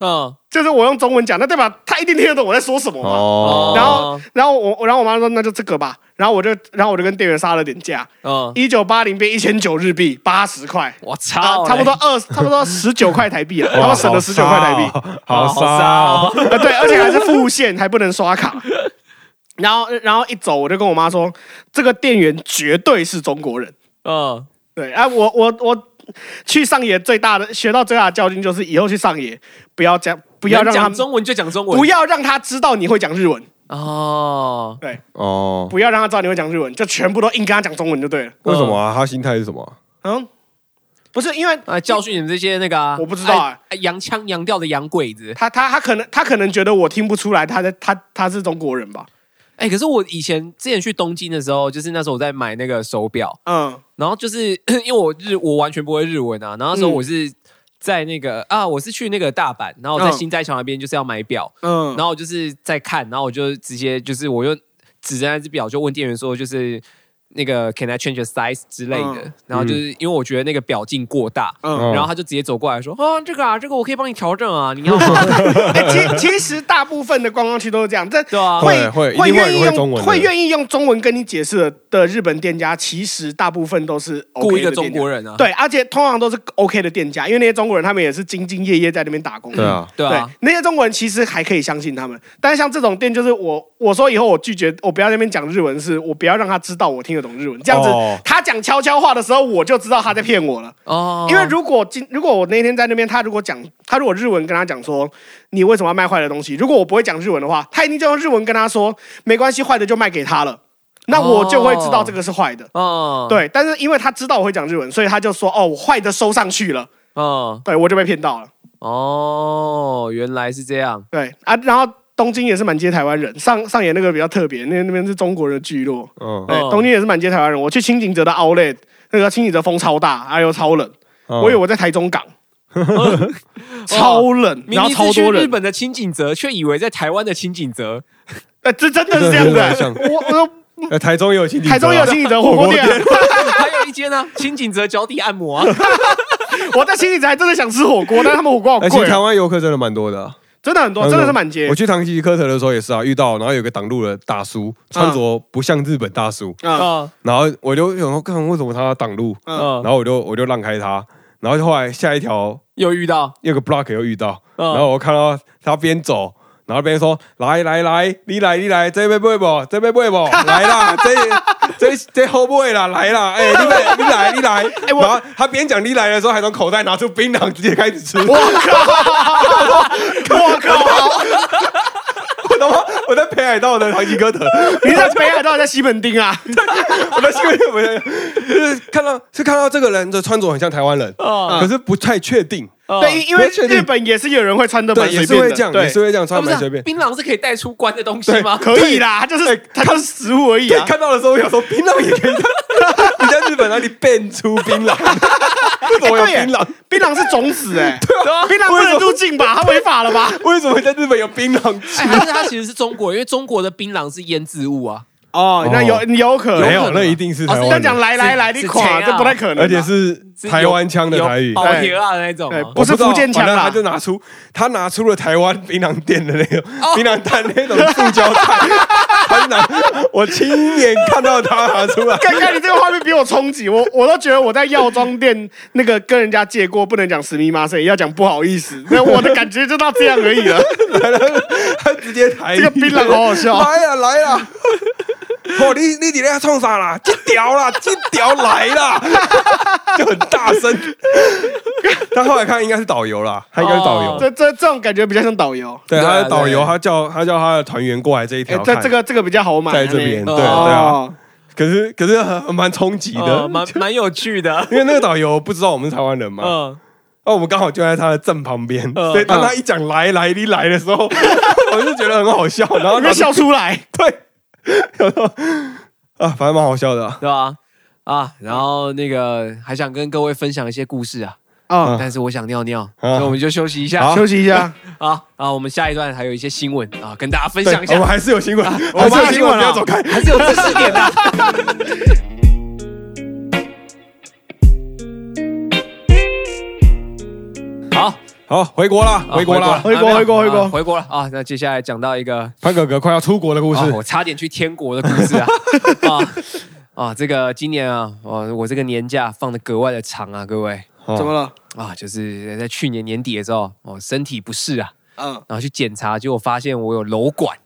Speaker 2: 嗯，
Speaker 3: 就是我用中文讲，那代表她一定听得懂我在说什么嘛。
Speaker 1: 哦，
Speaker 3: 然后然后我然后我妈说那就这个吧，然后我就然后我就跟店员杀了点价，
Speaker 2: 嗯，
Speaker 3: 一九八零变一千九日币，八十块。
Speaker 2: 我
Speaker 3: 啊
Speaker 2: 操，，
Speaker 3: 差不多二，差不多十九块台
Speaker 2: <laughs>
Speaker 3: 币啊，他们省了十九块台币。
Speaker 1: 币，
Speaker 2: 好
Speaker 1: 好
Speaker 2: 骚
Speaker 1: 杀
Speaker 2: 哦
Speaker 3: <laughs>
Speaker 1: 哦！
Speaker 3: 啊，对，而且还是付现，还不能刷卡。然后，然后一走，我就跟我妈说，这个店员绝对是中国人。
Speaker 2: 嗯，
Speaker 3: 对，啊，我我我去上野最大的学到最大的教训就是，以后去上野不要讲，不要
Speaker 2: 能
Speaker 3: 让他
Speaker 2: 讲中文就讲中文，
Speaker 3: 不要让他知道你会讲日文，
Speaker 2: 哦，
Speaker 3: 对，
Speaker 1: 哦，
Speaker 3: 不要让他知道你会讲日文，就全部都硬跟他讲中文就对了。
Speaker 1: 为什么啊？他心态是什么啊？
Speaker 3: 嗯，不是因为
Speaker 2: 啊，教训你们这些那个啊，
Speaker 3: <laughs> 我不知道啊
Speaker 2: 哎，哎洋腔洋调的洋鬼子。
Speaker 3: 他他他可能他可能觉得我听不出来他在他他是中国人吧？
Speaker 2: 哎，可是我以前之前去东京的时候，就是那时候我在买那个手表，
Speaker 3: 嗯
Speaker 2: 然后就是 <coughs> 因为我日我完全不会日文啊，然后那时
Speaker 3: 嗯
Speaker 2: 候我是在那个啊，我是去那个大阪，然后我在
Speaker 3: 嗯
Speaker 2: 新斋桥那边就是要买表，
Speaker 3: 嗯，
Speaker 2: 然后我就是在看，然后我就直接就是我就指着那只表就问店员说，就是那个 Can I change the size 之类的
Speaker 3: 嗯，
Speaker 2: 然后就是因为我觉得那个表径过大。
Speaker 3: 嗯。
Speaker 1: 哦
Speaker 2: 然后他就直接走过来说：“啊，这个啊，这个我可以帮你调整啊，你
Speaker 3: <laughs>
Speaker 2: 要吗？
Speaker 3: 欸、其其实大部分的观光区都是这样，这
Speaker 2: 对啊，
Speaker 3: 会
Speaker 1: 会会
Speaker 3: 会
Speaker 1: 一定会
Speaker 3: 愿意
Speaker 1: 会中文
Speaker 3: 用
Speaker 1: 的
Speaker 3: 会愿意用中文跟你解释的的日本店家，其实大部分都是 OK
Speaker 2: 雇一个
Speaker 3: 的店
Speaker 2: 中
Speaker 3: 家
Speaker 2: 国人啊，
Speaker 3: 对，而且通常都是 OK 的店家，因为那些中国人他们也是兢兢业业在那边打工。
Speaker 1: 对啊，
Speaker 2: 对啊，
Speaker 3: 那些中国人其实还可以相信他们，但是像这种店，就是我我说以后我拒绝，我不要在那边讲日文是，我不要让他知道我听得懂日文，这样子、
Speaker 1: 哦
Speaker 3: 他讲悄悄话的时候，我就知道他在骗我了。
Speaker 2: 哦，
Speaker 3: 因为如果今如果我那天在那边，他如果讲他如果日文跟他讲说你为什么要卖坏的东西，如果我不会讲日文的话，他一定就用日文跟他说没关系，坏的就卖给他了，那我就会知道这个是坏的。
Speaker 2: 哦，
Speaker 3: 对，但是因为他知道我会讲日文，所以他就说哦，我坏的收上去了，
Speaker 2: 哦
Speaker 3: 对我就被骗到了。
Speaker 2: 哦，原来是这样，
Speaker 3: 对啊，然后东京也是满街台湾人，上上演那个比较特别，那那边是中国人的聚落，
Speaker 1: 嗯
Speaker 3: 对，
Speaker 2: 哦
Speaker 3: 东京也是满街台湾人。我去清景泽的 Outlet，那个清景泽风超大，哎呦超冷，
Speaker 1: 嗯
Speaker 3: 我以为我在台中港。
Speaker 1: 哦
Speaker 3: <laughs> 超冷，
Speaker 2: 明
Speaker 3: 然后
Speaker 2: 明
Speaker 3: 超
Speaker 2: 是去
Speaker 3: 多人。
Speaker 2: 日本的清景泽，却以为在台湾的清景泽， <laughs>
Speaker 3: 呃，这真的是这样
Speaker 1: <laughs>
Speaker 3: 子、欸
Speaker 1: 真的
Speaker 3: 我我说
Speaker 1: 呃台中也有清理，
Speaker 3: 哎台中也有
Speaker 1: 清
Speaker 3: 心理的火锅店啊，
Speaker 2: 还有一间呢，清景泽脚底按摩
Speaker 3: <laughs>
Speaker 2: 啊，
Speaker 3: 我在心理还真的想吃火锅，但是他们火锅好
Speaker 1: 而且
Speaker 3: 贵
Speaker 1: 哎台
Speaker 3: 啊、
Speaker 1: 湾游客真的蛮多的啊。
Speaker 3: 真的很多，真的是满街
Speaker 1: 我。去唐吉诃德的时候也是啊，遇到然后有个挡路的大叔，
Speaker 3: 嗯
Speaker 1: 穿着不像日本大叔，
Speaker 3: 啊
Speaker 2: 嗯
Speaker 1: 然后我就想说，看为什么他要挡路，
Speaker 3: 嗯
Speaker 1: 然
Speaker 2: 嗯，
Speaker 1: 后我就我就让开他，然后就后来下一条
Speaker 2: 又遇到，
Speaker 1: 有个 block 又遇到，
Speaker 3: 哦
Speaker 2: 嗯
Speaker 1: 然后我看到他边走。然后边说来来来，你来你来，这边背不，这边背不，来
Speaker 3: <laughs>
Speaker 1: 啦，这这这后背啦，来啦，哎、你来你来你来，
Speaker 3: 哎我
Speaker 1: 然后他边讲你来的时候，还从口袋拿出槟榔直接开始吃，
Speaker 3: 我靠！我靠！
Speaker 1: 我他妈我在北海道的唐吉诃德，
Speaker 3: 你在北海道，还在西门町啊？
Speaker 1: 我在新 <laughs> 闻里面就是看到是看到这个人的穿着很像台湾人，
Speaker 2: 哦
Speaker 1: 可是不太确定，
Speaker 3: 对，因因为
Speaker 1: 哦我确定
Speaker 3: 日本也是有人会穿哦的蛮
Speaker 1: 对，也是
Speaker 3: 随便
Speaker 1: 会
Speaker 3: 的，
Speaker 1: 这样，
Speaker 3: 对
Speaker 1: 也是会这样
Speaker 2: 啊
Speaker 1: 穿
Speaker 2: 不
Speaker 1: 蛮
Speaker 2: 啊
Speaker 1: 随便。
Speaker 2: 槟榔是可以带出关的东西
Speaker 1: 啊
Speaker 2: 吗？
Speaker 3: 可以啦，它就是它就是食物而已
Speaker 1: 哎对，
Speaker 3: 啊。
Speaker 1: 看到的时候我想说槟榔也可以， <laughs> 你在日本哪里变出槟榔？为什么有
Speaker 3: 对耶
Speaker 1: 槟榔？，
Speaker 3: 槟榔是种子哎，
Speaker 2: 啊
Speaker 3: 槟榔不能入境吧？它违法了吧？
Speaker 1: 为什么在日本有槟榔吃？
Speaker 2: 哎，但是它其实是中国，因为中国的槟榔是腌制物啊。
Speaker 3: 哦，那有有可
Speaker 1: 没
Speaker 3: 能。
Speaker 1: 有，那一定是台
Speaker 3: 哦，
Speaker 1: 湾
Speaker 3: 但讲
Speaker 1: 人，
Speaker 3: 来来来，
Speaker 2: 是
Speaker 3: 你
Speaker 2: 是
Speaker 3: 垮，
Speaker 2: 这样
Speaker 3: 这不太可能吧。啊
Speaker 1: 而且是
Speaker 2: 是有
Speaker 1: 台湾腔的
Speaker 2: 有
Speaker 1: 台语。
Speaker 2: 保
Speaker 3: 对
Speaker 2: 铁啊那一种
Speaker 3: 对
Speaker 2: 哦，
Speaker 3: 不是
Speaker 1: 我知道
Speaker 3: 福建腔
Speaker 1: 反正
Speaker 3: 啦
Speaker 1: 他就拿出他拿出了台湾槟榔店的那个槟榔摊那种 <laughs> 塑胶袋， <laughs> 他拿我亲眼看到他拿出来，
Speaker 3: 看看你这个画面比我冲击，我我都觉得我在药妆店那个跟人家借过，不能讲十米马塞，要讲不好
Speaker 1: <laughs>
Speaker 3: 意思。那我的感觉就到这样而已了。
Speaker 1: 他直接台语
Speaker 3: 这个槟榔好好笑
Speaker 1: 来呀来呀！哦，你你底下冲啥啦？这条啦，这条来啦， <laughs> 就很大声。但后来看应该是导游啦，他应该是导游
Speaker 2: 哦。
Speaker 3: 这这这种感觉比较像
Speaker 1: <laughs>
Speaker 3: 导游。
Speaker 1: 对，
Speaker 2: 对啊
Speaker 1: 他的导游，
Speaker 2: 对
Speaker 1: 他叫他叫他的团员过来这一
Speaker 3: 哎
Speaker 1: 条，看，
Speaker 3: 这这个这个比较好买。
Speaker 1: 在这边，对
Speaker 2: 哦
Speaker 1: 对啊。，可是可是很蛮冲击
Speaker 2: 呃
Speaker 3: 哦
Speaker 1: 的，
Speaker 2: 蛮蛮有趣的，
Speaker 1: 因为那个导游不知道我们是台湾人嘛，
Speaker 2: 嗯，
Speaker 1: 那我们刚好就在他的正旁边，
Speaker 2: 嗯
Speaker 1: 所以当他一讲来来你来的时候， <laughs> 我就觉得很好笑，然后
Speaker 3: 哦
Speaker 1: 他
Speaker 3: 你们笑出来。
Speaker 1: <laughs> 对，然后啊，反正蛮好笑的啊。
Speaker 2: 对吧？啊，然后那个还想跟各位分享一些故事啊，
Speaker 3: 啊，
Speaker 2: 但是我想尿尿，
Speaker 1: 啊
Speaker 2: 所以我们就休息一下
Speaker 1: 嗯好
Speaker 3: 休息一下。
Speaker 2: 啊啊！我们下一段还有一些新闻啊，跟大家分享一
Speaker 1: 对我们
Speaker 2: 下，
Speaker 1: 还是有新闻，我
Speaker 2: 我
Speaker 1: 们
Speaker 2: 们
Speaker 1: 还是有
Speaker 2: 还有
Speaker 1: 新闻，
Speaker 2: 新闻啊
Speaker 1: 不要走开。
Speaker 2: 还是有知识点的。 <laughs> 好，
Speaker 1: 好，回国啦，
Speaker 2: 啊
Speaker 1: 回国啦，
Speaker 3: 回国
Speaker 2: 啊没有
Speaker 3: 回国回国
Speaker 2: 啊回国了啊！那接下来讲到一个
Speaker 1: 潘哥哥快要出国的故事
Speaker 2: 啊，我差点去天国的故事
Speaker 1: <laughs>
Speaker 2: 啊啊啊！这个今年啊，我我这个年假放的格外的长啊，各位
Speaker 1: 哦
Speaker 3: 怎么了？
Speaker 2: 啊，就是在去年年底的时候，我、身体不适啊，
Speaker 3: 嗯，
Speaker 2: 然后去检查，结果发现我有瘘管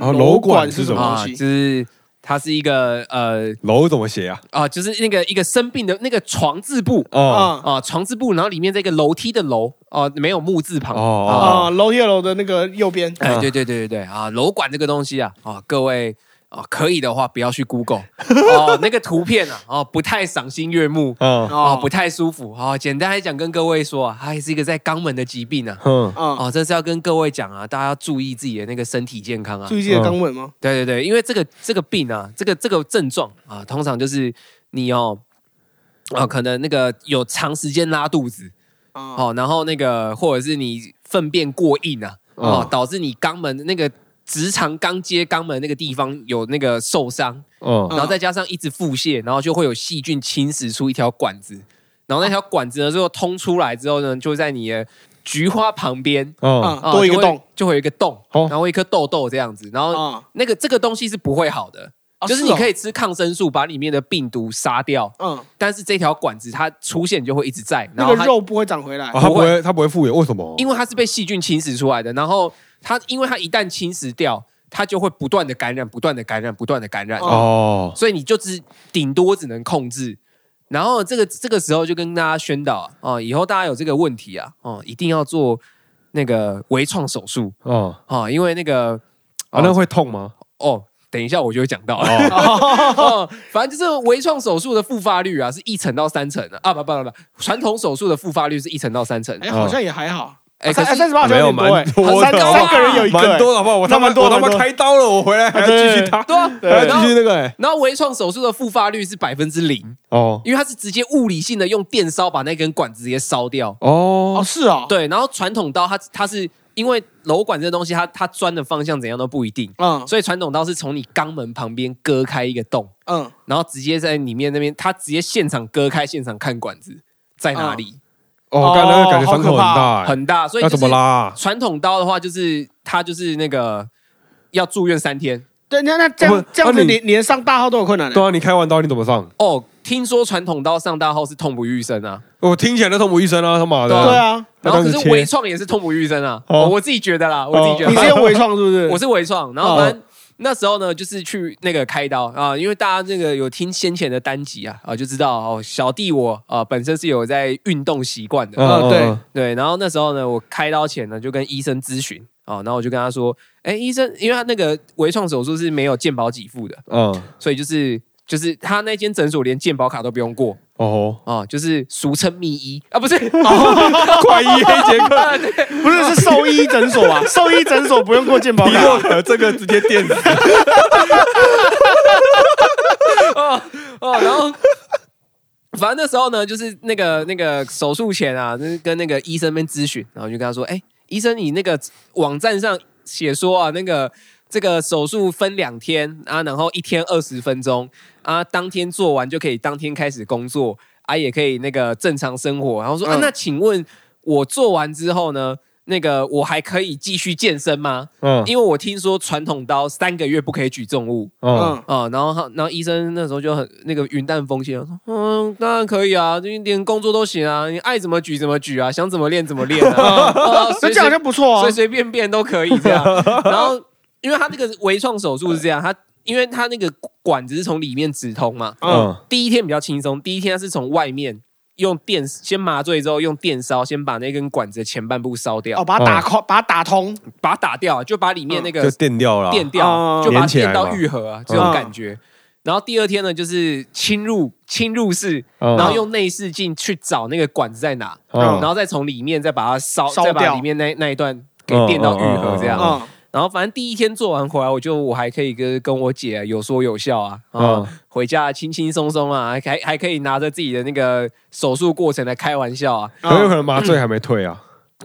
Speaker 1: 啊楼管是什么
Speaker 2: 啊，就是它是一个呃
Speaker 1: 楼怎么写啊？
Speaker 2: 啊，就是那个一个生病的那个床字部
Speaker 1: 哦
Speaker 3: 啊
Speaker 2: 啊，床字部，然后里面这个楼梯的楼哦、没有木字旁
Speaker 1: 哦
Speaker 2: 啊
Speaker 3: 啊，楼梯楼的那个右边。
Speaker 2: 哎，对对对对对啊，楼管这个东西啊，啊，各位啊，可以的话不要
Speaker 1: <laughs>
Speaker 2: 去 Google 哦、那个图片啊，哦、不太赏心悦目
Speaker 1: 哦
Speaker 2: 啊、
Speaker 3: 哦
Speaker 2: 不太舒服啊、简单来讲，跟各位说啊，它也是一个在肛门的疾病啊。
Speaker 1: 嗯
Speaker 3: 啊，
Speaker 2: 哦，这是要跟各位讲啊，大家要注意自己的那个身体健康啊
Speaker 3: 注。意自己的肛门吗？
Speaker 2: 对对对，因为这个这个病啊，这个这个症状啊，通常就是你哦。啊、可能那个有长时间拉肚子，
Speaker 3: 啊，
Speaker 2: 哦，然后那个或者是你粪便过硬啊，
Speaker 3: 嗯
Speaker 2: 哦，导致你肛门那个直肠刚接肛门那个地方有那个受伤，
Speaker 1: 哦
Speaker 2: 然后再加上一直腹泻，然后就会有细菌侵蚀出一条管子，然后那条管子呢，最后通出来之后呢，就在你的菊花旁边。
Speaker 1: 哦
Speaker 3: 啊
Speaker 2: 啊
Speaker 3: 多一个
Speaker 2: 就会
Speaker 3: 洞，
Speaker 2: 就会有一个洞，
Speaker 1: 哦
Speaker 2: 然后一颗痘痘这样子，然后
Speaker 3: 啊，
Speaker 2: 那个这个东西是不会好的，
Speaker 3: 哦
Speaker 2: 就是你可
Speaker 3: 以，
Speaker 2: 以吃抗生素把里面的病毒杀掉，
Speaker 3: 嗯，
Speaker 2: 但是这条管子它出现就会一直在，然
Speaker 3: 那
Speaker 2: 后
Speaker 3: 个
Speaker 2: 它
Speaker 3: 肉不会长回来
Speaker 1: 哦，。他不会，他不会复原，为什么？
Speaker 2: 因为它是被细菌侵蚀出来的，然后它因为它一旦侵蚀掉，它就会不断的感染，不断的感染，不断的感染，
Speaker 3: 哦
Speaker 1: 哦，
Speaker 2: 所以你就只顶多只能控制。然后这个这个时候就跟大家宣导啊哦，以后大家有这个问题啊，哦，一定要做那个微创手术
Speaker 1: 哦，
Speaker 2: 哦，因为那个
Speaker 1: 啊，那会痛吗？
Speaker 2: 哦，等一下我就会讲到了。
Speaker 1: 哦，
Speaker 2: <laughs> 哦，反正就是微创手术的复发率啊，是一成到三成的啊，不不不不，传统手术的复发率是一成到三成。哦
Speaker 3: 哎，好像也还好。
Speaker 2: 哎，可
Speaker 3: 三
Speaker 2: 是
Speaker 3: 三十八好像有点多哎，三
Speaker 2: 的
Speaker 3: 个
Speaker 2: 好不好
Speaker 3: 三个人有一个，
Speaker 1: 哦
Speaker 3: 哎
Speaker 1: 蛮多的好不好？我他妈
Speaker 3: 蛮多
Speaker 1: 我他
Speaker 3: 蛮
Speaker 1: 妈
Speaker 3: 多
Speaker 1: 开刀了，我回来还要继续
Speaker 3: 对
Speaker 1: 打，
Speaker 2: 对啊，
Speaker 3: 对
Speaker 1: 还
Speaker 2: 然
Speaker 1: 要继
Speaker 2: 后
Speaker 1: 续那个哎，
Speaker 2: 然后微创手术的复发率是百分之零，
Speaker 1: 哦
Speaker 2: 因为它是直接物理性的用电烧把那根管子直接烧掉。
Speaker 3: 哦，
Speaker 1: 哦
Speaker 3: 是哦，，
Speaker 2: 对，然后传统刀它它是因为瘘管这东西它它钻的方向怎样都不一定，
Speaker 3: 嗯
Speaker 2: 所以传统刀是从你肛门旁边割开一个洞，
Speaker 3: 嗯，
Speaker 2: 然后直接在里面那边，它直接现场割开，现场看管子在哪里，
Speaker 1: 哦，刚那
Speaker 3: 哦
Speaker 1: 个感觉伤口
Speaker 3: 好可
Speaker 1: 很
Speaker 3: 怕
Speaker 1: 大哎，
Speaker 2: 很大，所以
Speaker 1: 要
Speaker 2: 就是
Speaker 1: 怎么拉啊？
Speaker 2: 传统刀的话，就是它就是那个要住院三天。
Speaker 3: 对，那那这样这样子，你连上大号都有困难欸
Speaker 1: 对啊，你开完刀你怎么上？
Speaker 2: 哦，听说传统刀上大号是痛不欲生啊，
Speaker 1: 我听起来都痛不欲生啊，他妈
Speaker 3: 对
Speaker 1: 的！
Speaker 3: 啊，
Speaker 1: 那当
Speaker 2: 然后可
Speaker 1: 时
Speaker 2: 是
Speaker 1: 切
Speaker 2: 微创也是痛不欲生啊，
Speaker 1: 哦
Speaker 2: 哦、我自己觉得啦，我自己觉
Speaker 1: 哦
Speaker 3: 你
Speaker 2: 得，
Speaker 3: 是用微创是不是？
Speaker 2: 啊我是微创，然后
Speaker 3: 哦
Speaker 2: 反正。那时候呢，就是去那个开刀啊，因为大家那个有听先前的单集啊，啊就知道哦，小弟我啊本身是有在运动习惯的，
Speaker 1: 嗯
Speaker 3: 啊对
Speaker 1: 嗯
Speaker 2: 对，然后那时候呢，我开刀前呢就跟医生咨询啊，然后我就跟他说，哎，医生，因为他那个微创手术是没有健保给付的，
Speaker 1: 嗯嗯
Speaker 2: 所以就是就是他那间诊所连健保卡都不用过
Speaker 1: <laughs> 哦，
Speaker 2: 啊，就是俗称密医啊，不是，
Speaker 1: 快医哦黑杰克，
Speaker 2: <laughs>
Speaker 3: 不是是兽医诊所啊，兽医诊所不用过健保
Speaker 1: 皮洛
Speaker 3: 卡，
Speaker 1: 可呃这个直接电死，
Speaker 2: 哦，然后反正那时候呢，就是那个那个手术前啊，就是跟那个医生们咨询，然后就跟他说，哎、医生，你那个网站上写说啊，那个这个手术分两天啊，然后一天二十分钟啊，当天做完就可以当天开始工作啊，也可以那个正常生活。然后说、啊
Speaker 3: 嗯，
Speaker 2: 那请问我做完之后呢，那个我还可以继续健身吗？
Speaker 1: 嗯
Speaker 2: 因为我听说传统刀三个月不可以举重物。
Speaker 1: 嗯，
Speaker 2: 啊、然后他，然后医生那时候就很那个云淡风轻，他说：“嗯，当然可以啊，就连工作都行啊，你爱怎么举怎么举啊，想怎么练怎么练
Speaker 3: <laughs>
Speaker 2: 啊，啊
Speaker 3: 那
Speaker 2: 随
Speaker 3: 这样
Speaker 2: 随
Speaker 3: 好像不错
Speaker 2: 随
Speaker 3: 哦。
Speaker 2: 随便便都可以这
Speaker 3: <laughs>
Speaker 2: 样。”然后，因为他那个微创手术是这样，他因为他那个管子是从里面直通嘛，
Speaker 3: 嗯，
Speaker 1: 嗯
Speaker 2: 第一天比较轻松，第一天他是从外面用电先麻醉之后用电烧，先把那根管子的前半部烧掉，
Speaker 3: 哦，嗯把它打空，把它打通，
Speaker 2: 把它打掉，啊就把里面那个
Speaker 1: 就电掉了啊，
Speaker 2: 电掉，
Speaker 3: 哦
Speaker 2: 就把它
Speaker 1: 连起来
Speaker 2: 电到
Speaker 1: 嘛
Speaker 2: 愈合啊，这种感觉。然后第二天呢，就是侵入侵入式，
Speaker 1: 嗯
Speaker 2: 然后用内视镜去找那个管子在哪，
Speaker 1: 嗯
Speaker 2: 然后再从里面再把它烧，
Speaker 3: 烧
Speaker 2: 再把
Speaker 3: 掉
Speaker 2: 里面那那一段给电到愈合这样。
Speaker 1: 嗯
Speaker 3: 嗯，
Speaker 2: 然后反正第一天做完回来，我就我还可以跟跟我姐有说有笑啊，啊、
Speaker 1: 嗯
Speaker 2: 回家轻轻松松啊，还还还可以拿着自己的那个手术过程来开玩笑啊。
Speaker 3: 嗯
Speaker 1: 很有可能麻醉还没退啊。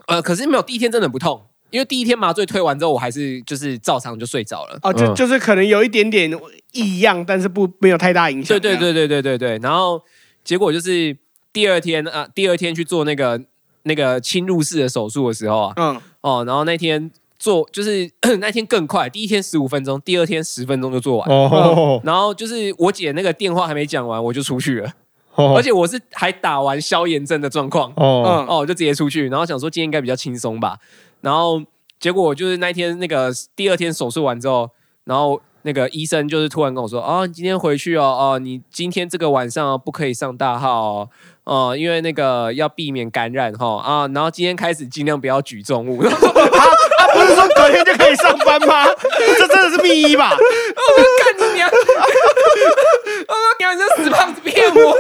Speaker 2: 呃，可是没有第一天真的很不痛，因为第一天麻醉推完之后，我还是就是照常就睡着了。
Speaker 3: 哦，就
Speaker 1: 嗯
Speaker 3: 就是可能有一点点异样，但是不没有太大影响。
Speaker 2: 对对，对对对对对。然后结果就是第二天啊，第二天去做那个那个侵入式的手术的时候啊，
Speaker 3: 嗯，
Speaker 2: 哦，然后那天做就是 <coughs> 那天更快，第一天十五分钟，第二天十分钟就做完。
Speaker 1: 哦，
Speaker 2: 然后就是我姐那个电话还没讲完，我就出去了，
Speaker 1: 而
Speaker 2: 而且我是还打完消炎针的状况，
Speaker 1: 哦，
Speaker 3: 嗯
Speaker 2: 哦，我就直接出去，然后想说今天应该比较轻松吧，然后结果就是那一天那个第二天手术完之后，然后那个医生就是突然跟我说，哦，你今天回去哦，哦，你今天这个晚上、哦、不可以上大号哦，哦，因为那个要避免感染哈、哦、啊，然后今天开始尽量不要举重物，然后我
Speaker 3: 啊，不是说隔天就可以上班 <laughs> 吗？这真的是秘医吧？
Speaker 2: 就干你娘！我说娘，你这死胖子骗我！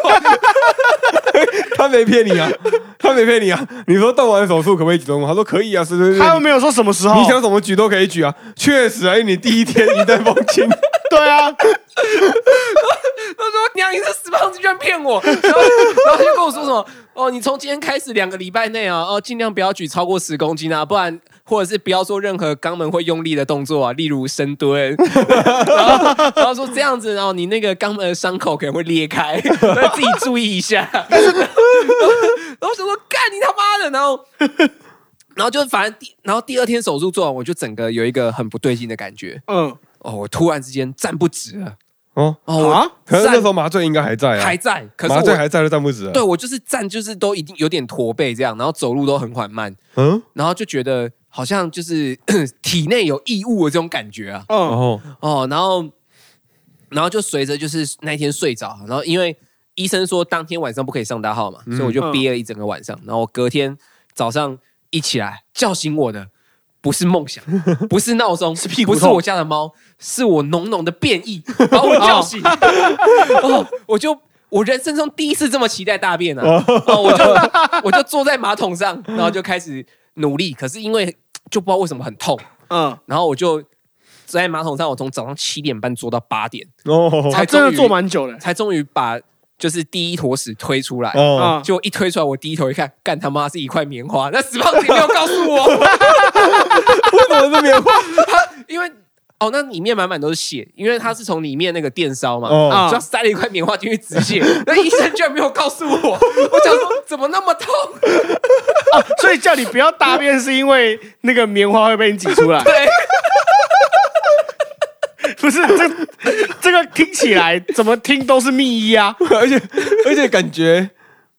Speaker 1: 他没骗你啊， <laughs> 他没骗你啊。你说动完手术可不可以举重物？他说可以啊，是是是。
Speaker 3: 他又没有说哦什么时候。
Speaker 1: 你想怎么举都可以举啊，确实啊，因为你第一天一阵风轻，
Speaker 3: 对啊，
Speaker 2: 他说：“娘，你这死胖子居然骗我！” <laughs> 然后，然后他就跟我说什么：“哦，你从今天开始两个礼拜内啊，哦，尽量不要举超过十公斤啊，不然或者是不要做任何肛门会用力的动作啊，例如深蹲。” <laughs> 然后，然后说这样子，然后你那个肛门的伤口可能会裂开， <laughs> 要自己注意一下。 <laughs> 然后然后想说：“干你他妈的！”然后。然后就是，反正第，然后第二天手术做完，我就整个有一个很不对劲的感觉
Speaker 3: 嗯
Speaker 2: 哦，我突然之间站不直了
Speaker 1: 哦，
Speaker 2: 哦，我
Speaker 3: 啊，
Speaker 1: 可是那
Speaker 2: 站
Speaker 1: 时候麻醉应该还在啊
Speaker 2: 还，在，可是
Speaker 1: 麻醉
Speaker 2: 我
Speaker 1: 还在就站不啊直了
Speaker 2: 对。我就是站就是都已经有点驼背这样，然后走路都很缓慢，
Speaker 1: 嗯，
Speaker 2: 然后就觉得好像就是 <clears throat> 体内有异物的这种感觉啊，
Speaker 3: 嗯
Speaker 1: 哦，
Speaker 2: 哦，然后然后就随着就是那一天睡着，然后因为医生说当天晚上不可以上大号嘛，所以我
Speaker 3: 嗯
Speaker 2: 就憋了一整个晚上，然后我隔天早上一起来叫醒我的。不是梦想， <laughs> 不是闹钟，是
Speaker 3: 屁股
Speaker 2: 不是
Speaker 3: 痛
Speaker 2: 我家的猫，是我浓浓的便意把我叫醒。哦，我就我人生中第一次这么期待大便啊！哦，我就我就坐在马桶上，然后就开始努力，可是因为就不知道为什么很痛，
Speaker 3: 嗯，
Speaker 2: 然后我就在马桶上，我从早上七点半坐到八点，
Speaker 1: 哦，
Speaker 3: 还
Speaker 2: 才
Speaker 3: 啊真
Speaker 2: 终
Speaker 3: 的
Speaker 2: 于
Speaker 3: 做蛮久的。
Speaker 2: 才终于把就是第一坨屎推出来。
Speaker 1: 哦，
Speaker 3: 啊，
Speaker 2: 就一推出来，我低头一看，干他妈是一块棉花！那死胖子也没有告诉我，
Speaker 1: 为什么是棉花？
Speaker 2: 因为哦，那里面满满都是血，因为它是从里面那个电烧嘛，
Speaker 1: 哦
Speaker 2: 就要塞了一块棉花进去止血。那医生居然没有告诉我，我想说怎么那么痛？
Speaker 3: 哦，所以叫你不要大便，是因为那个棉花会被你挤出 <laughs> 来。
Speaker 2: 对，
Speaker 3: 不是这这个听起来怎么听都是秘医啊。
Speaker 1: 而且而且感觉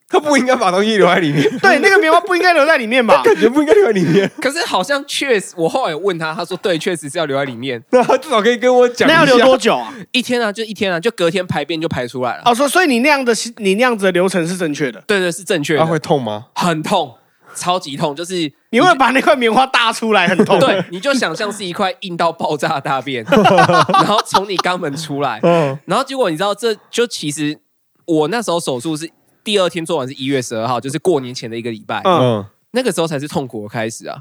Speaker 1: 他不应该把东西留在里面，
Speaker 3: 对，那个棉花不应该留在里面吧？
Speaker 1: 感觉不应该留在里面。
Speaker 2: 可是好像确实，我后来有问他，他说对，确实是要留在里面
Speaker 1: 那他至少可以跟我讲一
Speaker 3: 那
Speaker 1: 下
Speaker 3: 要留多久啊？
Speaker 2: 一天啊，就一天啊，就隔天排便就排出来了。
Speaker 3: 哦，所以所以你那样的你那样子的流程是正确的。
Speaker 2: 对对，是正确
Speaker 3: 哦
Speaker 1: 他
Speaker 2: 的，
Speaker 1: 会痛吗？
Speaker 2: 很痛，超级痛，就是
Speaker 3: 你会把那块棉花搭出来，很痛。
Speaker 2: 对，你就想象是一块硬到爆炸的大
Speaker 3: <laughs>
Speaker 2: 便，然后从你肛门出来，
Speaker 1: 嗯，
Speaker 2: 然后结果你知道，这就其实我那时候手术是第二天做完，是一月十二号，就是过年前的一个礼拜，
Speaker 3: 嗯
Speaker 1: 嗯，
Speaker 2: 那个时候才是痛苦的开始啊！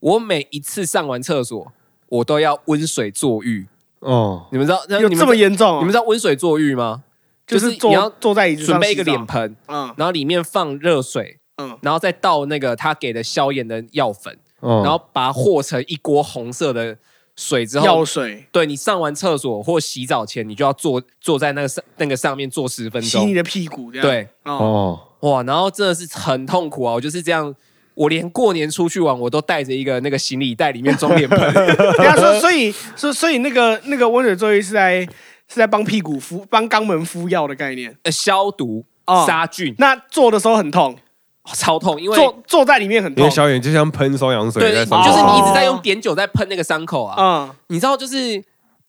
Speaker 2: 我每一次上完厕所，我都要温水坐浴，
Speaker 1: 哦，
Speaker 2: 你们知道
Speaker 3: 有这么？严重、啊
Speaker 2: 那你们知道你们知道温水坐浴吗？
Speaker 3: 就是
Speaker 2: 你
Speaker 3: 坐
Speaker 2: 要
Speaker 3: 坐在椅子上
Speaker 2: 准备一个
Speaker 3: 洗澡
Speaker 2: 脸，盆，
Speaker 3: 嗯
Speaker 2: 然后里面放热水，
Speaker 3: 嗯，
Speaker 2: 然后再倒那个他给的消炎的药粉，
Speaker 1: 然
Speaker 2: 然后把它和成一锅红色的水之
Speaker 3: 药
Speaker 2: 后，
Speaker 3: 水
Speaker 2: 对你上完厕所或洗澡前，你就要坐坐在那个上那个上面坐十分
Speaker 3: 洗你
Speaker 2: 钟。
Speaker 3: 的屁股这样。
Speaker 2: 对，
Speaker 3: 哦，
Speaker 1: 哦，
Speaker 2: 哇，然后真的是很痛苦啊！我就是这样，我连过年出去玩，我都带着一个那个行李袋，里面装脸盆。
Speaker 3: 人家啊说，所以所以所以那个那个温水作业是在是在帮屁股敷帮肛门敷药的概念。
Speaker 2: 呃消毒、
Speaker 3: 哦
Speaker 2: 杀菌，
Speaker 3: 那做的时候很痛，
Speaker 2: 超痛，因为
Speaker 3: 坐坐在里面很
Speaker 1: 因
Speaker 3: 痛
Speaker 1: 为。小远就像喷双氧水
Speaker 2: 对，
Speaker 1: 在
Speaker 2: 就
Speaker 1: 上
Speaker 3: 手
Speaker 1: 面，
Speaker 2: 是你一直在
Speaker 3: 哦
Speaker 2: 用碘酒在喷那个伤口啊。
Speaker 3: 嗯，
Speaker 2: 你知道，就是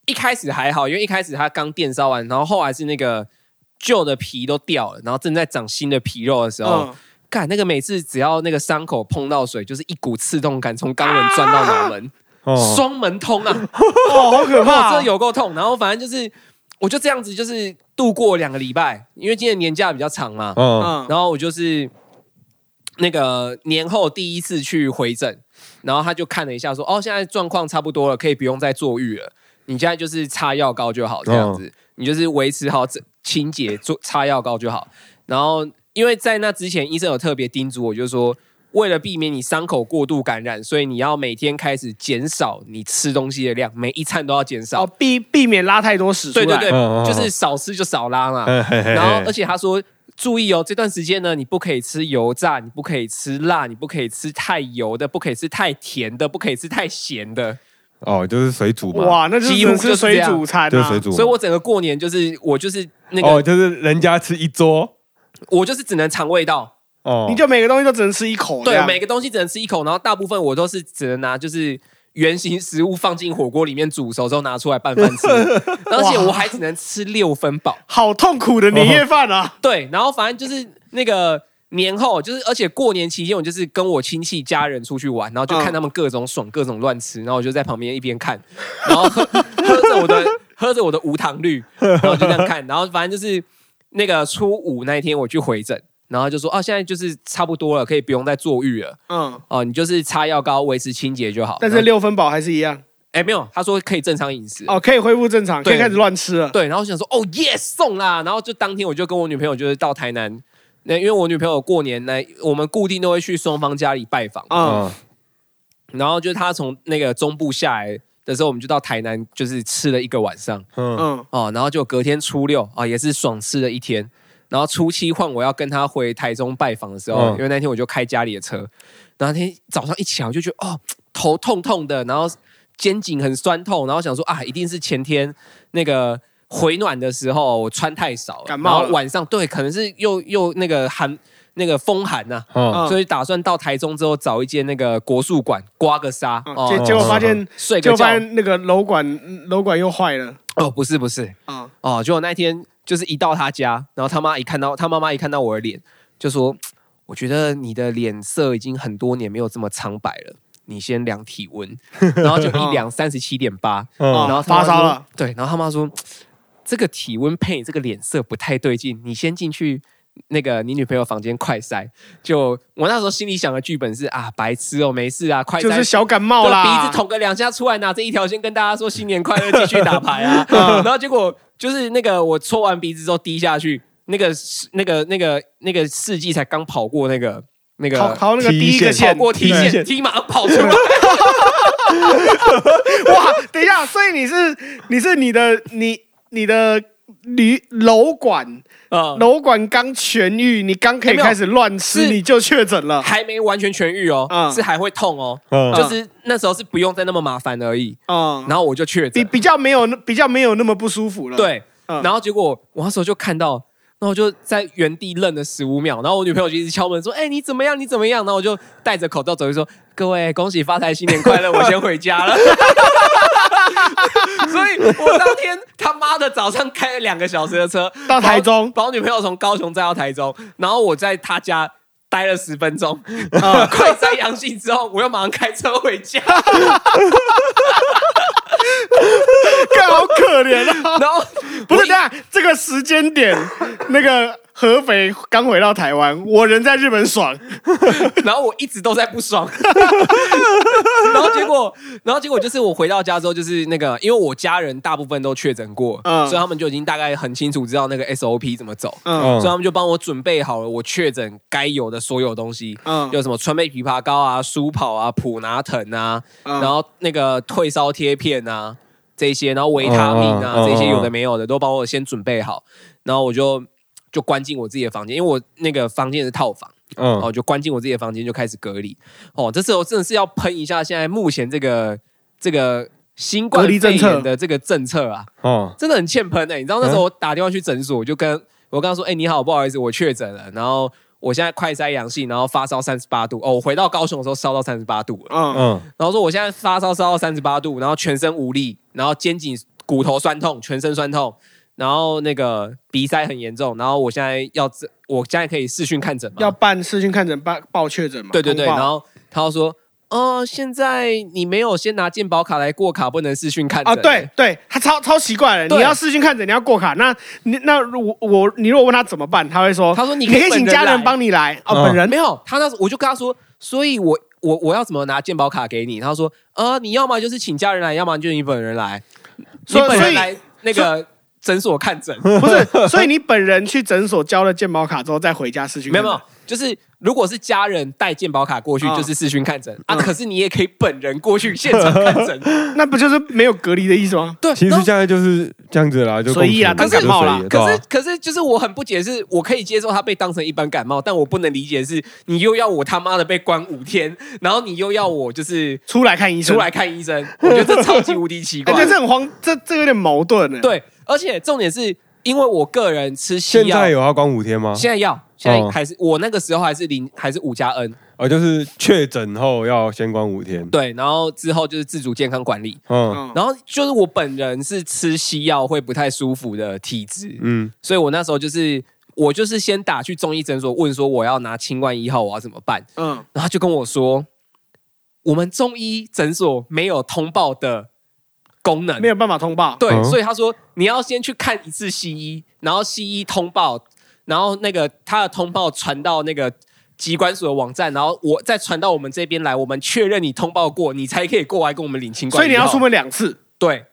Speaker 2: 一开始还好，因为一开始他刚电烧完，然后后来是那个旧的皮都掉了，然后正在长新的皮肉的时候，
Speaker 3: 嗯
Speaker 2: 干、那个每次只要那个伤口碰到水，就是一股刺痛感从肛门钻到脑门，
Speaker 1: 哦，
Speaker 2: 双、门通啊，
Speaker 3: 哦，好可
Speaker 2: 哇，
Speaker 3: 怕
Speaker 2: 这！有够痛。然后反正就是，我就这样子，就是度过两个礼拜，因为今年年假比较长嘛，
Speaker 1: 嗯，
Speaker 3: 嗯，
Speaker 2: 然后我就是那个年后第一次去回诊，然后他就看了一下说，哦，现在状况差不多了，可以不用再坐浴了，你现在就是擦药膏就好，这样子，你就是维持好这清洁，做擦药膏就好。然后因为在那之前，医生有特别叮嘱我，就是说。为了避免你伤口过度感染，所以你要每天开始减少你吃东西的量，每一餐都要减少
Speaker 3: 哦，。避避免拉太多屎出
Speaker 2: 对
Speaker 3: 来。
Speaker 2: 对对，
Speaker 1: 嗯嗯嗯
Speaker 2: 就是少吃就少拉嘛。
Speaker 1: 嘿 <laughs> 嘿嘿
Speaker 2: 然后而且他说。注意哦，这段时间呢，你不可以吃油炸，你不可以吃辣，你不可以吃太油的，不可以吃太甜的，不可以吃太咸的。
Speaker 1: 哦，就是水煮嘛，
Speaker 3: 哇，那就是
Speaker 2: 几乎
Speaker 3: 只
Speaker 2: 就是
Speaker 3: 是
Speaker 2: 这
Speaker 3: 水
Speaker 2: 样
Speaker 3: 煮餐啊，
Speaker 1: 就是水煮嘛，
Speaker 2: 所以我整个过年就是我就是那个、
Speaker 1: 哦，就是人家吃一桌，
Speaker 2: 我就是只能尝味道，
Speaker 1: 哦，
Speaker 3: 你就每个东西都只能吃一口这
Speaker 2: 对啊
Speaker 3: 样。
Speaker 2: 每个东西只能吃一口，然后大部分我都是只能拿就是圆形食物放进火锅里面煮熟之后拿出来拌饭吃，而且我还只能吃六分饱。
Speaker 3: 好痛苦的年夜饭啊！
Speaker 2: 对，然后反正就是那个年后，就是而且过年期间，我就是跟我亲戚家人出去玩，然后
Speaker 3: 嗯
Speaker 2: 就看他们各种爽，各种乱吃，然后我就在旁边一边看，然后喝 <laughs> 喝着我的喝着我的无糖绿，然后就这样看，然后反正就是那个初五那一天我去回诊，然后就说哦、现在就是差不多了，可以不用再坐浴了。
Speaker 3: 嗯，
Speaker 2: 哦，你就是擦药膏维持清洁就好。
Speaker 3: 但是
Speaker 2: 然后
Speaker 3: 六分饱还是一样
Speaker 2: 哎，没有，他说可以正常饮食。
Speaker 3: 哦，可以恢复正常，
Speaker 2: 对
Speaker 3: 可以开始乱吃了。
Speaker 2: 对，然后我想说，哦，yes，送啦。然后就当天我就跟我女朋友就是到台南，那因为我女朋友过年来，我们固定都会去双方家里拜访。
Speaker 3: 嗯，
Speaker 1: 嗯，
Speaker 2: 然后就是她从那个中部下来的时候，我们就到台南，就是吃了一个晚上
Speaker 1: 嗯
Speaker 3: 嗯，
Speaker 2: 哦。然后就隔天初六啊、也是爽吃了一天。然后初七换我要跟她回台中拜访的时候，
Speaker 1: 嗯
Speaker 2: 因为那天我就开家里的车，然后那天早上一起来我就觉得哦，头痛痛的，然后肩颈很酸痛，然后想说啊，一定是前天那个回暖的时候我穿太少了，
Speaker 3: 感冒了
Speaker 2: 然后晚上对，可能是又又那个寒那个风寒呐、
Speaker 1: 嗯，
Speaker 2: 所以打算到台中之后找一间那个国术馆刮个痧、
Speaker 3: 嗯
Speaker 2: 哦
Speaker 3: 结，结果发现，
Speaker 2: 睡
Speaker 3: 结
Speaker 2: 个
Speaker 3: 果
Speaker 2: 觉
Speaker 3: 发。现那个楼管楼管又坏了。
Speaker 2: 哦，不是不是，
Speaker 3: 啊，
Speaker 2: 哦，结果那一天就是一到他家，然后他妈一看到他妈妈一看到我的脸，就说：“我觉得你的脸色已经很多年没有这么苍白了，你先量体
Speaker 3: <laughs>
Speaker 2: 温。”然后就一
Speaker 3: 嗯
Speaker 2: 量三十七点八，
Speaker 1: 嗯
Speaker 3: 哦
Speaker 2: 然后他妈
Speaker 3: 发烧
Speaker 2: 说
Speaker 3: 了。
Speaker 2: 对，然后他妈说：“这个体温配你这个脸色不太对劲，你先进去。”那个你女朋友房间快筛，就我那时候心里想的剧本是啊，白痴哦，没事啊，快筛
Speaker 3: 就是小感冒啦，
Speaker 2: 啊就鼻子捅个两下出来，拿着一条线跟大家说新年快乐，继续打牌
Speaker 3: <laughs>
Speaker 2: 啊。
Speaker 3: 嗯
Speaker 2: 然后结果就是那个我戳完鼻子之后滴下去，那个那个那个那个试剂才刚跑过那个那个
Speaker 3: 掏掏那个
Speaker 1: 踢
Speaker 3: 第一个
Speaker 1: 线
Speaker 3: 线
Speaker 2: 跑过 T
Speaker 3: 对
Speaker 2: 线，T 马上跑出
Speaker 3: <laughs>
Speaker 2: 来。
Speaker 3: 哇，等一下，所以你是你是你的你你的旅楼管
Speaker 2: 嗯，
Speaker 3: 楼管刚痊愈，你刚可
Speaker 2: 哎
Speaker 3: 以
Speaker 2: 没有
Speaker 3: 开始乱吃，
Speaker 2: 是
Speaker 3: 你就确诊
Speaker 2: <laughs>
Speaker 3: 了。
Speaker 2: 还没完全痊愈哦，
Speaker 3: 嗯
Speaker 2: 是还会痛哦，
Speaker 1: 嗯
Speaker 2: 就是那时候是不用再那么麻烦而已。
Speaker 3: 嗯，
Speaker 2: 然后我就确
Speaker 3: 比
Speaker 2: 诊，
Speaker 3: 比较没有那比较没有那么不舒服了。，
Speaker 2: 对，
Speaker 3: 嗯
Speaker 2: 然后结果我那时候就看到，然后我就在原地愣了十五秒，然后我女朋友就一直敲门说：“哎、你怎么样？你怎么样？”然后我就戴着口罩走，就说：“各位，恭喜发财，新年快乐，我先回家
Speaker 3: <laughs>
Speaker 2: 了。”所以，我当天他妈的早上开了两个小时的车
Speaker 3: 到台中
Speaker 2: 把我把我女朋友从高雄载到台中，然后我在她家。待了十分钟，
Speaker 3: 嗯
Speaker 2: <laughs> 快筛阳性之后，我又马上开车回
Speaker 3: <laughs>
Speaker 2: 家。
Speaker 3: 更好可怜啊！
Speaker 2: 然后
Speaker 3: 不
Speaker 2: 我
Speaker 3: 是，
Speaker 2: 一 <laughs>
Speaker 3: 啊等一下这个时间点，那个。合肥刚回到台湾，我人在日本爽，
Speaker 2: 然后我一直都在不爽， <laughs> 然后结果，然后结果就是我回到家之后，就是那个，因为我家人大部分都确诊过，
Speaker 3: 嗯
Speaker 2: 所以他们就已经大概很清楚知道那个 SOP 怎么走，
Speaker 3: 嗯
Speaker 1: 嗯
Speaker 2: 所以他们就帮我准备好了我确诊该有的所有东西，
Speaker 3: 嗯
Speaker 2: 有什么川贝枇杷膏啊、舒跑啊、普拿疼啊，
Speaker 3: 嗯
Speaker 2: 然后那个退烧贴片啊这些，然后维他命啊、
Speaker 1: 嗯嗯嗯
Speaker 2: 这些有的没有的都帮我先准备好，然后我就就关进我自己的房间，因为我那个房间是套房。
Speaker 1: 嗯
Speaker 2: 哦，就关进我自己的房间就开始隔离。哦，这次我真的是要喷一下现在目前这个这个新冠
Speaker 3: 隔离政
Speaker 2: 肺
Speaker 3: 策嗯
Speaker 2: 炎的这个政策啊，
Speaker 1: 哦
Speaker 2: 真的很欠喷哎、你知道那时候我打电话去诊所，我就跟我跟他说：“哎、你好，不好意思，我确诊了，然后我现在快筛阳性，然后发烧三十八度。哦，我回到高雄的时候烧到三十八度了，
Speaker 3: 嗯
Speaker 1: 嗯
Speaker 2: 然后说我现在发烧烧到三十八度，然后全身无力，然后肩颈骨头酸痛，全身酸痛。”然后那个鼻塞很严重，然后我现在要自，我现在可以视讯看诊吗？
Speaker 3: 要办视讯看诊，办报确诊嘛，
Speaker 2: 对对对，
Speaker 3: 通报
Speaker 2: 然后他又说，哦、现在你没有先拿健保卡来过卡，不能视讯看诊
Speaker 3: 啊，对，对，他超超奇怪的，
Speaker 2: 对
Speaker 3: 你要视讯看诊，你要过卡，那你那我我你如果问他怎么办，他会说，
Speaker 2: 他说你
Speaker 3: 你
Speaker 2: 可以
Speaker 3: 可以请
Speaker 2: 本人
Speaker 3: 家人
Speaker 2: 来
Speaker 3: 帮你来哦，
Speaker 1: 嗯
Speaker 3: 本
Speaker 2: <laughs>
Speaker 3: 人
Speaker 2: 没有，他那时候我就跟他说，所以我我我要怎么拿健保卡给你？他说，呃，你要么就是请家人来，要么就是你本人来，你
Speaker 3: 所以
Speaker 2: 本
Speaker 3: 所
Speaker 2: 人
Speaker 3: 以
Speaker 2: 来那个诊所看诊，
Speaker 3: 不是，所以你本人去诊所交了健保卡之后再回家视讯
Speaker 2: 没
Speaker 3: 看
Speaker 2: 有
Speaker 3: 诊，
Speaker 2: 没有，就是。如果是家人带健保卡过去，
Speaker 3: 嗯
Speaker 2: 就是视讯看诊啊。可是你也可以本人过去现场看
Speaker 3: <laughs>
Speaker 2: 诊，
Speaker 3: 那不就是没有隔离的意思吗？
Speaker 2: 对。
Speaker 1: 其
Speaker 2: 然
Speaker 1: 实
Speaker 2: 后
Speaker 1: 现在就是这样子啦，就
Speaker 3: 随意啊啦
Speaker 1: 共存
Speaker 2: 当感冒
Speaker 3: 啦
Speaker 1: 就随意
Speaker 2: 可
Speaker 1: 对
Speaker 2: 是
Speaker 1: 啊
Speaker 2: 可是就是我很不解释，我可以接受他被当成一般感冒，但我不能理解是你又要我他妈的被关五天，然后你又要我就是
Speaker 3: 出来看医生，
Speaker 2: 出来看
Speaker 1: <laughs>
Speaker 2: 医生，我觉得这超级无敌奇
Speaker 3: 哎，
Speaker 2: 怪。
Speaker 3: 这这很荒，这这有点矛盾欸呢。，
Speaker 2: 对，而且重点是因为我个人吃西
Speaker 1: 现
Speaker 2: 药，
Speaker 1: 在有要关五天吗？
Speaker 2: 现在要现在
Speaker 1: 哦
Speaker 2: 还是、我那个时候还是零还是五加 N
Speaker 1: 哦，就是确诊后要先关五天。
Speaker 2: 对，然后之后就是自主健康管理。
Speaker 1: 嗯
Speaker 3: 嗯，
Speaker 2: 然后就是我本人是吃西药会不太舒服的体质，
Speaker 1: 嗯
Speaker 2: 所以我那时候就是我就是先打去中医诊所问说我要拿清冠一号我要怎么办，
Speaker 3: 嗯，
Speaker 2: 然后他就跟我说我们中医诊所没有通报的功能
Speaker 3: 没，有办法通报，
Speaker 2: 对，
Speaker 1: 嗯
Speaker 2: 所以他说你要先去看一次西医，然后西医通报，然后那个他的通报传到那个。疾管所的网站，然后我再传到我们这边来，我们确认你通报过，你才可以过来跟我们领清冠。
Speaker 3: 所以你要出。门两次。
Speaker 2: 对，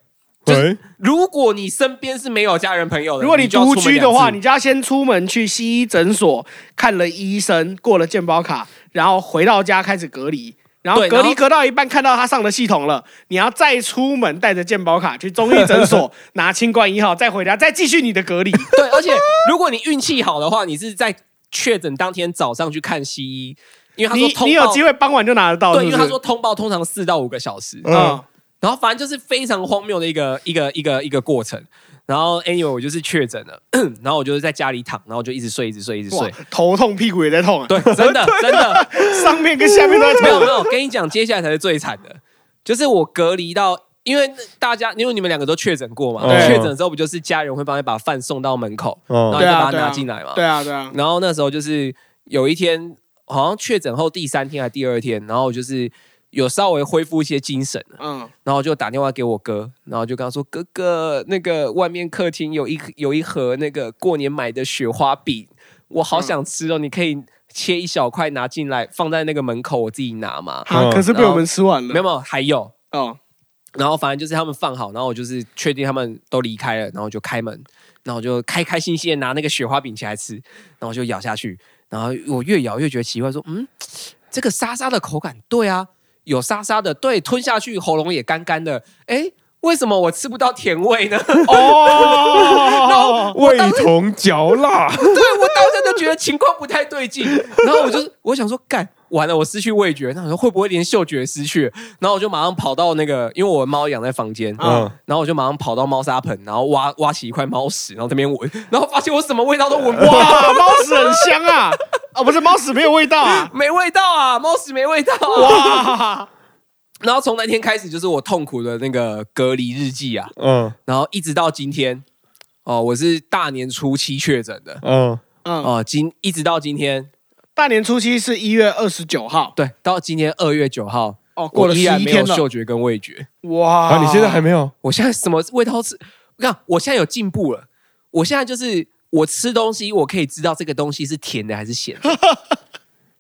Speaker 2: 就是
Speaker 1: 喂，
Speaker 2: 如果你身边是没有家人朋友的，
Speaker 3: 如果你
Speaker 2: 呃就要
Speaker 3: 独
Speaker 2: 出门
Speaker 3: 居的话，
Speaker 2: 两次
Speaker 3: 你就要先出门去西医诊所看了医生，过了健保卡，然后回到家开始隔离。然后
Speaker 2: 对
Speaker 3: 隔
Speaker 2: 然
Speaker 3: 离
Speaker 2: 后
Speaker 3: 隔到一半，看到他上了系统了，你要再出门带着健保卡去中医
Speaker 2: <laughs>
Speaker 3: 诊所拿清冠一号，再回家再继续你的隔离。
Speaker 2: 对，而且如果你运气好的话，你是在确诊当天早上去看西医，因为 <laughs> 他说
Speaker 3: 你
Speaker 2: 通报
Speaker 3: 你有机会傍晚就拿得到，
Speaker 2: 对，
Speaker 3: 哦是
Speaker 2: 因
Speaker 3: 不
Speaker 2: 为
Speaker 3: 是
Speaker 2: 他说通报通常四到五个小时，
Speaker 3: 嗯，
Speaker 2: 然后反正就是非常荒谬的一个一个一个一个过程。然后 anyway 我就是确诊了， <clears throat> 然后我就是在家里躺，然后就一直睡，一直睡，一直
Speaker 3: 哇
Speaker 2: 睡。，
Speaker 3: 头痛屁股也在痛啊，
Speaker 2: 对，真
Speaker 3: <laughs>
Speaker 2: 的真的
Speaker 3: 上面跟下面都
Speaker 2: <laughs>
Speaker 3: 在
Speaker 2: 没有没
Speaker 3: 痛。
Speaker 2: 有，跟你讲，接下来才是最惨的，就是我隔离到，因为大家因为你们两个都确诊过嘛，
Speaker 3: 嗯
Speaker 1: 对
Speaker 2: 确诊之后不就是家人会帮你把饭送到门口，
Speaker 1: 哦
Speaker 2: 然后你
Speaker 3: 对
Speaker 2: 就
Speaker 3: 啊
Speaker 2: 把它
Speaker 3: 对啊
Speaker 2: 拿进来嘛。
Speaker 3: 对啊对啊，
Speaker 2: 然后那时候就是有一天，好像确诊后第三天还第二天，然后我就是有稍微恢复一些精神了，
Speaker 3: 嗯，
Speaker 2: 然后我就打电话给我哥，然后就跟他说：“哥哥，那个外面客厅有一有一盒那个过年买的雪花饼，我好想吃哦，你可以切一小块拿进来，放在那个门口，我自己拿嘛。
Speaker 3: 啊，
Speaker 1: 嗯
Speaker 3: 可是被我们吃完”了。
Speaker 2: 没有没有，还有。 <laughs>
Speaker 3: 哦，
Speaker 2: 然后反正就是他们放好，然后我就是确定他们都离开了，然后我就开门，然后我就开开心心的拿那个雪花饼起来吃，然后我就咬下去，然后我越咬越觉得奇怪，说嗯，这个沙沙的口感，对啊，有沙沙的，对，吞下去喉咙也干干的，哎，为什么我吃不到甜味呢？ <laughs>
Speaker 3: <laughs> 哦，
Speaker 1: 味同嚼
Speaker 3: <laughs>
Speaker 1: 蜡，
Speaker 2: 对我当时就觉得情况不太对劲，然后我就我想说，干完了，我失去味觉，那我说会不会连嗅觉失去？然后我就马上跑到那个，因为我的猫养在房间，
Speaker 1: 嗯
Speaker 2: 然后我就马上跑到猫砂盆，然后挖挖起一块猫屎，然后这边闻，然后发现我什么味道都闻不到，
Speaker 3: 哇，猫屎很香啊！啊，不是猫屎没有味道啊！
Speaker 2: 没味道啊，猫屎没味道、啊。
Speaker 3: 哇，
Speaker 2: 然后从那天开始，就是我痛苦的那个隔离日记啊，
Speaker 1: 嗯
Speaker 2: 然后一直到今天，哦，我是大年初七确诊的，
Speaker 1: 嗯
Speaker 3: 嗯，
Speaker 2: 哦，今一直到今天，
Speaker 3: 大年初七是一月二十九号，
Speaker 2: 对，到今天二月九号，
Speaker 3: 哦，过了
Speaker 2: 我
Speaker 3: 十
Speaker 2: 依然
Speaker 3: 一
Speaker 2: 没有
Speaker 3: 天了。
Speaker 2: 嗅觉跟味觉。
Speaker 3: 哇，
Speaker 1: 啊啊，你现在还没有？
Speaker 2: 我现在什么味道都吃？我看我现在有进步了，我现在就是我吃东西，我可以知道这个东西是甜的还是咸
Speaker 3: <laughs>
Speaker 2: 的。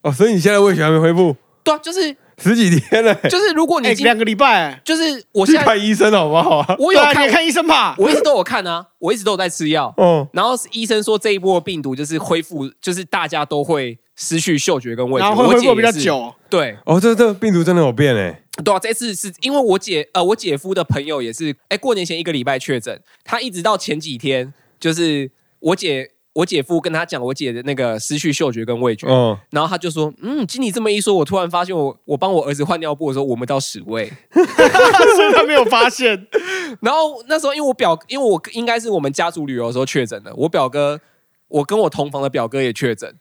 Speaker 1: 哦，所以你现在味觉还没恢复，
Speaker 2: 对啊，就是
Speaker 1: 十几天了、欸，
Speaker 2: 就是，如果你
Speaker 3: <laughs> 哎，
Speaker 2: 今天
Speaker 3: 两个礼拜，
Speaker 2: 就是我
Speaker 1: 去
Speaker 2: 现在
Speaker 1: 看医生好不好啊？
Speaker 2: 我有
Speaker 3: 对啊
Speaker 2: 看
Speaker 3: 你也看医生吧。
Speaker 2: 我一直都有看啊，我一直都有在吃药。
Speaker 1: 哦，
Speaker 2: 然后医生说这一波病毒就是恢复，就是大家都会失去嗅觉跟味觉，
Speaker 3: 然后
Speaker 2: 我
Speaker 3: 会恢
Speaker 2: 姐也
Speaker 3: 复比较
Speaker 2: 是。
Speaker 3: 久，
Speaker 2: 对
Speaker 1: 哦，这这病毒真的有变哎、欸，
Speaker 2: 对啊，这次是因为我姐呃，我姐夫的朋友也是，哎，过年前一个礼拜确诊，他一直到前几天，就是我姐我姐夫跟他讲我姐的那个失去嗅觉跟味觉，
Speaker 1: 哦，
Speaker 2: 然后他就说，嗯，经你这么一说，我突然发现我我帮我儿子换尿布的时候闻不到屎味。
Speaker 3: 所以他没有发现。
Speaker 2: 然后那时候因为我表，因为我应该是我们家族旅游的时候确诊的，我表哥，我跟我同房的表哥也确诊，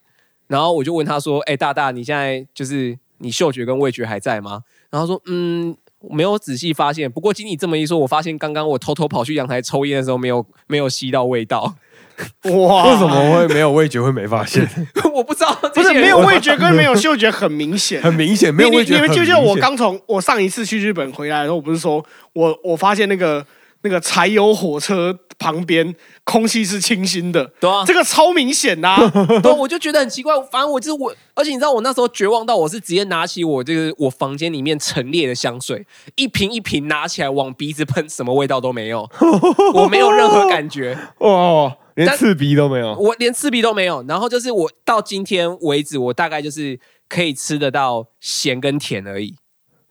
Speaker 2: 然后我就问他说：“哎、大大，你现在就是你嗅觉跟味觉还在吗？”然后他说：“嗯，没有仔细发现，不过经你这么一说，我发现刚刚我偷偷跑去阳台抽烟的时候，没有没有吸到味道， <laughs>
Speaker 3: 哇
Speaker 1: 为什？么会没有味觉会没发
Speaker 3: <laughs>
Speaker 1: 现？
Speaker 2: 我不知道
Speaker 3: 不
Speaker 2: 这
Speaker 3: 是
Speaker 2: 些人
Speaker 3: 没有味觉跟没有嗅觉很明显。
Speaker 1: 很明显，没有
Speaker 3: 你
Speaker 1: 味觉
Speaker 3: 你
Speaker 1: 很
Speaker 3: 们
Speaker 1: 明
Speaker 3: 记
Speaker 1: 显。
Speaker 3: 不记得我刚从我上一次去日本回来的时候，我不是说我我发现那个那个柴油火车旁边空气是清新的，
Speaker 2: 对啊
Speaker 3: 这个超明显啊呐、
Speaker 1: <laughs>
Speaker 2: 对，我就觉得很奇怪。反正我就是我，而且你知道，我那时候绝望到我是直接拿起我这个我房间里面陈列的香水，一瓶一瓶拿起来往鼻子喷，什么味道都没
Speaker 1: <laughs>
Speaker 2: 有，我没有任何感觉，
Speaker 1: 哦，连
Speaker 2: 但
Speaker 1: 刺鼻都没有，
Speaker 2: 我连刺鼻都没有。然后就是我到今天为止，我大概就是可以吃得到咸跟甜而已，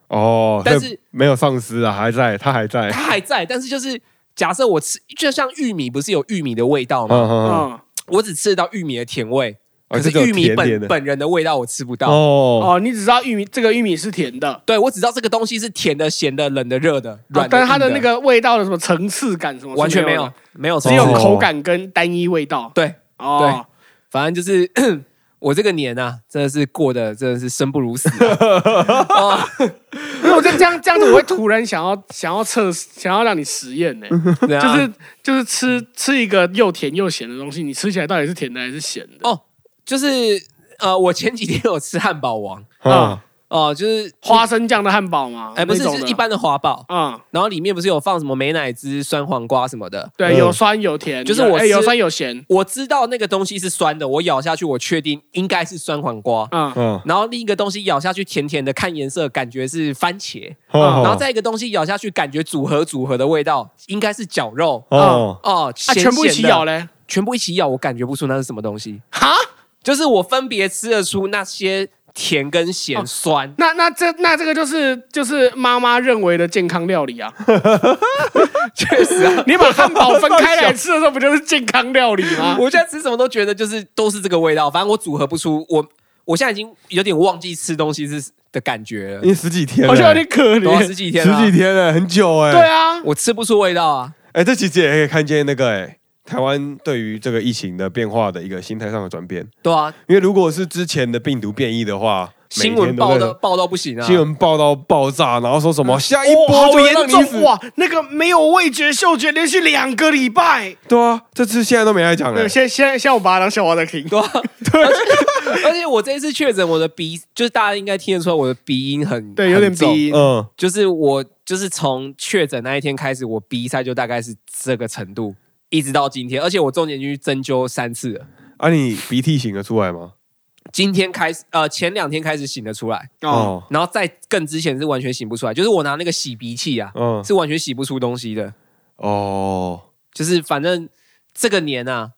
Speaker 1: 哦，
Speaker 2: 但
Speaker 1: 所以
Speaker 2: 是
Speaker 1: 没有丧失啊，还在，他还在，
Speaker 2: 它还在。但是就是假设我吃，就像玉米不是有玉米的味道
Speaker 1: 嗯
Speaker 2: 吗？
Speaker 1: 嗯嗯，
Speaker 3: 嗯，
Speaker 2: 我只吃得到玉米的甜味，
Speaker 1: 哦
Speaker 2: 可是
Speaker 1: 这个有
Speaker 2: 玉米
Speaker 1: 甜
Speaker 2: 本
Speaker 1: 点的
Speaker 2: 本人的味道我吃不到。
Speaker 1: 哦，
Speaker 3: 哦，你只知道玉米这个玉米是甜的，
Speaker 2: 对，我只知道这个东西是甜的、咸的、冷的、热的、软的、
Speaker 3: 啊但是它的
Speaker 2: 硬
Speaker 3: 那个味道的什么层次感什么是
Speaker 2: 完全没
Speaker 3: 的
Speaker 2: 有，，没有
Speaker 1: 只
Speaker 3: 只有
Speaker 2: 层次
Speaker 3: 口感跟单一味道。
Speaker 2: 对，
Speaker 3: 哦，
Speaker 2: 反正就是 <coughs> 我这个年啊，真的是过得真的是生不如死啊、
Speaker 3: <laughs>
Speaker 2: 哦
Speaker 3: 因为我这这样这样子，我会突然想要想要测试，想要让你实验呢、
Speaker 2: 对啊
Speaker 3: 就是就是吃吃一个又甜又咸的东西，你吃起来到底是甜的还是咸的？
Speaker 2: 哦，就是呃，我前几天有吃汉堡王
Speaker 1: 啊，
Speaker 2: 哦、就是
Speaker 3: 花生酱的汉堡吗？
Speaker 2: 哎、不是，
Speaker 3: 那
Speaker 2: 就
Speaker 3: 种
Speaker 2: 是
Speaker 3: 的
Speaker 2: 一般的华堡，
Speaker 3: 啊、
Speaker 2: 然后里面不是有放什么美乃滋、酸黄瓜什么的。
Speaker 3: 对，
Speaker 1: 嗯
Speaker 3: 有酸有甜，
Speaker 2: 就是
Speaker 3: 有
Speaker 2: 我
Speaker 3: 哎
Speaker 2: 吃
Speaker 3: 有酸有咸，
Speaker 2: 我知道那个东西是酸的，我咬下去，我确定应该是酸黄瓜。
Speaker 3: 啊、
Speaker 1: 嗯，
Speaker 2: 然后另一个东西咬下去甜甜的，看颜色感觉是番茄。
Speaker 1: 哦
Speaker 2: 然后再一个东西咬下去，感觉组合组合的味道应该是绞肉
Speaker 1: 哦，
Speaker 2: 哦，
Speaker 3: 啊，
Speaker 2: 咸
Speaker 3: 全部一起咬
Speaker 2: 了，
Speaker 3: 嘞，
Speaker 2: 全部一起咬，我感觉不出那是什么东西，
Speaker 3: 哈，
Speaker 2: 就是我分别吃得出那些甜跟咸、
Speaker 3: 哦
Speaker 2: 酸，
Speaker 3: 那那这那这个就是就是妈妈认为的健康料理 <laughs> 啊，
Speaker 2: 确实啊，
Speaker 3: 你把汉堡分开来吃的时候，不就是健康料理吗？
Speaker 2: 我现在吃什么都觉得就是都是这个味道，反正我组合不出，我我现在已经有点忘记吃东西是的感觉了，
Speaker 1: 你十几天了，欸
Speaker 3: 好像有点可
Speaker 2: 都要十
Speaker 3: 怜。
Speaker 2: 几天了、啊
Speaker 1: 十几天了，很久哎，
Speaker 3: 对，啊，
Speaker 2: 我吃不出味道啊，
Speaker 1: 哎，这其实也可以看见那个哎，台湾对于这个疫情的变化的一个心态上的转变，
Speaker 2: 对啊，
Speaker 1: 因为如果是之前的病毒变异的话，每
Speaker 2: 新
Speaker 1: 天
Speaker 2: 闻
Speaker 1: 都
Speaker 2: 报
Speaker 1: 在
Speaker 2: 的报到不行啊，
Speaker 1: 新闻报到爆炸，然后说什么下一
Speaker 3: 哦，
Speaker 1: 波
Speaker 3: 好
Speaker 1: 就会
Speaker 3: 严
Speaker 1: 让你
Speaker 3: 重
Speaker 1: 死，
Speaker 3: 哇！那个没有味觉、嗅觉，连续两个礼拜。
Speaker 1: 对啊，这次现在都没来讲了欸
Speaker 3: 对，，现在现在现在我把它当笑话在听。
Speaker 2: 对、啊，而且而 <laughs> 且我这一次确诊，我的鼻就是大家应该听得出来，我的鼻音很
Speaker 3: 对，有点
Speaker 2: 很重
Speaker 3: 鼻音。
Speaker 1: 嗯，
Speaker 2: 就是我就是从确诊那一天开始，我鼻塞就大概是这个程度，一直到今天，而且我重点去针灸三次了。
Speaker 1: 啊，你鼻涕醒得出来吗？
Speaker 2: 今天开始，呃，前两天开始醒得出来，
Speaker 3: 哦，
Speaker 1: 哦，
Speaker 2: 然后在更之前是完全醒不出来，就是我拿那个洗鼻器啊，
Speaker 1: 嗯，
Speaker 2: 是完全洗不出东西的。
Speaker 1: 哦，
Speaker 2: 就是反正这个年啊，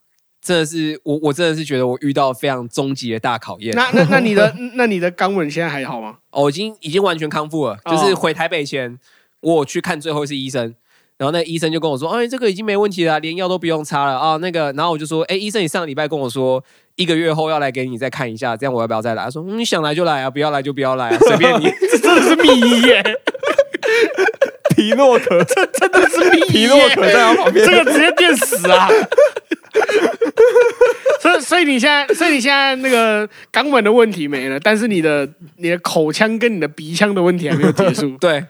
Speaker 2: 真的是我我真的是觉得我遇到非常终极的大考验。
Speaker 3: 那 <laughs> 那那你的那你的肛吻现在还好吗？
Speaker 2: 哦，已经已经完全康复了。
Speaker 3: 哦
Speaker 2: 就是回台北前，我有去看最后一次医生，然后那医生就跟我说：“哎，这个已经没问题了，连药都不用擦了啊。”那个，然后我就说：“哎，医生，你上个礼拜跟我说一个月后要来给你再看一下，这样我要不要再来？”他说：“嗯、你想来就来啊，不要来就不要来
Speaker 3: <laughs>
Speaker 2: 啊，随便你。。
Speaker 3: 这真的是秘医耶，
Speaker 1: <laughs> 皮诺可，
Speaker 3: 真的是秘医
Speaker 1: 皮
Speaker 3: 耶
Speaker 1: 诺可在他旁边，
Speaker 3: 这个直接电死啊！所以所以你现在所以你现在那个肛吻的问题没了，但是你的你的口腔跟你的鼻腔的问题还没有结束
Speaker 1: <laughs>
Speaker 2: 对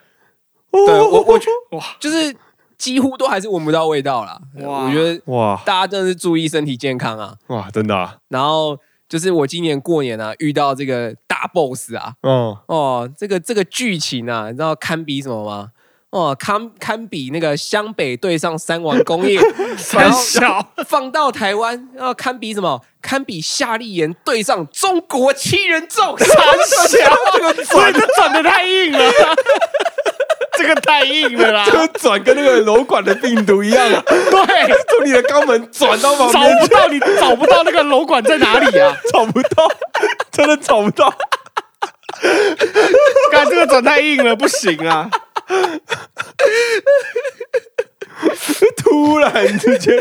Speaker 1: 对
Speaker 2: 对，我我觉
Speaker 3: 哇
Speaker 2: 就是几乎都还是闻不到味道啦。
Speaker 3: 哇
Speaker 2: 我觉得
Speaker 1: 哇
Speaker 2: 大家真的是注意身体健康啊。
Speaker 1: 哇，真的啊，
Speaker 2: 然后就是我今年过年啊，遇到这个大 boss 啊，
Speaker 1: 嗯，
Speaker 2: 哦，这个这个剧情啊，你知道堪比什么吗？哦，堪堪比那个湘北对上三王工
Speaker 1: <laughs>
Speaker 2: 业，然
Speaker 3: 三
Speaker 2: 后
Speaker 3: 小，
Speaker 2: 放到台湾，然后堪比什么？堪比夏立言对上中国七人众，
Speaker 3: 三小，所以这转的太硬了，啊这个太硬了啦，
Speaker 1: 就转跟那个瘘管的病毒一样 <laughs> 啊，
Speaker 3: 对，
Speaker 1: 从你的肛门转到旁
Speaker 3: 找
Speaker 1: 边
Speaker 3: 不到你找不到那个楼管在哪里啊？
Speaker 1: 找不到， <laughs> 真的找不到。
Speaker 3: 干这个转太硬了，不行啊！
Speaker 1: 突然之间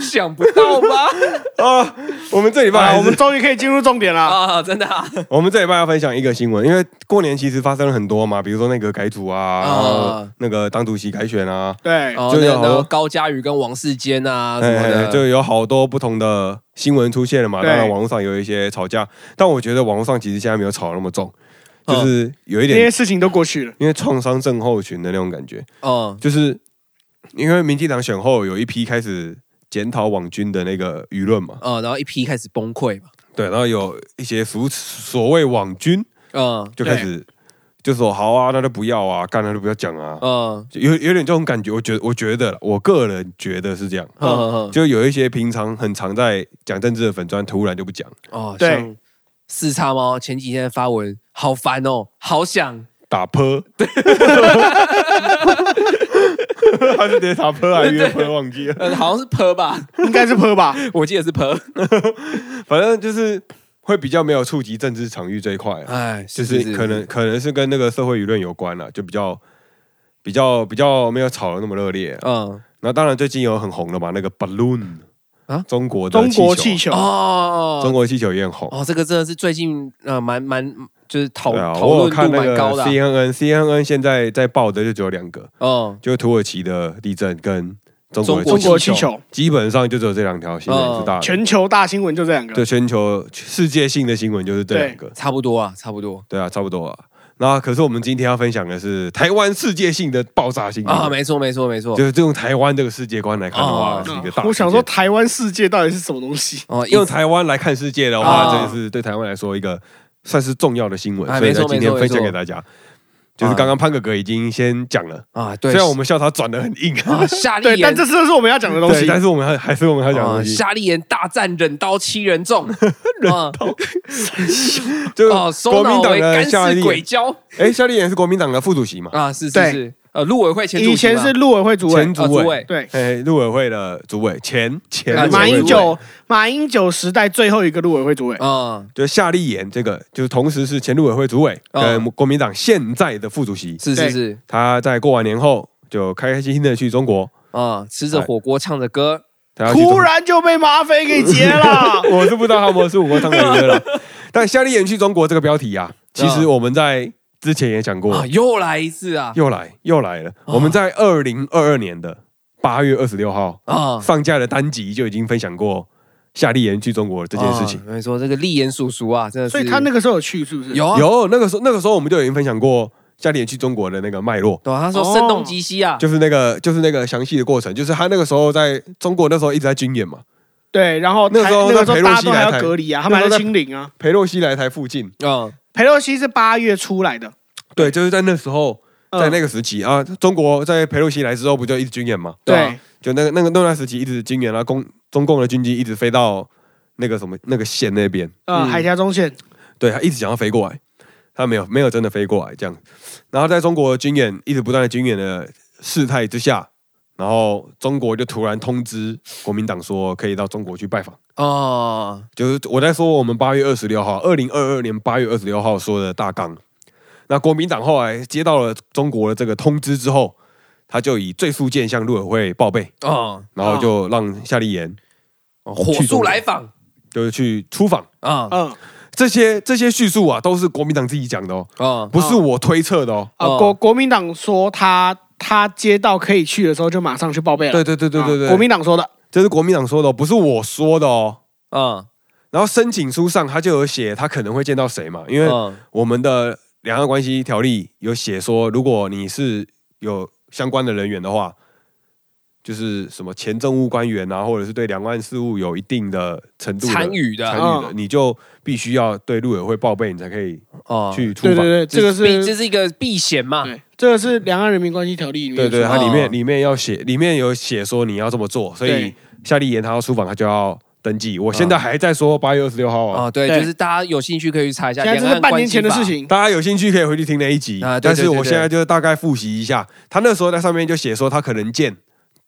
Speaker 2: 想不到吧？
Speaker 1: <laughs> 啊，我们这礼拜还
Speaker 3: 啊，
Speaker 1: 是
Speaker 3: 我们终于可以进入重点
Speaker 1: 哦
Speaker 3: 了。
Speaker 2: 啊，真的啊，
Speaker 1: 我们这礼拜要分享一个新闻，因为过年其实发生了很多嘛，比如说那个改组啊，然后那个党主席改选啊，
Speaker 3: 对，
Speaker 2: 哦，
Speaker 1: 就
Speaker 2: 那
Speaker 1: 有
Speaker 2: 个那个高佳宇跟王世坚啊什么
Speaker 1: 哎，
Speaker 2: 的，
Speaker 1: 就有好多不同的新闻出现了嘛。
Speaker 3: 对
Speaker 1: 当然网络上有一些吵架，但我觉得网络上其实现在没有吵得那么重，
Speaker 2: 嗯
Speaker 1: 就是有一
Speaker 3: 那
Speaker 1: 点
Speaker 3: 些事情都过去了。
Speaker 1: 因为创伤症候群的那种感觉，
Speaker 2: 嗯，
Speaker 1: 就是因为民进党选后有一批开始检讨网军的那个舆论嘛，
Speaker 2: 呃，然后一批开始崩溃嘛，
Speaker 1: 对，然后有一些所所谓网军
Speaker 2: 嗯
Speaker 1: 就开始就说好啊，那就不要啊，干那就不要讲啊，
Speaker 2: 嗯
Speaker 1: 有有点这种感觉，我觉得我觉得啦我个人觉得是这样，
Speaker 2: 嗯嗯，
Speaker 1: 就有一些平常很常在讲政治的粉砖，突然就不讲，
Speaker 2: 哦，
Speaker 3: 对
Speaker 2: 像四叉猫前几天发文，好烦哦，好想
Speaker 1: 打 E 泼， <laughs> 他是直接打 E 泼还是约泼忘记了，
Speaker 2: 呃，好像是泼吧， <laughs>
Speaker 3: 应该是泼
Speaker 1: <laughs>
Speaker 3: 吧？
Speaker 2: 我记得是泼。
Speaker 1: 反正就是会比较没有触及政治场域这一块啊，
Speaker 2: <laughs> 哎，
Speaker 1: 就是可能可能是跟那个社会舆论有关了，就比较比较比较没有吵得那么热烈啊。
Speaker 2: 嗯
Speaker 1: 那当然最近有很红的嘛，那个 balloon
Speaker 2: 啊
Speaker 1: 中国的
Speaker 3: 中国气
Speaker 1: 气球，
Speaker 3: 球，
Speaker 2: 哦，
Speaker 1: 中国气球也很红。
Speaker 2: 哦，这个真的是最近呃，蛮蛮就是讨
Speaker 1: 对啊，
Speaker 2: 讨
Speaker 1: 我有
Speaker 2: 论
Speaker 1: 看
Speaker 2: 度
Speaker 1: 那
Speaker 2: 蛮
Speaker 1: 个
Speaker 2: 高的啊。
Speaker 1: CNN，CNN 现在在报的就只有两个，
Speaker 2: 嗯
Speaker 1: 就土耳其的地震跟中国的
Speaker 3: 中
Speaker 1: 地震
Speaker 3: 国气球，
Speaker 1: 基本上就只有这两条新闻是大的。
Speaker 3: 全球大新闻就这两个。
Speaker 1: 啊对全球世界性的新闻就是这两个，
Speaker 2: 差不多啊，差不多
Speaker 1: 对啊，差不多啊。那可是我们今天要分享的是台湾世界性的爆炸新闻
Speaker 2: 啊，没错没错没错
Speaker 1: 嗯就。是这种台湾这个世界观来看的话，
Speaker 2: 哦
Speaker 1: 啊是一个大。
Speaker 3: 我想说，，台湾世界到底是什么东西？
Speaker 2: 哦，
Speaker 1: 用
Speaker 2: 又
Speaker 1: 台湾来看世界的话，
Speaker 3: 啊
Speaker 1: 这是对台湾来说一个算是重要的新闻，
Speaker 2: 啊
Speaker 1: 所以在
Speaker 2: 没错
Speaker 1: 今天
Speaker 2: 没错
Speaker 1: 分享给大家。就是刚刚潘哥哥已经先讲了，
Speaker 2: 啊，对，
Speaker 1: 虽然我们笑他转的很硬， <laughs>
Speaker 2: 啊，夏
Speaker 3: 对
Speaker 2: 立，
Speaker 3: 但
Speaker 2: 言
Speaker 3: 这就是我们要讲的东
Speaker 1: 对，
Speaker 3: 西。
Speaker 1: 但是我们还还是我们还讲的
Speaker 2: 啊，
Speaker 1: 东西，
Speaker 2: 夏立言大战忍刀七人众，
Speaker 1: <laughs>
Speaker 2: 忍刀
Speaker 1: 就是
Speaker 2: 哦，
Speaker 1: 国
Speaker 2: 收
Speaker 1: 民
Speaker 2: 脑
Speaker 1: 党
Speaker 2: 为
Speaker 1: 的
Speaker 2: 干
Speaker 1: 夏
Speaker 2: 事
Speaker 1: 立
Speaker 2: 鬼
Speaker 1: 言，
Speaker 2: 交
Speaker 1: 哎，夏立言是国民党的副主席嘛，
Speaker 2: 啊，是是
Speaker 3: 对
Speaker 2: 是，呃，陆委会前主席
Speaker 3: 以前
Speaker 2: 嘛
Speaker 3: 是陆委会主委
Speaker 1: 前，
Speaker 2: 啊
Speaker 1: 主
Speaker 2: 主
Speaker 1: 委，
Speaker 3: 对，
Speaker 1: 哎，陆委会的主委，前前
Speaker 2: 啊
Speaker 1: 陆委
Speaker 3: 马
Speaker 1: 会
Speaker 3: 英
Speaker 1: 主委
Speaker 3: 九马英九时代最后一个陆委会主委。
Speaker 2: 啊，
Speaker 1: 就是夏立言这个，就是同时是前陆委会主委
Speaker 2: 啊
Speaker 1: 跟国民党现在的副主席，
Speaker 2: 是是
Speaker 3: 对
Speaker 2: 是
Speaker 1: 他在过完年后就开开心心的去中国，
Speaker 2: 啊，吃
Speaker 1: 哎
Speaker 2: 着火锅唱着歌，
Speaker 1: 他要去
Speaker 2: <laughs>
Speaker 1: 中
Speaker 3: 突然就被马匪给劫了
Speaker 1: <laughs> ，我是不知道他们是我唱的歌了，
Speaker 2: <laughs>
Speaker 1: 但夏立言去中国这个标题啊，其实我们在之前也讲过，
Speaker 2: 啊，又来一次啊
Speaker 1: 又来又来了。
Speaker 2: 啊
Speaker 1: 我们在二零二二年的八月二十六号
Speaker 2: 啊，
Speaker 1: 上架的单集就已经分享过夏立言去中国这件事情
Speaker 2: 啊。没错，这个立言叔叔啊，真的是，
Speaker 3: <laughs> 所以他那个时候有去，是不是？
Speaker 2: 有啊，
Speaker 1: 有那个时候，那个时候我们就已经分享过夏立言去中国的那个脉络，
Speaker 2: 对啊，他
Speaker 3: 哦
Speaker 2: 说声东击西啊，
Speaker 1: 就是那个就是那个详细的过程，就是他那个时候在中国那时候一直在军演嘛，
Speaker 3: 对，然后
Speaker 1: 那个时候
Speaker 3: 台那个时
Speaker 1: 在
Speaker 3: 候
Speaker 1: 裴
Speaker 3: 大
Speaker 1: 洛
Speaker 3: 家
Speaker 1: 西
Speaker 3: 都还
Speaker 1: 来台
Speaker 3: 要隔离啊，他们
Speaker 1: 那
Speaker 3: 还
Speaker 1: 时候
Speaker 3: 在
Speaker 1: 在
Speaker 3: 清零啊。
Speaker 1: 裴洛西来台附近，
Speaker 2: 嗯
Speaker 3: 裴洛西是八月出来的，
Speaker 1: 对，就是在那时候。
Speaker 3: 嗯
Speaker 1: 在那个时期啊，中国在裴洛西来之后，不就一直军演嘛？
Speaker 2: 对啊
Speaker 3: 对，
Speaker 1: 就那个那个那段时期一直军演，然后共中共的军机一直飞到那个什么那个县那边，
Speaker 3: 呃，海峡中线，
Speaker 1: 对他一直想要飞过来，他没有没有真的飞过来这样。然后在中国军演一直不断的军演的事态之下，然后中国就突然通知国民党说可以到中国去拜访。
Speaker 2: 哦，
Speaker 1: 就是我在说我们八月二十六号，二零二二年八月二十六号说的大纲。那国民党后来接到了中国的这个通知之后，他就以最速件向陆委会报备，
Speaker 2: 哦，
Speaker 1: 然后就让夏立言
Speaker 3: 哦
Speaker 2: 火
Speaker 1: 去中
Speaker 2: 速
Speaker 1: 国
Speaker 2: 来访
Speaker 1: 就是去出访。
Speaker 2: 啊
Speaker 3: 嗯，
Speaker 1: 这些这些叙述啊，都是国民党自己讲的哦，
Speaker 2: 啊
Speaker 1: 不是我推测的哦。
Speaker 3: 啊
Speaker 2: 哦，
Speaker 3: 国国民党说他他接到可以去的时候就马上去报备了。
Speaker 1: 对对对对对对，
Speaker 3: 啊国民党说的。
Speaker 1: 这是国民党说的、哦，不是我说的哦。
Speaker 2: 啊
Speaker 1: 然后申请书上他就有写他可能会见到谁嘛，因为
Speaker 2: 嗯
Speaker 1: 我们的两岸关系条例有写说，如果你是有相关的人员的话，就是什么前政务官员啊，或者是对两岸事务有一定的程度的
Speaker 2: 参与的
Speaker 1: 参与的，
Speaker 3: 嗯
Speaker 1: 你就必须要对陆委会报备，你才可以
Speaker 2: 哦，
Speaker 1: 去出
Speaker 3: 对
Speaker 1: 访。
Speaker 3: 对对，这个
Speaker 2: 必这
Speaker 3: 是
Speaker 2: 是一个避险嘛，
Speaker 3: 对这个是《两岸人民关系条例》里面
Speaker 1: 啊对对，
Speaker 3: 说
Speaker 1: 它
Speaker 3: 的
Speaker 1: 里
Speaker 2: 哦
Speaker 1: 面里面要写，里面有写说你要这么做，所以
Speaker 3: 对
Speaker 1: 夏立言他要出访，他就要登记。我现在还在说八月二十六号啊，
Speaker 2: 哦，对，
Speaker 3: 对
Speaker 2: 就是大家有兴趣可以去查一下。
Speaker 3: 现在这
Speaker 2: 两
Speaker 3: 是
Speaker 2: 岸
Speaker 3: 半
Speaker 2: 关
Speaker 3: 年
Speaker 2: 系
Speaker 3: 前的
Speaker 2: 法
Speaker 3: 事。情。
Speaker 1: 大家有兴趣可以回去听那一集
Speaker 2: 啊对
Speaker 1: 但是
Speaker 2: 对对
Speaker 1: 我现在就大概复习一下，他那时候在上面就写说他可能见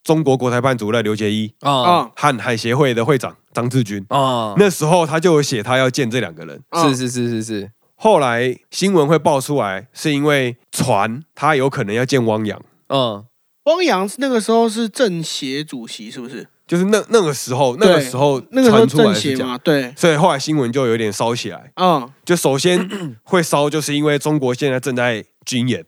Speaker 1: 中国国台办主任刘杰一
Speaker 2: 哦
Speaker 3: 啊
Speaker 1: 和海协会的会长张志军。
Speaker 2: 哦，
Speaker 1: 那时候他就有写他要见这两个人。
Speaker 3: 嗯
Speaker 2: 是是是是是，
Speaker 1: 后来新闻会爆出来，是因为传他有可能要见汪洋，
Speaker 2: 嗯，
Speaker 3: 汪洋那个时候是政协主席，是不是？
Speaker 1: 就是那那个时候那个时候
Speaker 3: 那个时候
Speaker 1: 传出来
Speaker 3: 政
Speaker 1: 是
Speaker 3: 协
Speaker 1: 这样，
Speaker 3: 嘛，对，
Speaker 1: 所以后来新闻就有点烧起来。
Speaker 3: 嗯，
Speaker 1: 就首先会烧，就是因为中国现在正在军演，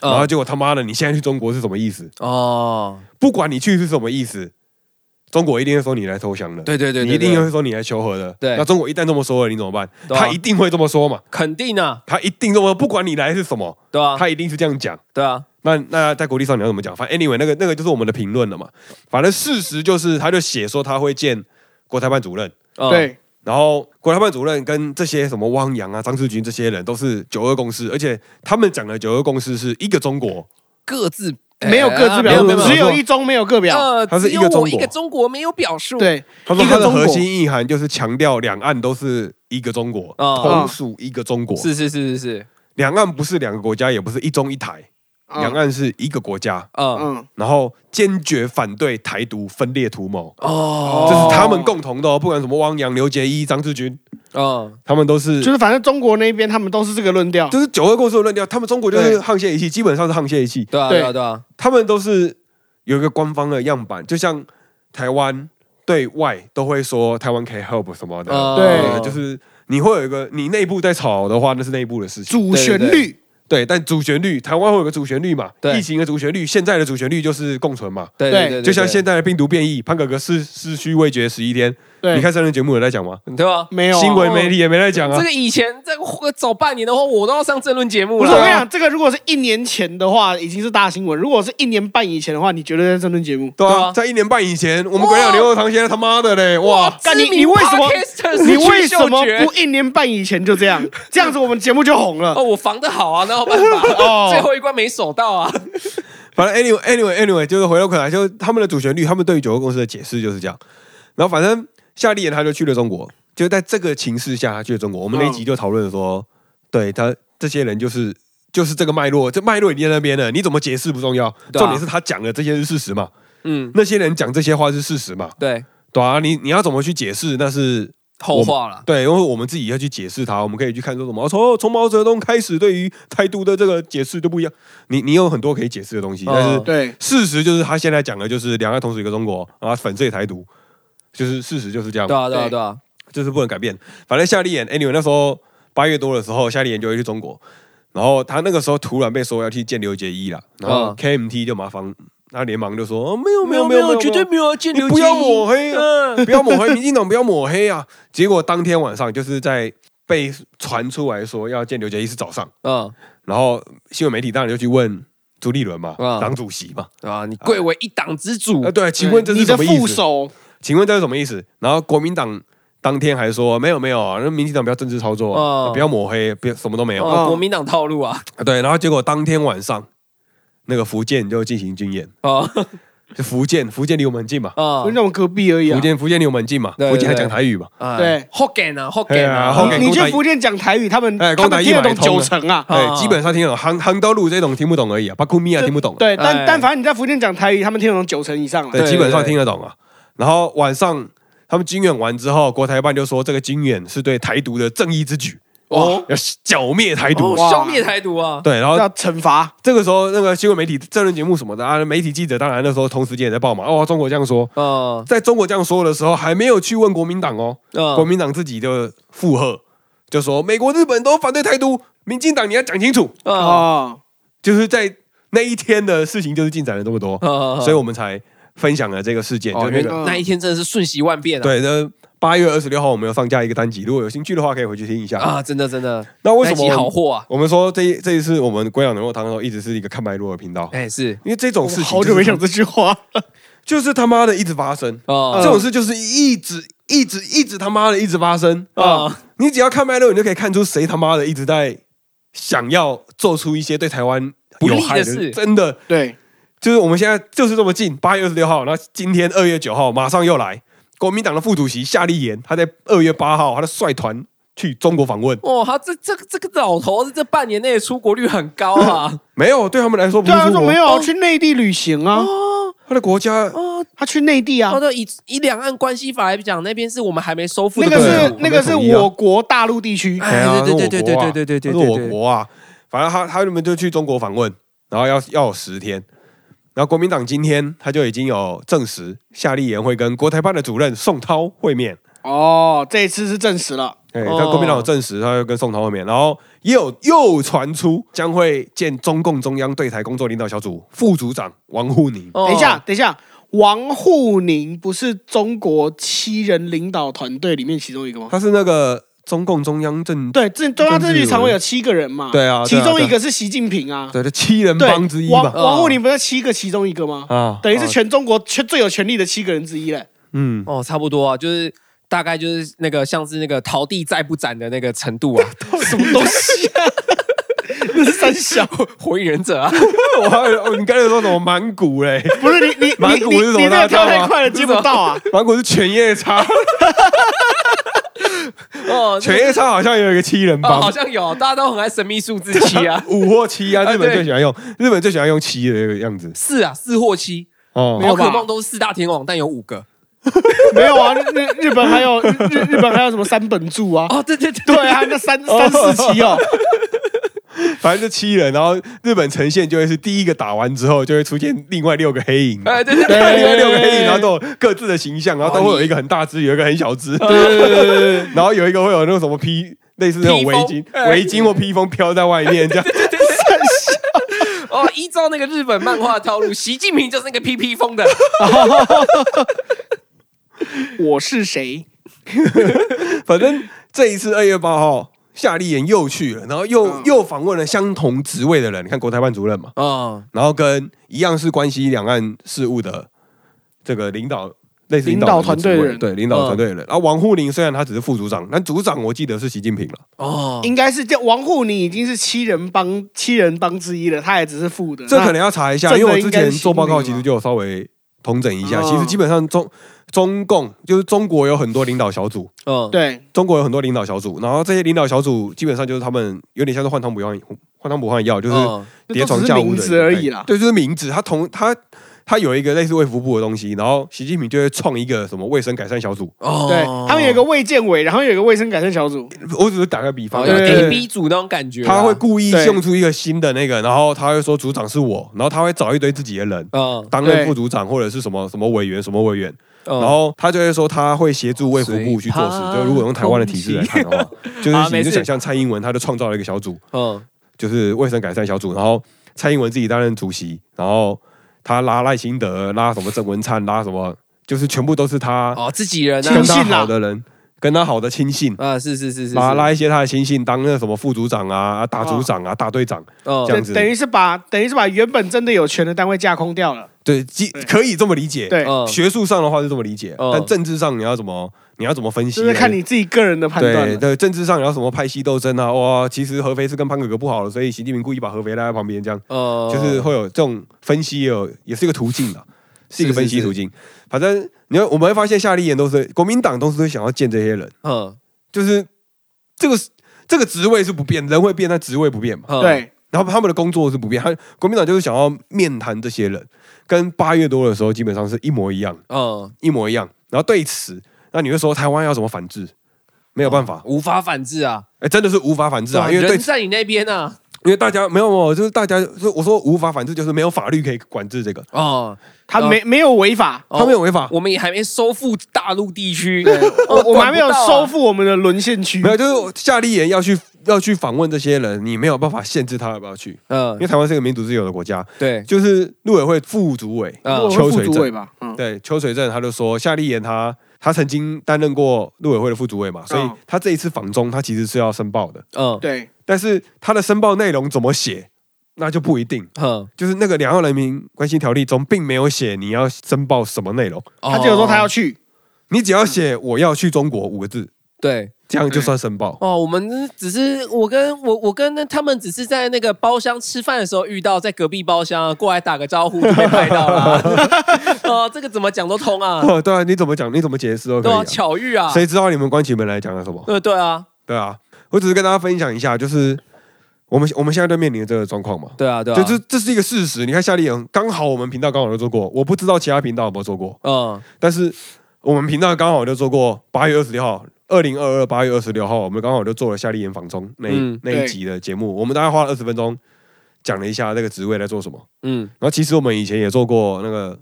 Speaker 2: 嗯
Speaker 1: 然后结果他妈的你现在去中国是什么意思？
Speaker 2: 哦，
Speaker 1: 不管你去是什么意思，中国一定会说你来投降的，
Speaker 2: 对对对，
Speaker 1: 你一
Speaker 2: 对
Speaker 1: 定
Speaker 2: 对
Speaker 1: 会说你来求和的。
Speaker 2: 对
Speaker 1: 那中国一旦这么说了，你怎么办？
Speaker 2: 对啊
Speaker 1: 他一定会这么说嘛，
Speaker 2: 肯定啊，
Speaker 1: 他一定这么说，不管你来是什么，
Speaker 2: 对啊，
Speaker 1: 他一定是这样讲。
Speaker 2: 对啊，
Speaker 1: 那那在国际上你要怎么讲？反正 anyway，那个那个就是我们的评论了嘛。反正事实就是，他就写说他会见国台办主任，
Speaker 2: 嗯，
Speaker 3: 对，
Speaker 1: 然后国台办主任跟这些什么汪洋啊、张志军这些人都是九二共识，而且他们讲的九二共识是一个中国，
Speaker 2: 各自哎
Speaker 3: 没有各自
Speaker 1: 哎啊没有没
Speaker 3: 表
Speaker 1: 有
Speaker 3: 述，
Speaker 1: 没有哦
Speaker 3: 只有一中没有各表。
Speaker 2: 呃，
Speaker 1: 它是
Speaker 2: 只
Speaker 1: 一
Speaker 2: 有
Speaker 1: 个中
Speaker 2: 我一
Speaker 1: 国
Speaker 2: 个中国没有表述，，
Speaker 3: 对，
Speaker 1: 他说
Speaker 3: 一
Speaker 1: 它
Speaker 3: 个
Speaker 1: 的
Speaker 3: 中
Speaker 1: 核
Speaker 3: 国。
Speaker 1: 心意涵就是强调两岸都是一个中国，
Speaker 2: 哦
Speaker 1: 同属一个中国。
Speaker 2: 是是是是是，
Speaker 1: 两岸不是两个国家，也不是一中一台，
Speaker 3: 嗯
Speaker 1: 两岸是一个国家。
Speaker 2: 嗯，
Speaker 3: 嗯，
Speaker 1: 然后坚决反对台独分裂图谋，
Speaker 2: 哦
Speaker 1: 这是他们共同的、哦，不管什么汪洋、刘杰一、张志军，
Speaker 2: 嗯，
Speaker 1: 他们都是
Speaker 3: 就是反正中国那边他们都是这个论调。
Speaker 1: 就是九二共识的论调，他们中国就是
Speaker 3: 对
Speaker 1: 沆瀣一气，基本上是沆瀣一气。
Speaker 2: 对啊，
Speaker 3: 对
Speaker 2: 对啊，对啊，
Speaker 1: 他们都是有一个官方的样板，就像台湾对外都会说台湾可以 help 什么的，
Speaker 2: 嗯
Speaker 3: 对
Speaker 1: 就是你会有一个你内部在吵的话，那是内部的事情。
Speaker 3: 主旋律，
Speaker 1: 对，但主旋律，台湾会有个主旋律嘛？
Speaker 2: 对
Speaker 1: 疫情的主旋律，现在的主旋律就是共存嘛。
Speaker 2: 对
Speaker 3: 对
Speaker 2: 对对，
Speaker 1: 就像现
Speaker 2: 在，
Speaker 1: 在的病毒变异，潘哥哥是是虚未决十一天，
Speaker 3: 对，
Speaker 1: 你看上人节目有在讲吗？
Speaker 2: 对吧？
Speaker 3: 没有啊
Speaker 1: 新闻媒体也没在讲啊
Speaker 2: 哦这。个以前这个早半年的话，我都要上政论节目
Speaker 3: 不
Speaker 2: 了。
Speaker 3: 是
Speaker 1: 啊
Speaker 3: 我跟你讲，这个如果是一年前的话，已经是大新闻；如果是一年半以前的话，你绝对在争论节目。
Speaker 1: 对
Speaker 2: 对啊
Speaker 1: 啊，在一年半以前，我们鬼佬牛肉堂现在他妈的嘞，哇！
Speaker 3: 干
Speaker 2: 知
Speaker 3: 你
Speaker 2: 名
Speaker 3: 你为什么
Speaker 2: podcaster 是
Speaker 3: 你
Speaker 2: 去
Speaker 3: 为什
Speaker 2: 嗅
Speaker 3: 么
Speaker 2: 觉
Speaker 3: 不一年半以前就
Speaker 2: <laughs>
Speaker 3: 这样？这样子我们节目就红了
Speaker 2: 哦，。我防的好啊，那有
Speaker 1: <laughs>
Speaker 2: 办法。
Speaker 3: 哦
Speaker 2: 最后一关没守到啊。
Speaker 1: 反正 anyway anyway anyway，就是回到可来，就是他们的主旋律，他们对于九个公司的解释就是这样。然后反正夏利言他就去了中国，就在这个情势下，他去了中国。我们那一
Speaker 2: 嗯
Speaker 1: 集就讨论说，对他这些人就是就是这个脉络，这脉络已经在那边了，你怎么解释不重要，
Speaker 2: 对啊
Speaker 1: 重点是他讲的这些是事实嘛，
Speaker 2: 嗯，
Speaker 1: 那些人讲这些话是事实嘛，
Speaker 2: 对，
Speaker 1: 对啊，你你要怎么去解释那是
Speaker 2: 后话了。
Speaker 1: 对，因为我们自己要去解释它，我们可以去看说什么，从从毛泽东开始对于台独的这个解释就不一样，你你有很多可以解释的东西，但是
Speaker 2: 哦
Speaker 3: 对，
Speaker 1: 事实就是他现在讲的就是两岸同属一个中国，然后粉碎台独，就是事实就是这样
Speaker 2: 对，啊，对啊，
Speaker 3: 对
Speaker 2: 对啊。
Speaker 1: 就是不能改变。反正夏立言，anyway，那时候八月多的时候，夏立言就会去中国，然后他那个时候突然被说要去见刘杰一了，然后
Speaker 2: 嗯
Speaker 1: KMT 就麻烦他连忙就说哦没有没有没有没有，
Speaker 2: 没有见
Speaker 1: 你
Speaker 2: 刘
Speaker 1: 不要
Speaker 2: 建一
Speaker 1: 抹黑啊
Speaker 2: 嗯
Speaker 1: 不要抹黑民进党，不要抹黑啊！结果当天晚上就是在被传出来说要见刘杰一是早上，
Speaker 2: 嗯，
Speaker 1: 然后新闻媒体当然就去问朱立伦嘛，
Speaker 2: 嗯
Speaker 1: 党主席嘛，
Speaker 2: 对啊，你贵为一党之主
Speaker 1: 啊。对，请问这
Speaker 3: 你
Speaker 1: 是
Speaker 3: 的
Speaker 1: 什么意
Speaker 3: 副
Speaker 1: 思？
Speaker 3: 手
Speaker 1: 请问这是什么意思？然后国民党当天还说没有没有啊，那民进党不要政治操作啊，
Speaker 2: 哦
Speaker 1: 不要抹黑，不要什么都没有、
Speaker 2: 哦，国民党套路啊。
Speaker 1: 啊对，然后结果当天晚上，那个福建就进行军演，
Speaker 2: 哦，
Speaker 1: 就福建福建离我们很近嘛，
Speaker 2: 啊
Speaker 3: 不是那种隔壁而已啊
Speaker 1: 福。建福建离我们很近嘛，
Speaker 2: 对
Speaker 1: 福建还
Speaker 2: 对
Speaker 1: 讲台语嘛，
Speaker 2: 哎
Speaker 3: 对
Speaker 2: ，Hogan 啊
Speaker 1: 嘿
Speaker 2: ，Hogan
Speaker 1: 啊
Speaker 2: 啊
Speaker 1: ，Hogan
Speaker 3: 哦你
Speaker 1: 公
Speaker 3: 你
Speaker 1: 台
Speaker 3: 去福建讲台语，他们
Speaker 1: 哎
Speaker 3: 他
Speaker 1: 公台
Speaker 3: 们
Speaker 1: 一
Speaker 3: 听得
Speaker 1: 百
Speaker 3: 懂
Speaker 1: 通
Speaker 3: 九
Speaker 1: 啊
Speaker 3: 成啊。
Speaker 1: 哎、
Speaker 2: 哦
Speaker 1: 基本上听得懂，杭杭州路这种听不懂而已啊，巴库米亚听不懂啊、
Speaker 3: 对，
Speaker 2: 哎
Speaker 3: 但但凡你在福建讲台语，他们听得懂九成以上了。
Speaker 1: 对，
Speaker 2: 对
Speaker 1: 基本上
Speaker 2: 对
Speaker 1: 听得懂啊。然后晚上他们军演完之后，国台办就说这个军演是对台独的正义之举，
Speaker 2: 哦，
Speaker 1: 要剿灭台独。
Speaker 2: 哦
Speaker 3: 哇
Speaker 2: 消灭台独啊。
Speaker 1: 对，然后
Speaker 3: 要惩罚，
Speaker 1: 这个时候，那个新闻媒体、政论节目什么的啊，媒体记者当然那时候同时间也在报嘛。哦，中国这样说，
Speaker 2: 嗯
Speaker 1: 在中国这样说的时候，还没有去问国民党哦，国
Speaker 2: 嗯，
Speaker 1: 民党自己就附和，就说美国、日本都反对台独，民进党你要讲清楚。
Speaker 2: 啊
Speaker 3: 哦，
Speaker 1: 就是在那一天的事情，就是进展了这么多，
Speaker 2: 嗯
Speaker 1: 所以我们才分享了这个事件，就
Speaker 2: 哦，
Speaker 1: 那
Speaker 2: 原
Speaker 1: 个
Speaker 3: 嗯
Speaker 2: 那一天真的是瞬息万变啊。
Speaker 1: 对，那八月二十六号我们有上架一个单集，如果有兴趣的话，可以回去听一下。
Speaker 2: 啊，真的真的，
Speaker 1: 那为什
Speaker 2: 那一集
Speaker 1: 么
Speaker 2: 好货啊？
Speaker 1: 我们说这一这一次我们归养牛肉汤的时候，一直是一个看脉络的频道？
Speaker 2: 哎，是
Speaker 1: 因为这种事
Speaker 3: 我
Speaker 1: 情就
Speaker 3: 好
Speaker 1: 是啊
Speaker 3: 久没讲这句话了。
Speaker 1: 就是他妈的一直发生，
Speaker 2: 啊
Speaker 1: 这种事就是一直一直一直他妈的一直发生。
Speaker 2: 啊
Speaker 1: 你只要看脉络，你就可以看出谁他妈的一直在想要做出一些对台湾
Speaker 2: 不
Speaker 1: 有
Speaker 2: 利
Speaker 1: 害
Speaker 2: 的事
Speaker 1: 真的
Speaker 3: 对，
Speaker 1: 就是我们现在就是这么近，八月二十六号，那今天二月九号马上又来，国民党的副主席夏立言，他在二月八号他的率团去中国访问，
Speaker 2: 哦，他这这这个老头子这半年内的出国率很高
Speaker 3: 嗯
Speaker 2: 啊！
Speaker 1: 没有对他们来说不
Speaker 3: 对
Speaker 1: 是哦
Speaker 3: 啊，
Speaker 1: 出
Speaker 3: 说
Speaker 1: 国，
Speaker 3: 没有去内地旅行啊，
Speaker 2: 哦
Speaker 1: 他的国家
Speaker 2: 哦，
Speaker 3: 他去内地
Speaker 2: 他
Speaker 3: 啊，
Speaker 2: 的以以两岸关系法来讲，那边是我们还没收复
Speaker 3: 那
Speaker 2: 的
Speaker 3: 个
Speaker 2: 国
Speaker 1: 对啊
Speaker 3: 是
Speaker 2: 土，
Speaker 3: 那个是
Speaker 1: 我们统一啊
Speaker 3: 我国大陆地区，
Speaker 1: 哎呀
Speaker 2: 对对
Speaker 1: 是
Speaker 2: 对
Speaker 1: 我国啊他
Speaker 2: 对对对对对
Speaker 1: 是
Speaker 2: 对
Speaker 1: 我国啊。反正他他们就去中国访问，然后要要有十天。然后国民党今天他就已经有证实，夏立言会跟国台办的主任宋涛会面。
Speaker 3: 哦，这一次是证实了，
Speaker 1: 哎、
Speaker 2: 哦
Speaker 1: 他国民党有证实，他要跟宋涛会面。然后也有又传出将会见中共中央对台工作领导小组副组长王沪宁。
Speaker 2: 哦
Speaker 3: 等一下，，等一下。王沪宁不是中国七人领导团队里面其中一个吗？
Speaker 1: 他是那个中共中央政
Speaker 3: 对，这中央政治局常委有七个人嘛？
Speaker 1: 对啊对
Speaker 3: 其
Speaker 1: 啊
Speaker 3: 中
Speaker 1: 对啊
Speaker 3: 一个是习近平啊。
Speaker 1: 对的七人
Speaker 3: 对，
Speaker 1: 帮之一
Speaker 3: 王
Speaker 1: 吧？
Speaker 3: 王
Speaker 2: 哦
Speaker 3: 沪宁不是七个其中一个吗？
Speaker 1: 啊，
Speaker 3: 等于是
Speaker 1: 啊
Speaker 3: 全中国全最有权力的七个人之一嘞。
Speaker 1: 嗯， <laughs>
Speaker 2: 哦，差不多啊，就是大概就是那个像是那个陶地在不斩的那个程
Speaker 1: <laughs>
Speaker 2: 度啊， <laughs>
Speaker 3: 什么东西啊？ <laughs> 那是三小，
Speaker 2: 火影忍者啊，
Speaker 1: 我还以为你刚才说什么满谷嘞？
Speaker 3: 不是你你
Speaker 1: 满
Speaker 3: 你
Speaker 1: 谷
Speaker 3: 你
Speaker 1: 是什么
Speaker 3: 你那
Speaker 1: 大
Speaker 3: 个跳
Speaker 1: 跳吗
Speaker 3: 太快了，接不到啊！
Speaker 1: 满谷是犬夜叉。
Speaker 2: 哦，
Speaker 1: 犬夜叉好像也有一个七人
Speaker 2: 哦，
Speaker 1: 帮，，
Speaker 2: 好像有，大家都很爱神秘数字七啊
Speaker 1: <laughs> 五或七啊，
Speaker 2: 啊
Speaker 1: 日本
Speaker 2: 对
Speaker 1: 最喜欢用，日本最喜欢用七的这个样子
Speaker 2: 四啊，四或七，
Speaker 3: 没
Speaker 1: 哦。
Speaker 2: 宝
Speaker 3: 有吧
Speaker 2: 可梦都是四大天王，但有五个。
Speaker 3: 没有啊，日日本还有日日日本还有什么三本柱啊？
Speaker 2: 哦，对对对，
Speaker 3: 对啊，那三三四七
Speaker 1: <laughs>
Speaker 3: 哦，
Speaker 1: 反正就七人，然后日本呈现就会是第一个打完之后，就会出现另外六个黑
Speaker 2: <laughs>
Speaker 1: 影，
Speaker 2: <laughs> 哎，对对对，
Speaker 1: 另外六个黑影，然后都有各自的形象，然后都会有一个很大只，有一个很小只，然后有一个会有那种什么披，类似那种围
Speaker 2: 披
Speaker 1: 巾、
Speaker 2: 风
Speaker 1: 围巾或披风飘在外面这
Speaker 2: <laughs>
Speaker 1: 样。
Speaker 2: 哦，依照那个日本漫画套路，习近平就是那个 PP 风的，
Speaker 3: 我是谁？
Speaker 1: 反正这一次二月八号，夏立言又去了，然后又、
Speaker 3: 嗯
Speaker 1: 又访问了相同职位的人，你看国台办主任嘛，
Speaker 2: 哦，
Speaker 1: 然后跟一样是关系两岸事务的这个领导，类似
Speaker 3: 领导团队的
Speaker 1: 的
Speaker 3: 人嗯
Speaker 1: 对领导团队的人。然后王沪宁虽然他只是副组长，但组长我记得是习近平了。
Speaker 2: 哦，
Speaker 3: 应该是这王沪宁已经是七人帮七人帮之一了，他也只是副的。
Speaker 1: 这可能要查一下，
Speaker 3: 嗯这个
Speaker 1: 因为我之前
Speaker 3: 应该是习近
Speaker 1: 做
Speaker 3: 平吧
Speaker 1: 报告其实就有稍微统整一下。
Speaker 3: 哦
Speaker 1: 其实基本上中中共就是中国有很多领导小组，
Speaker 2: 嗯
Speaker 3: 那，对
Speaker 1: 中国有很多领导小组，然后这些领导小组基本上就是他们有点像是换汤不换换汤不换药，就是
Speaker 2: 嗯
Speaker 1: 叠床架屋
Speaker 3: 那
Speaker 1: 的哎
Speaker 3: 都只是名字而已啦
Speaker 1: 对，就是名字，他同他他有一个类似卫福部的东西，然后习近平就会创一个什么卫生改善小组。
Speaker 2: 哦
Speaker 3: 对，他们有一个卫健委，然后有一个卫生改善小组。
Speaker 1: 我只是打个比方
Speaker 2: 好
Speaker 1: 啊，
Speaker 2: 像
Speaker 3: 对
Speaker 1: 就是
Speaker 2: 哦 A B 组那种感觉啊，
Speaker 1: 他会故意
Speaker 3: 对
Speaker 1: 用出一个新的那个，然后他会说组长是我，然后他会找一堆自己的人
Speaker 2: 嗯，
Speaker 1: 担
Speaker 3: 对
Speaker 1: 任副组长或者是什么什么委员什么委员，
Speaker 2: 嗯，
Speaker 1: 然后他就会说他会协助卫福部去做事
Speaker 2: 水。
Speaker 1: 就如果用台湾的体制来看的话，
Speaker 2: 啊
Speaker 1: 就是
Speaker 2: 没
Speaker 1: 你
Speaker 2: 事
Speaker 1: 就想象蔡英文他就创造了一个小组，
Speaker 2: 嗯，
Speaker 1: 就是卫生改善小组，然后蔡英文自己担任主席，然后他拉赖清德，拉什么郑文灿，拉什么，就是全部都是他
Speaker 2: 哦，自己人
Speaker 1: 跟
Speaker 2: 啊，
Speaker 1: 他
Speaker 3: 亲信啦
Speaker 1: 好的人，跟他好的亲信，
Speaker 2: 啊，是是是是，
Speaker 1: 拉
Speaker 2: 是，
Speaker 1: 拉一些他的亲信当那什么副组长
Speaker 3: 哦
Speaker 1: 啊、大组长啊、大队长，
Speaker 2: 嗯
Speaker 1: 这样
Speaker 3: 等
Speaker 1: 子
Speaker 3: 等于是把等于是把原本真的有权的单位架空掉了。
Speaker 1: 对，基
Speaker 3: 对
Speaker 1: 可以这么理解。
Speaker 3: 对，哦
Speaker 2: 嗯
Speaker 1: 学术上的话是这么理解，
Speaker 2: 嗯
Speaker 1: 但政治上你要怎么你要怎么分析
Speaker 3: 就
Speaker 1: 呢？
Speaker 3: 是看你自己个人的判断
Speaker 1: 对
Speaker 3: 了。
Speaker 1: 对，政治上你要什么派系斗争啊？哇，其实合肥是跟潘哥哥不好了，所以习近平故意把合肥拉在旁边这样。
Speaker 2: 呃，
Speaker 1: 就是会有这种分析，也有也是一个途径的， <laughs> 是一个分析途径。反正你看，我们会发现夏立言都是国民党，都是会想要见这些人，
Speaker 2: 嗯，
Speaker 1: 就是这个这个职位是不变，人会变，但职位不变嘛。
Speaker 2: 嗯，
Speaker 3: 对，
Speaker 1: 然后他们的工作是不变，他国民党就是想要面谈这些人，跟八月多的时候基本上是一模一样，
Speaker 2: 嗯，
Speaker 1: 一模一样。然后对此，那你会说台湾要怎么反制？没有办法，
Speaker 2: 无法反制啊，
Speaker 1: 哎，真的是无法反制啊！因为哦对
Speaker 2: 人，在你那边啊，
Speaker 1: 因为大家没有，没有，就是大家，就是我说无法反制，就是没有法律可以管制这个，
Speaker 2: 哦，
Speaker 3: 他
Speaker 2: 嗯
Speaker 3: 没没有违法，
Speaker 2: 哦
Speaker 1: 他没有违法，
Speaker 2: 我们也还没收复大陆地区， <laughs>
Speaker 1: 哦
Speaker 3: 我我们还没有收
Speaker 2: 收
Speaker 3: 复我们的沦陷区
Speaker 1: 啊没。有，就是夏立言要去要去访问这些人，你没有办法限制他要不要去，
Speaker 2: 嗯
Speaker 1: 因为，台湾是一个民主自由的国家。
Speaker 2: 对，
Speaker 1: 就是陆委会副主委，
Speaker 2: 嗯
Speaker 3: 我们
Speaker 1: 邱哦
Speaker 3: 副
Speaker 1: 水
Speaker 3: 主
Speaker 1: 镇
Speaker 3: 委吧，嗯，
Speaker 1: 对邱水镇，他就说夏立言他他曾经担任过陆委会的副主委嘛，所以
Speaker 3: 嗯
Speaker 1: 他这一次访中，他其实是要申报的，
Speaker 2: 嗯，
Speaker 3: 对，
Speaker 1: 但是他的申报内容怎么写，那就不一定。
Speaker 2: 嗯，
Speaker 1: 就是那个《两岸人民关系条例》中并没有写你要申报什么内容，
Speaker 2: 他哦
Speaker 3: 他只有说他要去，
Speaker 1: 你只要写“我要去中国”五个字，
Speaker 2: 对，
Speaker 1: 这样就算申报。 <laughs>
Speaker 2: 哦，我们只是我跟我我跟那他们只是在那个包厢吃饭的时候遇到，在隔壁包厢过来打个招呼就被拍到了啊。哦，这个怎么讲都通啊，
Speaker 1: 哦， <laughs> 对啊，你怎么讲？你怎么解释都可
Speaker 2: 对
Speaker 1: 以
Speaker 2: 啊，
Speaker 1: 啊。
Speaker 2: 巧遇啊，
Speaker 1: 谁知道你们关起门来讲了什么？
Speaker 2: 对对啊，
Speaker 1: 对啊，我只是跟大家分享一下，就是我们我们现在在面临的这个状况嘛。
Speaker 2: 对啊，对啊，
Speaker 1: 就这这是一个事实。你看夏利勇，刚好我们频道刚好就做过，我不知道其他频道有没有做过，
Speaker 2: 嗯，
Speaker 1: 但是我们频道刚好就做过八月二十六号，二零二二八月二十六号，我们刚好就做了夏利言访中那一、
Speaker 2: 嗯
Speaker 1: 那一
Speaker 3: 对
Speaker 1: 集的节目，我们大概花了二十分钟讲了一下那个职位在做什么。
Speaker 2: 嗯
Speaker 1: 然后其实我们以前也做过那个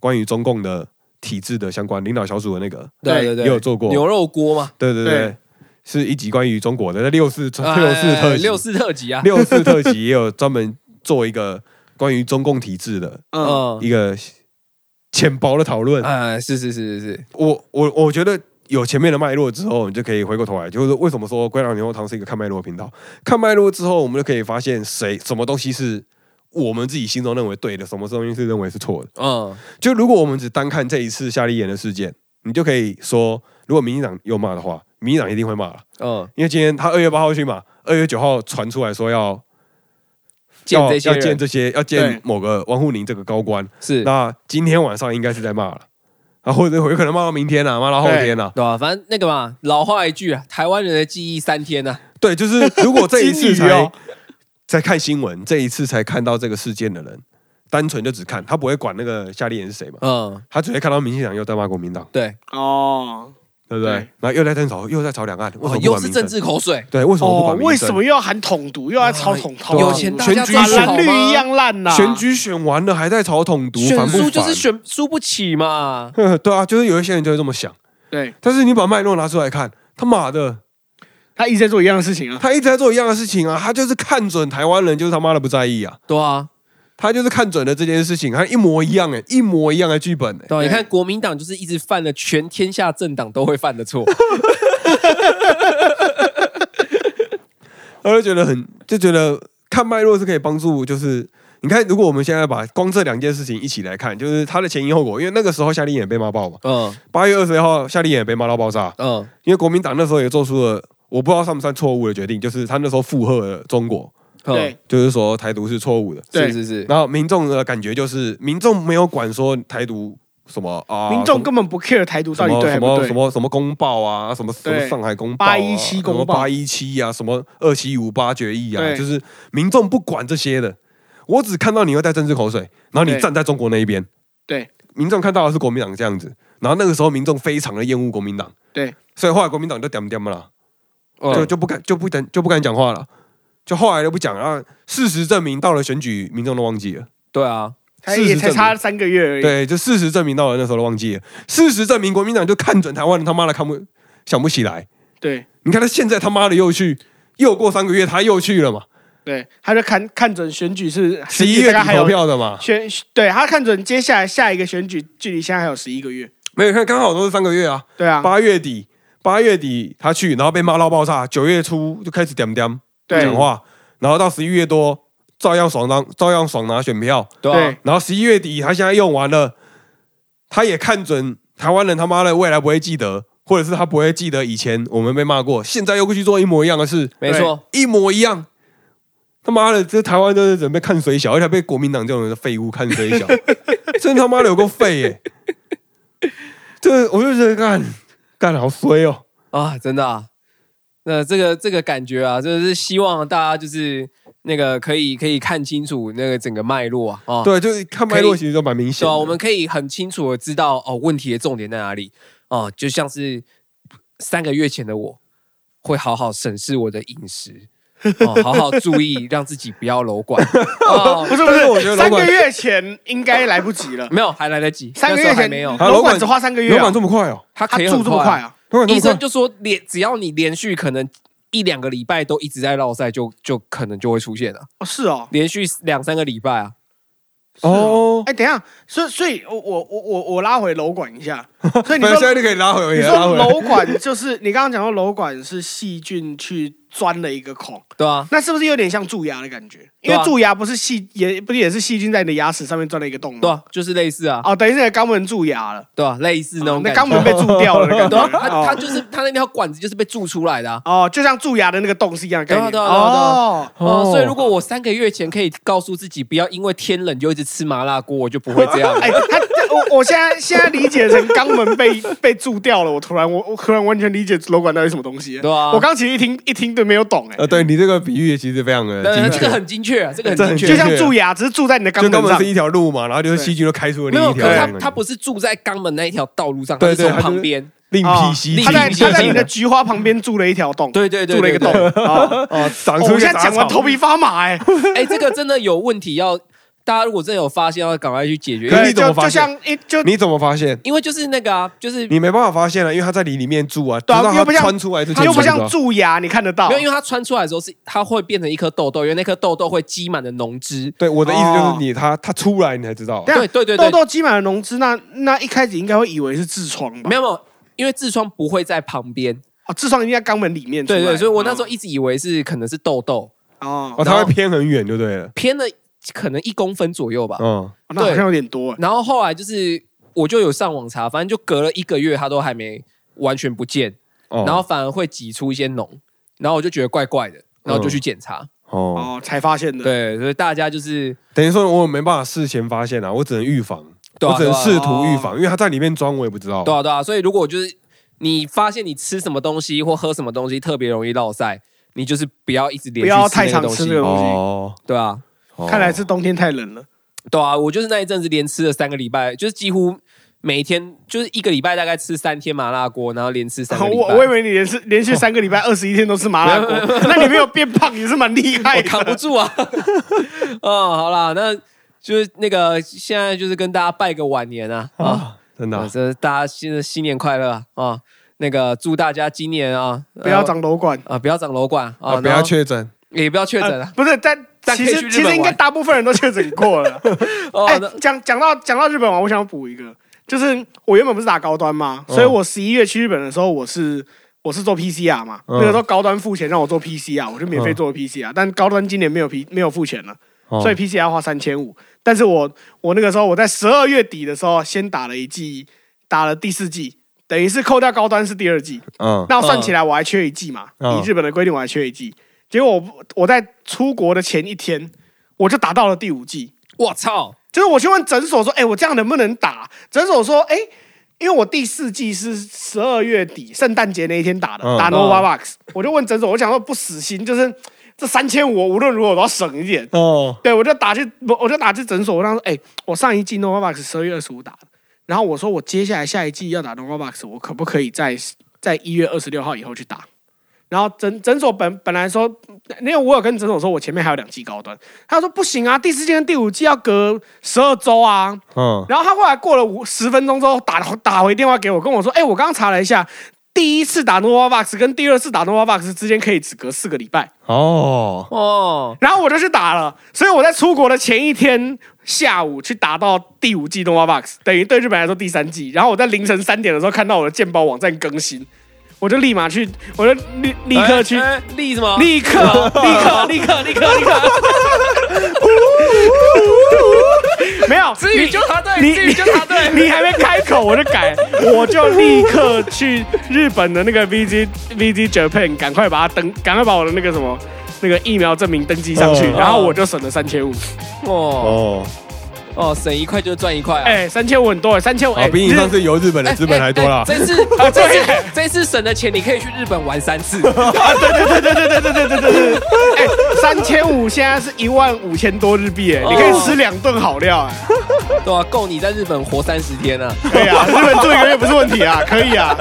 Speaker 1: 关于中共的体制的相关领导小组的那个，
Speaker 2: 对对对，
Speaker 1: 也有做过，
Speaker 2: 牛肉锅嘛，
Speaker 1: 对对对，
Speaker 3: 对
Speaker 1: 是一集关于中国的，在六四
Speaker 2: 哎
Speaker 1: <laughs> 六四特辑，
Speaker 2: 六四特辑啊，
Speaker 1: 六四特辑也有专门做一个关于中共体制的
Speaker 3: 嗯，
Speaker 2: 嗯，
Speaker 1: 一个浅薄的讨论。
Speaker 2: 哎，是是是是是，
Speaker 1: 我我我觉得有前面的脉络之后，你就可以回过头来，就是为什么说《归档牛肉汤》是一个看脉络的频道？看脉络之后，我们就可以发现谁什么东西是我们自己心中认为对的，什么东西是认为是错的。
Speaker 2: 嗯
Speaker 1: 就如果我们只单看这一次夏立言的事件，你就可以说，如果民进党又骂的话，民进党一定会骂了，
Speaker 2: 嗯，
Speaker 1: 因为今天他二月八号去嘛，二月九号传出来说要
Speaker 2: 见
Speaker 1: 要
Speaker 2: 这些
Speaker 1: 哦要见
Speaker 2: 人
Speaker 1: 这些要见
Speaker 3: 对
Speaker 1: 某个王沪宁这个高官，
Speaker 2: 是。
Speaker 1: 那今天晚上应该是在骂了，啊，或者有可能骂到明天啊，骂到后天啊，
Speaker 2: 对吧、反正那个嘛，老话一句啊，台湾人的记忆三天啊呐、
Speaker 1: 对，就是如果这一
Speaker 2: <laughs>
Speaker 1: 次
Speaker 3: 金鱼
Speaker 1: 才
Speaker 3: 哦
Speaker 1: 才看新闻，这一次才看到这个事件的人，单纯就只看，他不会管那个夏立言是谁嘛，
Speaker 2: 嗯，
Speaker 1: 他只会看到民进党又在骂国民党，
Speaker 2: 对，
Speaker 3: 哦，
Speaker 1: 对不对
Speaker 3: 对？
Speaker 1: 然后又在争吵，又在吵两岸，为什
Speaker 2: 哦
Speaker 1: 么、不
Speaker 2: 又
Speaker 1: 管
Speaker 2: 是
Speaker 1: 民
Speaker 2: 政？治口水，
Speaker 1: 对，为什么不
Speaker 3: 哦
Speaker 1: 管，民
Speaker 3: 为
Speaker 1: 生
Speaker 3: 什么又要喊统独，又要操统
Speaker 2: 哎
Speaker 3: 套？
Speaker 2: 有钱大家
Speaker 1: 选
Speaker 2: 赚
Speaker 1: 举好
Speaker 3: 把蓝绿一
Speaker 2: 样，
Speaker 3: 样烂呐！
Speaker 1: 选举选完了还在吵统独，
Speaker 2: 选
Speaker 1: 烦不
Speaker 2: 输
Speaker 1: 烦？
Speaker 2: 就是选输不起嘛。
Speaker 1: 呵呵 <laughs> 对啊，就是有一些人就会这么想，
Speaker 3: 对
Speaker 1: 但是你把脉络拿出来看，他妈的，
Speaker 3: 他一直在做一样的事情啊。
Speaker 1: 他一直在做一样的事情啊，他就是看准台湾人就是他妈的不在意啊，
Speaker 2: 对啊，
Speaker 1: 他就是看准了这件事情，他一模一样哎、一模一样的剧本哎、
Speaker 2: 对啊，你
Speaker 3: 对
Speaker 2: 看国民党就是一直犯了全天下政党都会犯
Speaker 1: <laughs>
Speaker 2: 的错，
Speaker 1: 我就觉得很就觉得看脉络是可以帮助，就是你看，如果我们现在把光这两件事情一起来看，就是它的前因后果，因为那个时候夏令也被骂爆嘛，
Speaker 2: 嗯
Speaker 1: 八月二十号夏令也被骂到爆炸，
Speaker 2: 嗯，
Speaker 1: 因为国民党那时候也做出了我不知道算不算错误的决定，就是他那时候附和了中国，
Speaker 2: 嗯
Speaker 3: 对，
Speaker 1: 就是说台独是错误的，
Speaker 3: 对
Speaker 2: 是是是，
Speaker 1: 然后民众的感觉就是民众没有管说台独什么啊，
Speaker 3: 民众根本不 care 台独
Speaker 1: 什
Speaker 3: 到底
Speaker 1: 么
Speaker 3: 对
Speaker 1: 什
Speaker 3: 还
Speaker 1: 么
Speaker 3: 不
Speaker 1: 什
Speaker 3: 对。
Speaker 1: 么什么公报啊，什么什么
Speaker 3: 对
Speaker 1: 上海公报、啊、
Speaker 3: 817公报
Speaker 1: 八一七啊，什么二七五八决议啊，
Speaker 3: 对
Speaker 1: 就是民众不管这些的，我只看到你会带政治口水，然后你
Speaker 3: 对
Speaker 1: 站在中国那一边，
Speaker 3: 对
Speaker 1: 民众看到的是国民党这样子，然后那个时候民众非常的厌恶国民党，
Speaker 3: 对，
Speaker 1: 所以后来国民党就点点了，
Speaker 2: 嗯
Speaker 1: 就就不敢就不敢就不敢讲话了，就后来都不讲了。然后事实证明，到了选举，民众都忘记了。
Speaker 2: 对啊，
Speaker 3: 他
Speaker 1: 事实
Speaker 3: 也才
Speaker 1: 证明
Speaker 3: 差三个月而已。
Speaker 1: 对，就事实证明到了那时候都忘记了。事实证明，国民党就看准台湾人他妈的看不想不起来。
Speaker 3: 对
Speaker 1: 你看他现在他妈的又去，又过三个月他又去了嘛，
Speaker 3: 对，他就看看准选举是
Speaker 1: 十一月
Speaker 3: 大概
Speaker 1: 底
Speaker 3: 还
Speaker 1: 投
Speaker 3: 有
Speaker 1: 票的嘛，
Speaker 3: 选，对他看准接下来下一个选举距离现在还有十一个月。
Speaker 1: 没有看刚好都是三个月啊，
Speaker 3: 对啊，
Speaker 1: 八月底八月底他去，然后被骂到爆炸，九月初就开始点点不
Speaker 3: 对
Speaker 1: 讲话，然后到十一月多照样爽当照样爽拿选票，
Speaker 2: 对啊，
Speaker 1: 然后十一月底他现在用完了，他也看准台湾人他妈的未来不会记得，或者是他不会记得以前我们被骂过，现在又去做一模一样的事，
Speaker 2: 没错，
Speaker 1: 一模一样。他妈的，这台湾就是人被看水小，而且还被国民党这种人的废物看水小，真他妈的有够废耶、这我就觉得干干得好衰哦。
Speaker 2: 啊，真的啊。那这个这个感觉啊，就是希望大家就是那个可以可以看清楚那个整个脉络啊，啊，
Speaker 1: 对，就是看脉络其实都蛮明显
Speaker 2: 对啊，
Speaker 1: 的。
Speaker 2: 我们可以很清楚的知道哦，问题的重点在哪里哦，就像是三个月前的我，会好好审视我的饮食，哦，好好注意，让自己不要楼管。哦
Speaker 3: 不，是不
Speaker 1: 但是
Speaker 3: 是，
Speaker 1: 我觉得老
Speaker 3: 三
Speaker 1: 管
Speaker 3: 个月前应该来不及
Speaker 1: <laughs>
Speaker 3: 了。
Speaker 2: 没有，还来得及，
Speaker 3: 三个
Speaker 2: 那时
Speaker 3: 月
Speaker 2: 候还
Speaker 3: 前
Speaker 2: 没有，
Speaker 1: 啊老
Speaker 3: 楼
Speaker 1: 管
Speaker 3: 管只花三个月啊，
Speaker 1: 老板这么快哦，
Speaker 2: 他
Speaker 3: 他
Speaker 2: 可以
Speaker 3: 住
Speaker 2: 很
Speaker 3: 这么快
Speaker 2: 快。
Speaker 3: 啊？
Speaker 1: 老板这
Speaker 2: 医
Speaker 1: 么快
Speaker 3: <laughs>
Speaker 2: 生，就说连只要你连续可能一两个礼拜都一直在落赛，就就可能就会出现了，
Speaker 3: 哦，是哦。
Speaker 2: 连续两三个礼拜啊，
Speaker 3: 是
Speaker 1: 哦
Speaker 3: 哎，等一下，所以所以，我我我我我拉回楼管一下。
Speaker 2: 哎
Speaker 3: 所以
Speaker 1: <laughs>
Speaker 3: 你
Speaker 1: 没有现
Speaker 3: 说
Speaker 1: 在就可以拉回，
Speaker 3: 你
Speaker 1: 拉
Speaker 3: 说
Speaker 1: 回。
Speaker 3: 楼管就是你刚刚讲到楼管是细菌去钻了一个孔， <laughs>
Speaker 2: 对啊，
Speaker 3: 那是不是有点像蛀牙的感觉？因
Speaker 2: 对
Speaker 3: 为
Speaker 2: 啊
Speaker 3: 蛀牙不是细也不是也是细菌在你的牙齿上面钻了一个洞吗？
Speaker 2: 对啊，就是类似啊，
Speaker 3: 哦，等于是你的肛门蛀牙了，
Speaker 2: 对啊，类似那
Speaker 3: 那
Speaker 2: 种感
Speaker 3: 肛
Speaker 2: 觉。
Speaker 3: 门被蛀掉了的感 <laughs>
Speaker 2: 对啊，
Speaker 3: 觉。
Speaker 2: 他
Speaker 3: 哦
Speaker 2: 他就是他那条管子就是被蛀出来的啊。
Speaker 3: 哦，就像蛀牙的那个洞是一样的概念。
Speaker 2: 对啊对啊对啊
Speaker 3: 哦，
Speaker 2: 哦，所以如果我三个月前可以告诉自己不要因为天冷就一直吃麻辣锅，我就不会这样了。
Speaker 3: 哎，他我我现在现在理解成肛门被 <laughs> 被蛀掉了，我突然我我突然完全理解楼管到底是什么东西。
Speaker 2: 对啊
Speaker 3: 我刚其实一听一听都没有懂哎
Speaker 1: <laughs> 呃，，
Speaker 3: <laughs>
Speaker 1: 对你这个比喻其实非常的
Speaker 2: 对对，
Speaker 1: 精
Speaker 2: 这个
Speaker 1: 确，
Speaker 2: 很精确啊，这个很
Speaker 1: 这很
Speaker 2: 精确。
Speaker 3: 就像蛀牙，只是蛀在你的
Speaker 1: 就
Speaker 3: 肛
Speaker 1: 根
Speaker 3: 门
Speaker 1: 本
Speaker 3: 上
Speaker 1: 是。一条路嘛，然后就是
Speaker 3: 对
Speaker 1: 细菌就开出了
Speaker 2: 没
Speaker 1: 另
Speaker 2: 有，
Speaker 1: 一
Speaker 2: 可
Speaker 1: 条路
Speaker 2: 是他
Speaker 1: 嘛。
Speaker 2: 他不是住在肛门那一条道路上，他
Speaker 1: 对
Speaker 2: 是
Speaker 1: 对
Speaker 2: 从
Speaker 1: 他就是
Speaker 2: 旁边。
Speaker 1: 另辟蹊径，
Speaker 3: 啊他在他在你的
Speaker 1: 的
Speaker 3: 菊花旁边蛀了一条洞，
Speaker 2: 对对对
Speaker 3: 蛀了一个洞。
Speaker 2: 对
Speaker 3: 哦
Speaker 1: 哦，长
Speaker 3: 哦
Speaker 1: 出
Speaker 3: 我
Speaker 1: 一个
Speaker 3: 现在
Speaker 1: 杂
Speaker 3: 讲完
Speaker 1: 草。
Speaker 3: 头皮发麻哎。
Speaker 2: <laughs> 哎，这个真的有问题，要大家如果真的有发现，要赶快去解决。因
Speaker 1: 可
Speaker 2: 为
Speaker 1: 是你
Speaker 3: 对，
Speaker 1: 怎么
Speaker 3: 就
Speaker 1: 发
Speaker 3: 就
Speaker 1: 现
Speaker 3: 像一就
Speaker 1: 你怎么发现？
Speaker 2: 因为就是那个啊，就是
Speaker 1: 你没办法发现了，因为他在你里面住啊，
Speaker 3: 对啊
Speaker 1: 直到
Speaker 3: 又不
Speaker 1: 他
Speaker 3: 像
Speaker 1: 穿出来之前
Speaker 3: 它
Speaker 1: 你
Speaker 3: 又
Speaker 1: 就
Speaker 3: 不
Speaker 1: 知道，
Speaker 3: 像蛀牙，你看得到
Speaker 2: 没有，。因为它穿出来的时候是它会变成一颗痘痘，因为那颗痘痘会积满了脓汁。
Speaker 1: 对我的意思就
Speaker 3: 哦
Speaker 1: 是你他他出来你才知道啊，
Speaker 3: 对啊
Speaker 2: 对对对
Speaker 3: 痘
Speaker 2: 对，
Speaker 3: 痘积满了脓汁，那那一开始应该会以为是痔疮吧？
Speaker 2: 没有没有，因为痔疮不会在旁边。嗯
Speaker 3: 哦，痔疮应该肛门里面出来。
Speaker 2: 对对，所以我那时候
Speaker 3: 哦
Speaker 2: 一直以为是可能是痘痘，
Speaker 1: 哦，
Speaker 3: 哦，
Speaker 2: 然
Speaker 1: 他
Speaker 2: 后
Speaker 1: 会偏很远就对了，
Speaker 2: 偏了可能一公分左右吧。
Speaker 1: 嗯，
Speaker 3: 哦那好像有点多。
Speaker 2: 然后后来就是我就有上网查，反正就隔了一个月，它都还没完全不见，
Speaker 1: 哦
Speaker 2: 然后反而会挤出一些脓，然后我就觉得怪怪的，然后就去检查。
Speaker 1: 哦，
Speaker 3: 哦，才发现的。
Speaker 2: 对，所以大家就是
Speaker 1: 等于说我没办法事前发现啊，我只能预防，
Speaker 2: 对啊
Speaker 1: 我只能
Speaker 2: 对啊
Speaker 1: 试图
Speaker 3: 哦
Speaker 1: 预防，因为他在里面装我也不知道，
Speaker 2: 对啊，对啊，所以如果就是你发现你吃什么东西或喝什么东西特别容易落腮，你就是不要一直连
Speaker 3: 不要
Speaker 2: 续
Speaker 3: 太
Speaker 2: 那个
Speaker 3: 常
Speaker 2: 东
Speaker 3: 吃
Speaker 2: 西
Speaker 3: 这，个东西
Speaker 1: 哦，
Speaker 2: 对啊，
Speaker 1: 哦
Speaker 3: 看来是冬天太冷了。
Speaker 2: 对啊，我就是那一阵子连吃了三个礼拜，就是几乎每天就是一个礼拜大概吃三天麻辣锅，然后连吃三个礼
Speaker 3: 我
Speaker 2: 拜，
Speaker 3: 我以为你连是连续三个礼拜二十一天都吃麻辣锅，那你没有变胖也是蛮厉害
Speaker 2: 我 <laughs> 扛不
Speaker 3: 的。
Speaker 2: 住
Speaker 3: <laughs>
Speaker 2: 啊，哦，好啦，那就是那个现在就是跟大家拜个晚年
Speaker 3: <laughs>
Speaker 2: 啊
Speaker 3: 嗯
Speaker 2: 啊。
Speaker 1: 啊，真的
Speaker 2: 啊，
Speaker 1: 啊
Speaker 2: 这大家新新年快乐啊啊！那个祝大家今年啊，呃
Speaker 3: 不要长楼管
Speaker 2: 啊，不要长楼管
Speaker 1: 啊，
Speaker 2: 啊，
Speaker 1: 不
Speaker 2: 然
Speaker 1: 要
Speaker 2: 后
Speaker 1: 确诊，
Speaker 2: 也不要确诊
Speaker 3: 呃
Speaker 2: 啊。
Speaker 3: 不是，但
Speaker 2: 但可
Speaker 3: 其
Speaker 2: 以去
Speaker 3: 实
Speaker 2: 日
Speaker 3: 其
Speaker 2: 本
Speaker 3: 实应该
Speaker 2: 玩
Speaker 3: 大部分人都确诊过
Speaker 2: <laughs>
Speaker 3: 了。
Speaker 2: 哦
Speaker 3: 哎，
Speaker 2: 那
Speaker 3: 讲讲到讲到日本玩，我想补一个，就是我原本不是打高端嘛，
Speaker 2: 嗯
Speaker 3: 所以我十一月去日本的时候，我是我是做 PCR 嘛，
Speaker 1: 嗯
Speaker 3: 那个时候高端付钱让我做 PCR，我就免费做 PCR，、但
Speaker 2: 嗯
Speaker 3: 高端今年没有 P 没有付钱了，
Speaker 1: 哦
Speaker 3: 所以 PCR 要花三千五，但是我我那个时候我在十二月底的时候先打了一剂，打了第四剂。等于是扣掉高端是第二季，
Speaker 1: 嗯，
Speaker 3: 那我算起来我还缺一季嘛？
Speaker 1: 嗯
Speaker 3: 以日本的规定我还缺一季，结果我我在出国的前一天我就打到了第五季，
Speaker 2: 我操！
Speaker 3: 就是我去问诊所说，哎、我这样能不能打？诊所说，哎、因为我第四季是十二月底圣诞节那一天打的，
Speaker 1: 嗯
Speaker 3: 打
Speaker 2: 嗯
Speaker 3: Novavax，、我就问诊所，我想说不死心，就是这三千五，无论如何我都要省一点。
Speaker 1: 哦，
Speaker 3: 对，我就打去，我我就打去诊所，我让他说，哎、我上一季 Novavax 十二月二十五打的，然后我说我接下来下一季要打 Novavax，我可不可以在在一月二十六号以后去打？然后诊诊所本本来说，因为我有跟诊所说我前面还有两季高端，他说不行啊，第四季跟第五季要隔十二周啊。
Speaker 1: 嗯，
Speaker 3: 然后他后来过了五十分钟之后打打回电话给我，跟我说，哎、我刚刚查了一下，第一次打 Novavax 跟第二次打 Novavax 之间可以只隔四个礼拜。
Speaker 1: 哦，
Speaker 2: 哦，
Speaker 3: 然后我就去打了，所以我在出国的前一天下午去打到第五季《动画 Box》，等于对日本来说第三季。然后我在凌晨三点的时候看到我的鉴宝网站更新，我就立马去，我就立立刻去，
Speaker 2: 哎哎立什么？哦
Speaker 3: 立刻
Speaker 5: <laughs>
Speaker 3: 立刻立刻立刻立
Speaker 2: <laughs>
Speaker 3: 刻，没有，
Speaker 5: 至于就答对，
Speaker 3: 你
Speaker 5: 至于就答对。
Speaker 3: 你还没开口我就改，我就立刻去日本的那个 VG VG Japan，赶快把它登，赶快把我的那个什么那个疫苗证明登记上去，
Speaker 1: 嗯
Speaker 3: 然后我就省了三千五。
Speaker 2: 哦
Speaker 1: 哦，
Speaker 2: 哦，省一块就赚一块啊！
Speaker 3: 哎，三千五很多，三千五
Speaker 1: 啊，
Speaker 3: 哎，
Speaker 1: 比你
Speaker 3: 日
Speaker 1: 上次游日本的资本还多啦
Speaker 2: 哎。这次
Speaker 3: 啊
Speaker 2: 这次
Speaker 3: <laughs> 对
Speaker 2: 这次省的钱，你可以去日本玩三次。
Speaker 3: 哎三千五现在是一万五千多日币哎，你可以吃两顿好料哎，
Speaker 2: 对啊，够你在日本活三十天啊！
Speaker 3: 可以啊，日本住一个月不是问题啊，可以啊。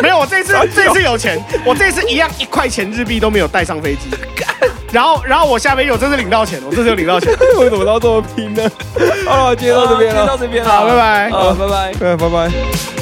Speaker 3: 没有，我这次这次有钱，我这次一样一块钱日币都没有带上飞机。然后，然后我下飞机，我真是领到钱，我这次有领到钱。
Speaker 1: 为什么 <laughs> 到这么拼呢？好了，今天到这边
Speaker 2: 啊今天
Speaker 1: 了
Speaker 2: 到，这边了，
Speaker 3: 好拜拜
Speaker 2: 啊拜拜。
Speaker 1: 对，拜拜。